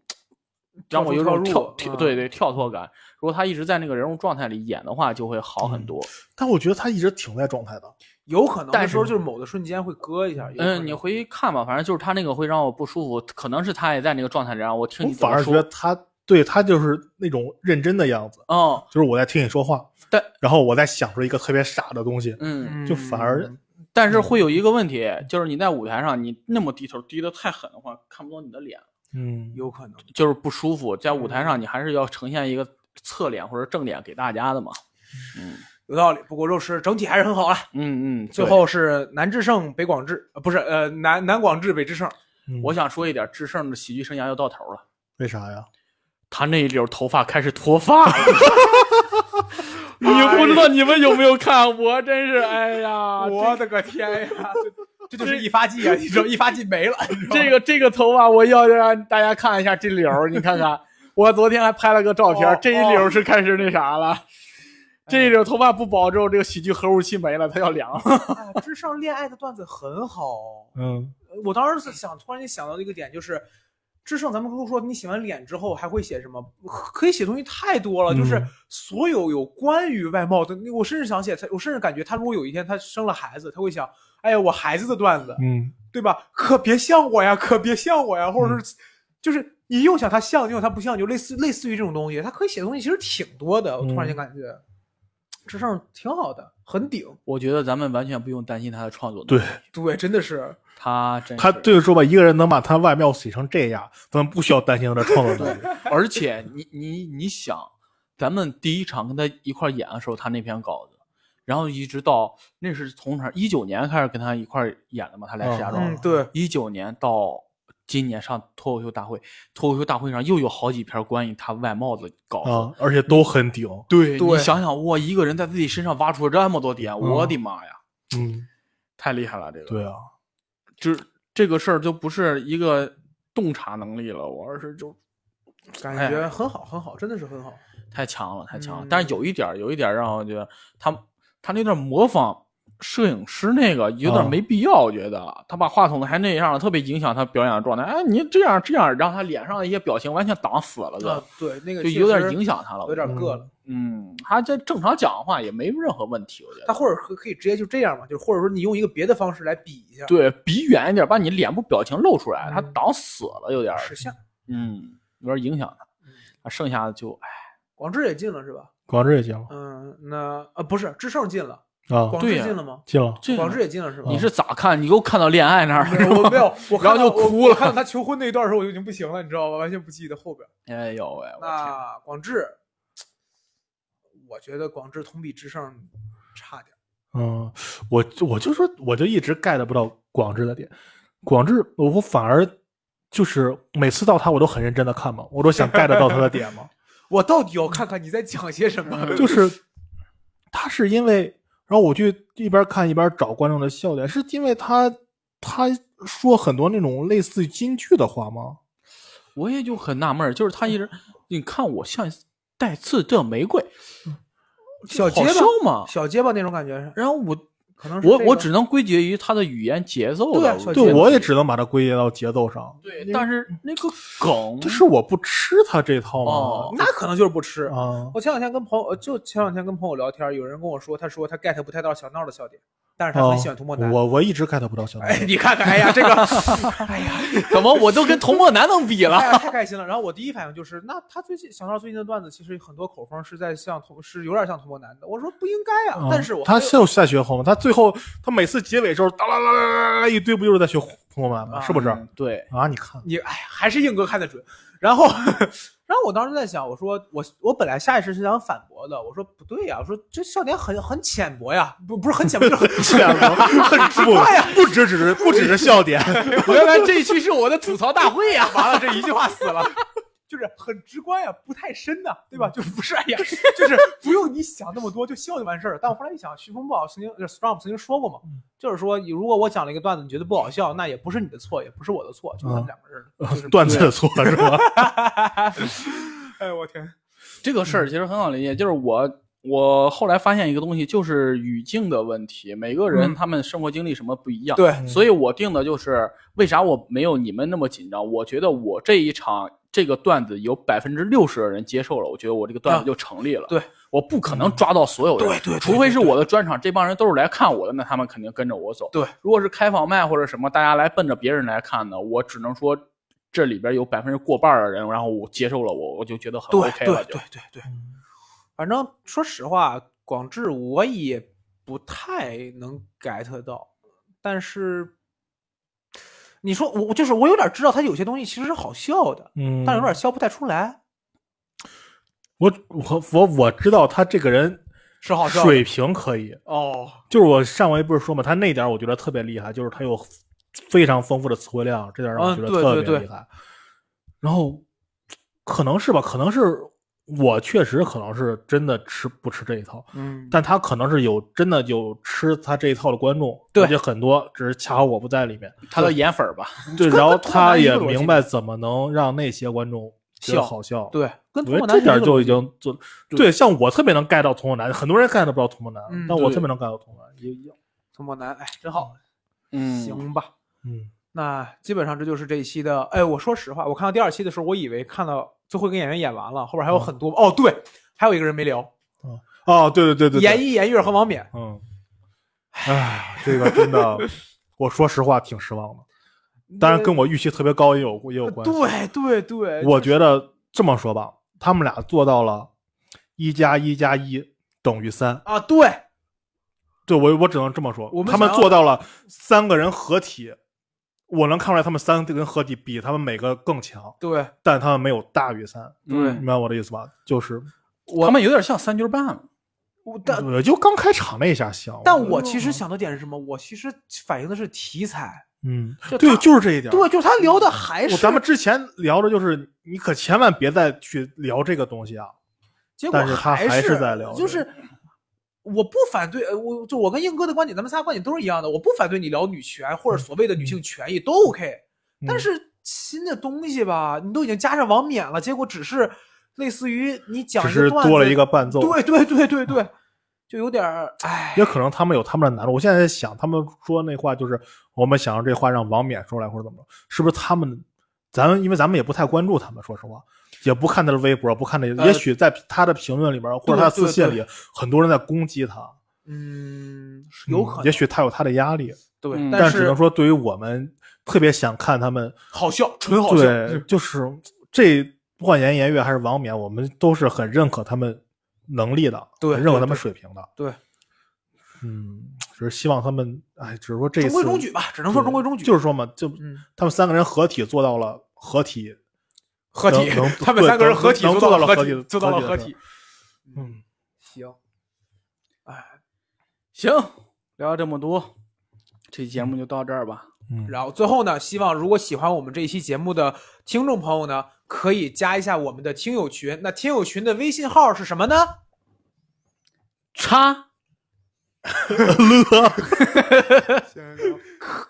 [SPEAKER 2] 让我有一种
[SPEAKER 3] 跳出跳
[SPEAKER 2] 跳
[SPEAKER 3] 入
[SPEAKER 2] 跳
[SPEAKER 3] 啊
[SPEAKER 2] 对
[SPEAKER 1] 嗯
[SPEAKER 2] 对跳脱感。如果他一直在那个人物状态里演的话，就会好
[SPEAKER 1] 嗯
[SPEAKER 2] 很多。
[SPEAKER 1] 但我觉得他一直挺在状态的。
[SPEAKER 3] 有可能
[SPEAKER 2] 但
[SPEAKER 3] 那
[SPEAKER 2] 是
[SPEAKER 3] 时候就是某的瞬间会割一下。有可能
[SPEAKER 2] 嗯，你回去看吧，反正就是他那个会让我不舒服，可能是他也在那个状态里，然后我听
[SPEAKER 1] 我
[SPEAKER 2] 你怎
[SPEAKER 1] 反
[SPEAKER 2] 么
[SPEAKER 1] 而觉得
[SPEAKER 2] 说。
[SPEAKER 1] 他对他就是那种认真的样子，
[SPEAKER 2] 嗯
[SPEAKER 1] 就是我在听你说话，
[SPEAKER 2] 但
[SPEAKER 1] 然后我在想出一个特别傻的东西，
[SPEAKER 2] 嗯，
[SPEAKER 1] 就反而
[SPEAKER 2] 但是会有一个问题，就是你在舞台上你那么低头低得太狠的话，看不到你的脸，
[SPEAKER 1] 嗯
[SPEAKER 3] 有可能。
[SPEAKER 2] 就是不舒服。在舞台上你还是要呈现一个侧脸或者正脸给大家的嘛。嗯
[SPEAKER 3] 有道理，不过肉食整体还是很好啦。
[SPEAKER 2] 嗯嗯，
[SPEAKER 3] 最
[SPEAKER 2] 对
[SPEAKER 3] 后是南至胜，北广智，呃，不是，呃，南南广智，北至胜。
[SPEAKER 2] 我想说一点，智胜的喜剧生涯又到头了。
[SPEAKER 1] 嗯为啥呀？
[SPEAKER 2] 他那一绺头发开始脱 发了。你不知道你们有没有看？我真是，哎呀，
[SPEAKER 3] 我的个天 呀，这这就是一发剂啊！你知道一发剂没了，你知道吗
[SPEAKER 2] 这个这个头发，我要让大家看一下这绺儿，你看 看，我昨天还拍了个照片，
[SPEAKER 3] 哦
[SPEAKER 2] 这一绺儿是开始那啥了。这一绺头发不保之后，这个喜剧核武器没了，它要凉了。
[SPEAKER 3] 哎呀至上恋爱的段子很好。呃
[SPEAKER 1] 嗯
[SPEAKER 3] 我当时是想，突然间想到一个点，就是至胜，咱们都说你写完脸之后还会写什么？可以写东西太多了，就是
[SPEAKER 1] 嗯
[SPEAKER 3] 所有有关于外貌的。我甚至想写他，我甚至感觉他如果有一天他生了孩子，他会想，哎呀，我孩子的段子，
[SPEAKER 1] 嗯
[SPEAKER 3] 对吧？可别像我呀，可别像我呀，或者是、就是你又想他像，你又想他不像，就类似类似于这种东西，他可以写的东西其实挺多的。我突然间感觉，这事儿挺好的，很顶。
[SPEAKER 2] 我觉得咱们完全不用担心他的创作能
[SPEAKER 1] 对
[SPEAKER 2] 力，
[SPEAKER 3] 对，真的是
[SPEAKER 2] 他真
[SPEAKER 1] 他
[SPEAKER 2] 是
[SPEAKER 1] 这个说吧，一个人能把他外貌写成这样，咱们不需要担心他的创作能力。
[SPEAKER 2] 而且你你你想，咱们第一场跟他一块儿演的时候，他那篇稿子，然后一直到那是从哪一九年开始跟他一块儿演的嘛，他来石家
[SPEAKER 1] 嗯
[SPEAKER 2] 庄
[SPEAKER 3] 嗯，，对，
[SPEAKER 2] 一九、年到今年上脱口秀大会，脱口秀大会上又有好几篇关于他外貌的稿子。
[SPEAKER 1] 啊，而且都很顶，
[SPEAKER 2] 对
[SPEAKER 3] 对
[SPEAKER 2] 你想想，哇，一个人在自己身上挖出了这么多点，我的妈呀，
[SPEAKER 1] 嗯，
[SPEAKER 2] 太厉害了！这个，
[SPEAKER 1] 对啊，
[SPEAKER 2] 就是这个事儿就不是一个洞察能力了，我而是就
[SPEAKER 3] 感觉很好，很好，真的是哎很好。
[SPEAKER 2] 太强了，太强了。
[SPEAKER 3] 嗯
[SPEAKER 2] 但是有一点儿，有一点儿让我觉得他他那段模仿摄影师那个有点
[SPEAKER 1] 啊
[SPEAKER 2] 没必要，我觉得他把话筒还那样了，特别影响他表演的状态。哎，你这样这样，让他脸上的一些表情完全挡死了，
[SPEAKER 3] 啊
[SPEAKER 2] 就，
[SPEAKER 3] 对，那个
[SPEAKER 2] 就
[SPEAKER 3] 确
[SPEAKER 2] 有点
[SPEAKER 3] 实
[SPEAKER 2] 影，响他了。
[SPEAKER 3] 有点
[SPEAKER 2] 我觉得
[SPEAKER 3] 硌了。
[SPEAKER 2] 嗯，他这正常讲话也没任何问题，我觉
[SPEAKER 3] 他
[SPEAKER 2] 得。
[SPEAKER 3] 或者可可以直接就这样嘛，就是或者说你用一个别的方式来比一下，，
[SPEAKER 2] 对比远一点，把你脸部表情露出来，他
[SPEAKER 3] 嗯
[SPEAKER 2] 挡死了，有点儿，
[SPEAKER 3] 识相。
[SPEAKER 2] 嗯，有点影响他。
[SPEAKER 3] 嗯
[SPEAKER 2] 啊，剩下的就哎，
[SPEAKER 3] 广智也进了是吧？
[SPEAKER 1] 广智也进了
[SPEAKER 3] 嗯，哦那呃不是，智胜进了，
[SPEAKER 1] 啊，
[SPEAKER 3] 广
[SPEAKER 2] 对
[SPEAKER 3] 智
[SPEAKER 2] 呀
[SPEAKER 3] 进了吗？
[SPEAKER 1] 进了，
[SPEAKER 2] 这
[SPEAKER 3] 广智也进了是吧？
[SPEAKER 2] 你是咋看？你给我看到恋爱那儿了
[SPEAKER 3] 没
[SPEAKER 2] 是
[SPEAKER 3] 有我
[SPEAKER 2] 吗
[SPEAKER 3] 没？有，我看
[SPEAKER 2] 然
[SPEAKER 3] 到
[SPEAKER 2] 后就哭
[SPEAKER 3] 我我
[SPEAKER 2] 了
[SPEAKER 3] 看到他求婚那一段的时候，我就已经不行了，你知道吧？完全不记得后 边。
[SPEAKER 2] 哎呦喂，我天！
[SPEAKER 3] 嗯那广智，我觉得广智同比智胜差点。
[SPEAKER 1] 嗯，我我就说，我就一直 get 不到广智的点。广智，我我反而就是每次到他，我都很认真的看嘛，我都想 get 到他的点嘛。
[SPEAKER 3] 我到底要看看你在讲些什么？
[SPEAKER 2] 嗯
[SPEAKER 1] 就是他是因为，然后我去一边看一边找观众的笑点，是因为他他说很多那种类似于京剧的话吗？
[SPEAKER 2] 我也就很纳闷儿，就是他一直，你看我像带刺这玫瑰，
[SPEAKER 3] 小结
[SPEAKER 2] 好笑
[SPEAKER 3] 巴，
[SPEAKER 2] 吗？
[SPEAKER 3] 小结巴那种感觉是，
[SPEAKER 2] 然后我
[SPEAKER 3] 可能是
[SPEAKER 2] 我
[SPEAKER 3] 这
[SPEAKER 2] 我
[SPEAKER 3] 个
[SPEAKER 2] 只能归结于他的语言节奏
[SPEAKER 3] 对啊
[SPEAKER 2] 了
[SPEAKER 3] 小
[SPEAKER 1] 对，
[SPEAKER 3] 节奏
[SPEAKER 1] 我也只能把它归结到节奏上。
[SPEAKER 2] 对，但是那个 梗
[SPEAKER 1] 但是我不吃他这套
[SPEAKER 2] 哦
[SPEAKER 1] 嘛。
[SPEAKER 3] 那可能就是不吃。
[SPEAKER 1] 啊，
[SPEAKER 3] 我前两天跟朋友，呃就前两天跟朋友聊天，有人跟我说，他说他 get 不太到小闹的笑点，但是他
[SPEAKER 2] 哦
[SPEAKER 3] 很喜欢涂抹男。
[SPEAKER 1] 嗯 我我一直 get 不到小
[SPEAKER 3] 哎，
[SPEAKER 1] 南。
[SPEAKER 3] 你看看，哎呀，这个，哎呀，
[SPEAKER 2] 怎么我都跟童漠男能 比了？
[SPEAKER 3] 太太开心了。然后我第一反应就是，那他最近小闹最近的段子，其实很多口风是在像同是有点像涂抹男的。我说不应该啊，
[SPEAKER 1] 嗯
[SPEAKER 3] 但是我
[SPEAKER 1] 他
[SPEAKER 3] 还有
[SPEAKER 1] 就是在学红，他最后他每次结尾时候哒啦啦啦啦啦一堆，不就是在学红红吗？
[SPEAKER 3] 啊
[SPEAKER 1] 是不是？
[SPEAKER 2] 嗯对，
[SPEAKER 1] 啊，你看，
[SPEAKER 3] 你哎，还是硬哥看得准。然后，然后我当时在想，我说我我本来下意识是想反驳的，我说不对啊呀、我说这笑点很很浅薄呀，不不是很浅薄，就是很
[SPEAKER 1] 显得很不不只只是不只是笑点，
[SPEAKER 2] 原来这一期是我的吐槽大会呀！
[SPEAKER 3] 完了这一句话死了，就是很直观呀，不太深呐、对
[SPEAKER 2] 嗯
[SPEAKER 3] 吧？就不是哎 呀，就是不用你想那么多，就笑就完事儿了。但我后来一想，徐风不好曾经呃，Storm 曾经说过嘛，
[SPEAKER 2] 嗯
[SPEAKER 3] 就是说如果我讲了一个段子，你觉得不好笑，那也不是你的错，也不是我的错，
[SPEAKER 2] 嗯
[SPEAKER 3] 就是咱们两个人
[SPEAKER 2] 呃
[SPEAKER 3] 的，就是
[SPEAKER 1] 段子。错是 吧？
[SPEAKER 3] 哎我天，
[SPEAKER 2] 这个事儿其实很好理解，就是我我后来发现一个东西，就是语境的问题，每个人
[SPEAKER 3] 嗯
[SPEAKER 2] 他们生活经历什么不一样。
[SPEAKER 3] 对，
[SPEAKER 2] 所以我定的就是为啥我没有你们那么紧张？我觉得我这一场这个段子有百分之六十的人接受了，我觉得我这个段子就成立了。
[SPEAKER 3] 啊对，
[SPEAKER 2] 我不可能抓到所有人，
[SPEAKER 3] 对对对
[SPEAKER 2] 除非是我的专场，这帮人都是来看我的，那他们肯定跟着我走。
[SPEAKER 3] 对，
[SPEAKER 2] 如果是开放麦或者什么，大家来奔着别人来看呢，我只能说这里边有百分之过半的人，然后我接受了我，我就觉得很
[SPEAKER 3] 对
[SPEAKER 2] OK
[SPEAKER 3] 对
[SPEAKER 2] 了。就
[SPEAKER 3] 对对对，反正说实话，广智我也不太能 get 到，但是你说我我就是我有点知道他有些东西其实是好笑的，
[SPEAKER 1] 嗯，
[SPEAKER 3] 但有点笑不太出来，
[SPEAKER 1] 我我我我知道他这个人
[SPEAKER 3] 是好笑的
[SPEAKER 1] 水平可以，
[SPEAKER 3] 哦，
[SPEAKER 1] 就是我上回不是说嘛，他那点儿我觉得特别厉害，就是他有非常丰富的词汇量，这点儿让我
[SPEAKER 3] 嗯
[SPEAKER 1] 觉得
[SPEAKER 3] 对
[SPEAKER 1] 特别
[SPEAKER 3] 对对
[SPEAKER 1] 厉害。然后可能是吧，可能是我确实可能是真的吃不吃这一套，
[SPEAKER 3] 嗯，
[SPEAKER 1] 但他可能是有真的有吃他这一套的观众，
[SPEAKER 3] 对
[SPEAKER 1] 而且很多只是恰好我不在 里面，
[SPEAKER 2] 他的颜粉儿吧，
[SPEAKER 1] 对，
[SPEAKER 3] 跟
[SPEAKER 1] 然后
[SPEAKER 3] 跟
[SPEAKER 1] 他
[SPEAKER 3] 跟
[SPEAKER 1] 也
[SPEAKER 3] 跟跟
[SPEAKER 1] 明白怎么能让那些观众觉得
[SPEAKER 3] 笑
[SPEAKER 1] 好笑，
[SPEAKER 3] 对，跟
[SPEAKER 1] 我
[SPEAKER 3] 童
[SPEAKER 1] 觉
[SPEAKER 3] 梦
[SPEAKER 1] 得这
[SPEAKER 3] 男
[SPEAKER 1] 点儿
[SPEAKER 3] 是一个
[SPEAKER 1] 就
[SPEAKER 3] 逻
[SPEAKER 1] 已
[SPEAKER 3] 辑
[SPEAKER 1] 经做对，像我特别能 get 到童梦男，很多人 get 不到童梦男，
[SPEAKER 3] 嗯
[SPEAKER 1] 但我
[SPEAKER 2] 对
[SPEAKER 1] 特别能 get 到童梦男，也一样。
[SPEAKER 3] 童梦男，哎，真好，
[SPEAKER 2] 嗯，
[SPEAKER 3] 行吧。
[SPEAKER 1] 嗯，
[SPEAKER 3] 那基本上这就是这一期的。哎，我说实话，我看到第二期的时候，我以为看到最后一个演员演完了，后边还有
[SPEAKER 1] 嗯
[SPEAKER 3] 很多。哦，对，还有一个人没聊，
[SPEAKER 1] 哦，对对对对，对
[SPEAKER 3] 严一、严月和王冕。
[SPEAKER 1] 嗯，哎，这个真的， 我说实话挺失望的。当然，跟我预期特别高也有也有关系。
[SPEAKER 3] 对对对，
[SPEAKER 1] 我觉得这么说吧，他们俩做到了一加一加一等于三。
[SPEAKER 3] 啊，对
[SPEAKER 1] 对我，我只能这么说
[SPEAKER 3] 我，们
[SPEAKER 1] 他们
[SPEAKER 3] 想要
[SPEAKER 1] 做到了三个人合体。我能看出来，他们三个人合体比他们每个更强，
[SPEAKER 3] 对，
[SPEAKER 1] 但他们没有大于三。
[SPEAKER 2] 嗯
[SPEAKER 1] 明白我的意思吧？就是
[SPEAKER 2] 他们有点像三句半了。
[SPEAKER 3] 我但
[SPEAKER 1] 嗯我就刚开场那一下行，
[SPEAKER 3] 但
[SPEAKER 1] 觉得
[SPEAKER 3] 嗯我其实想的点是什么？我其实反映的是题材，
[SPEAKER 1] 嗯，
[SPEAKER 3] 就
[SPEAKER 1] 对，
[SPEAKER 3] 他
[SPEAKER 1] 就是这一点。
[SPEAKER 3] 对，就是他聊的还
[SPEAKER 1] 我
[SPEAKER 3] 是
[SPEAKER 1] 咱们之前聊的就是，你可千万别再去聊这个东西啊！
[SPEAKER 3] 结果
[SPEAKER 1] 但是他
[SPEAKER 3] 是
[SPEAKER 1] 还是在聊
[SPEAKER 3] 就
[SPEAKER 1] 这
[SPEAKER 3] 是我不反对，呃，我就我跟硬哥的观点，咱们仨观点都是一样的，我不反对你聊女权或者所谓的女性权益都 OK，、但
[SPEAKER 1] 嗯
[SPEAKER 3] 是新的东西吧，你都已经加上王冕了，结果只是类似于你讲
[SPEAKER 1] 只
[SPEAKER 3] 一
[SPEAKER 1] 是
[SPEAKER 3] 个段子，
[SPEAKER 1] 多了一个伴奏，啊
[SPEAKER 3] 对对对对对，就有点儿哎唉，
[SPEAKER 1] 也可能他们有他们的难度。我现在在想，他们说那话就是我们想让这话让王冕说出来或者怎么着，是不是他们？咱们因为咱们也不太关注他们，说实话，也不看他的微博，不看那，
[SPEAKER 2] 呃
[SPEAKER 1] 也许在他的评论里边或者他的私信
[SPEAKER 3] 对
[SPEAKER 1] 里，很多人在攻击他，
[SPEAKER 3] 嗯，是有
[SPEAKER 1] 嗯
[SPEAKER 3] 可能，
[SPEAKER 1] 也许他有他的压力，
[SPEAKER 3] 对，
[SPEAKER 2] 嗯
[SPEAKER 1] 但
[SPEAKER 3] 是
[SPEAKER 1] 只能说对于我们特别想看他们，
[SPEAKER 3] 好笑，纯好笑，
[SPEAKER 1] 对，就是这不管严颜悦还是王冕，我们都是很认可他们能力的，
[SPEAKER 3] 对
[SPEAKER 1] 很认可他们
[SPEAKER 3] 对对
[SPEAKER 1] 水平的，
[SPEAKER 3] 对，
[SPEAKER 1] 嗯，只是希望他们，哎，只是说这一次
[SPEAKER 3] 中规中矩吧，只能说中规中矩，
[SPEAKER 1] 就是说嘛，就
[SPEAKER 3] 嗯。
[SPEAKER 1] 他们三个人合体做到了合体，
[SPEAKER 3] 合体
[SPEAKER 1] 能能，
[SPEAKER 3] 他们三个人合体
[SPEAKER 1] 能
[SPEAKER 3] 做到
[SPEAKER 1] 能做到了
[SPEAKER 3] 合
[SPEAKER 1] 合
[SPEAKER 3] 体
[SPEAKER 1] 体，
[SPEAKER 3] 做到了
[SPEAKER 1] 合
[SPEAKER 3] 合
[SPEAKER 1] 体的
[SPEAKER 3] 体。
[SPEAKER 1] 嗯，
[SPEAKER 3] 行，哎，
[SPEAKER 2] 行，聊了这么多，这期节目就到这儿吧。
[SPEAKER 1] 嗯，
[SPEAKER 3] 然后最后呢，希望如果喜欢我们这一期节目的听众朋友呢，可以加一下我们的听友群。那听友群的微信号是什么呢？
[SPEAKER 2] 叉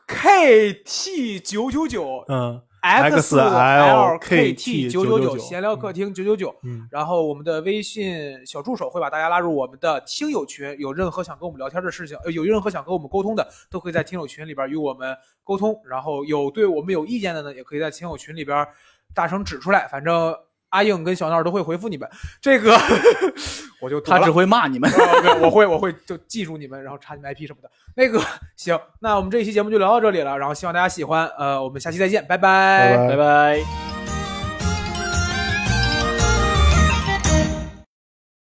[SPEAKER 3] KT 九九九
[SPEAKER 1] 嗯
[SPEAKER 3] XLKT 九九九闲聊客厅九九九。
[SPEAKER 1] 嗯，
[SPEAKER 3] 然后我们的微信小助手会把大家拉入我们的听友群，有任何想跟我们聊天的事情，呃，有任何想跟我们沟通的，都可以在听友群里边与我们沟通。然后有对我们有意见的呢，也可以在听友群里边大声指出来，反正阿硬跟小闹都会回复你们。这个 我就
[SPEAKER 2] 他只
[SPEAKER 3] 只
[SPEAKER 2] 会骂你们。
[SPEAKER 3] 对，我会我会就记住你们，然后查你们 IP 什么的。那个行，那我们这一期节目就聊到这里了，然后希望大家喜欢，呃，我们下期再见，拜
[SPEAKER 1] 拜拜
[SPEAKER 2] 拜拜。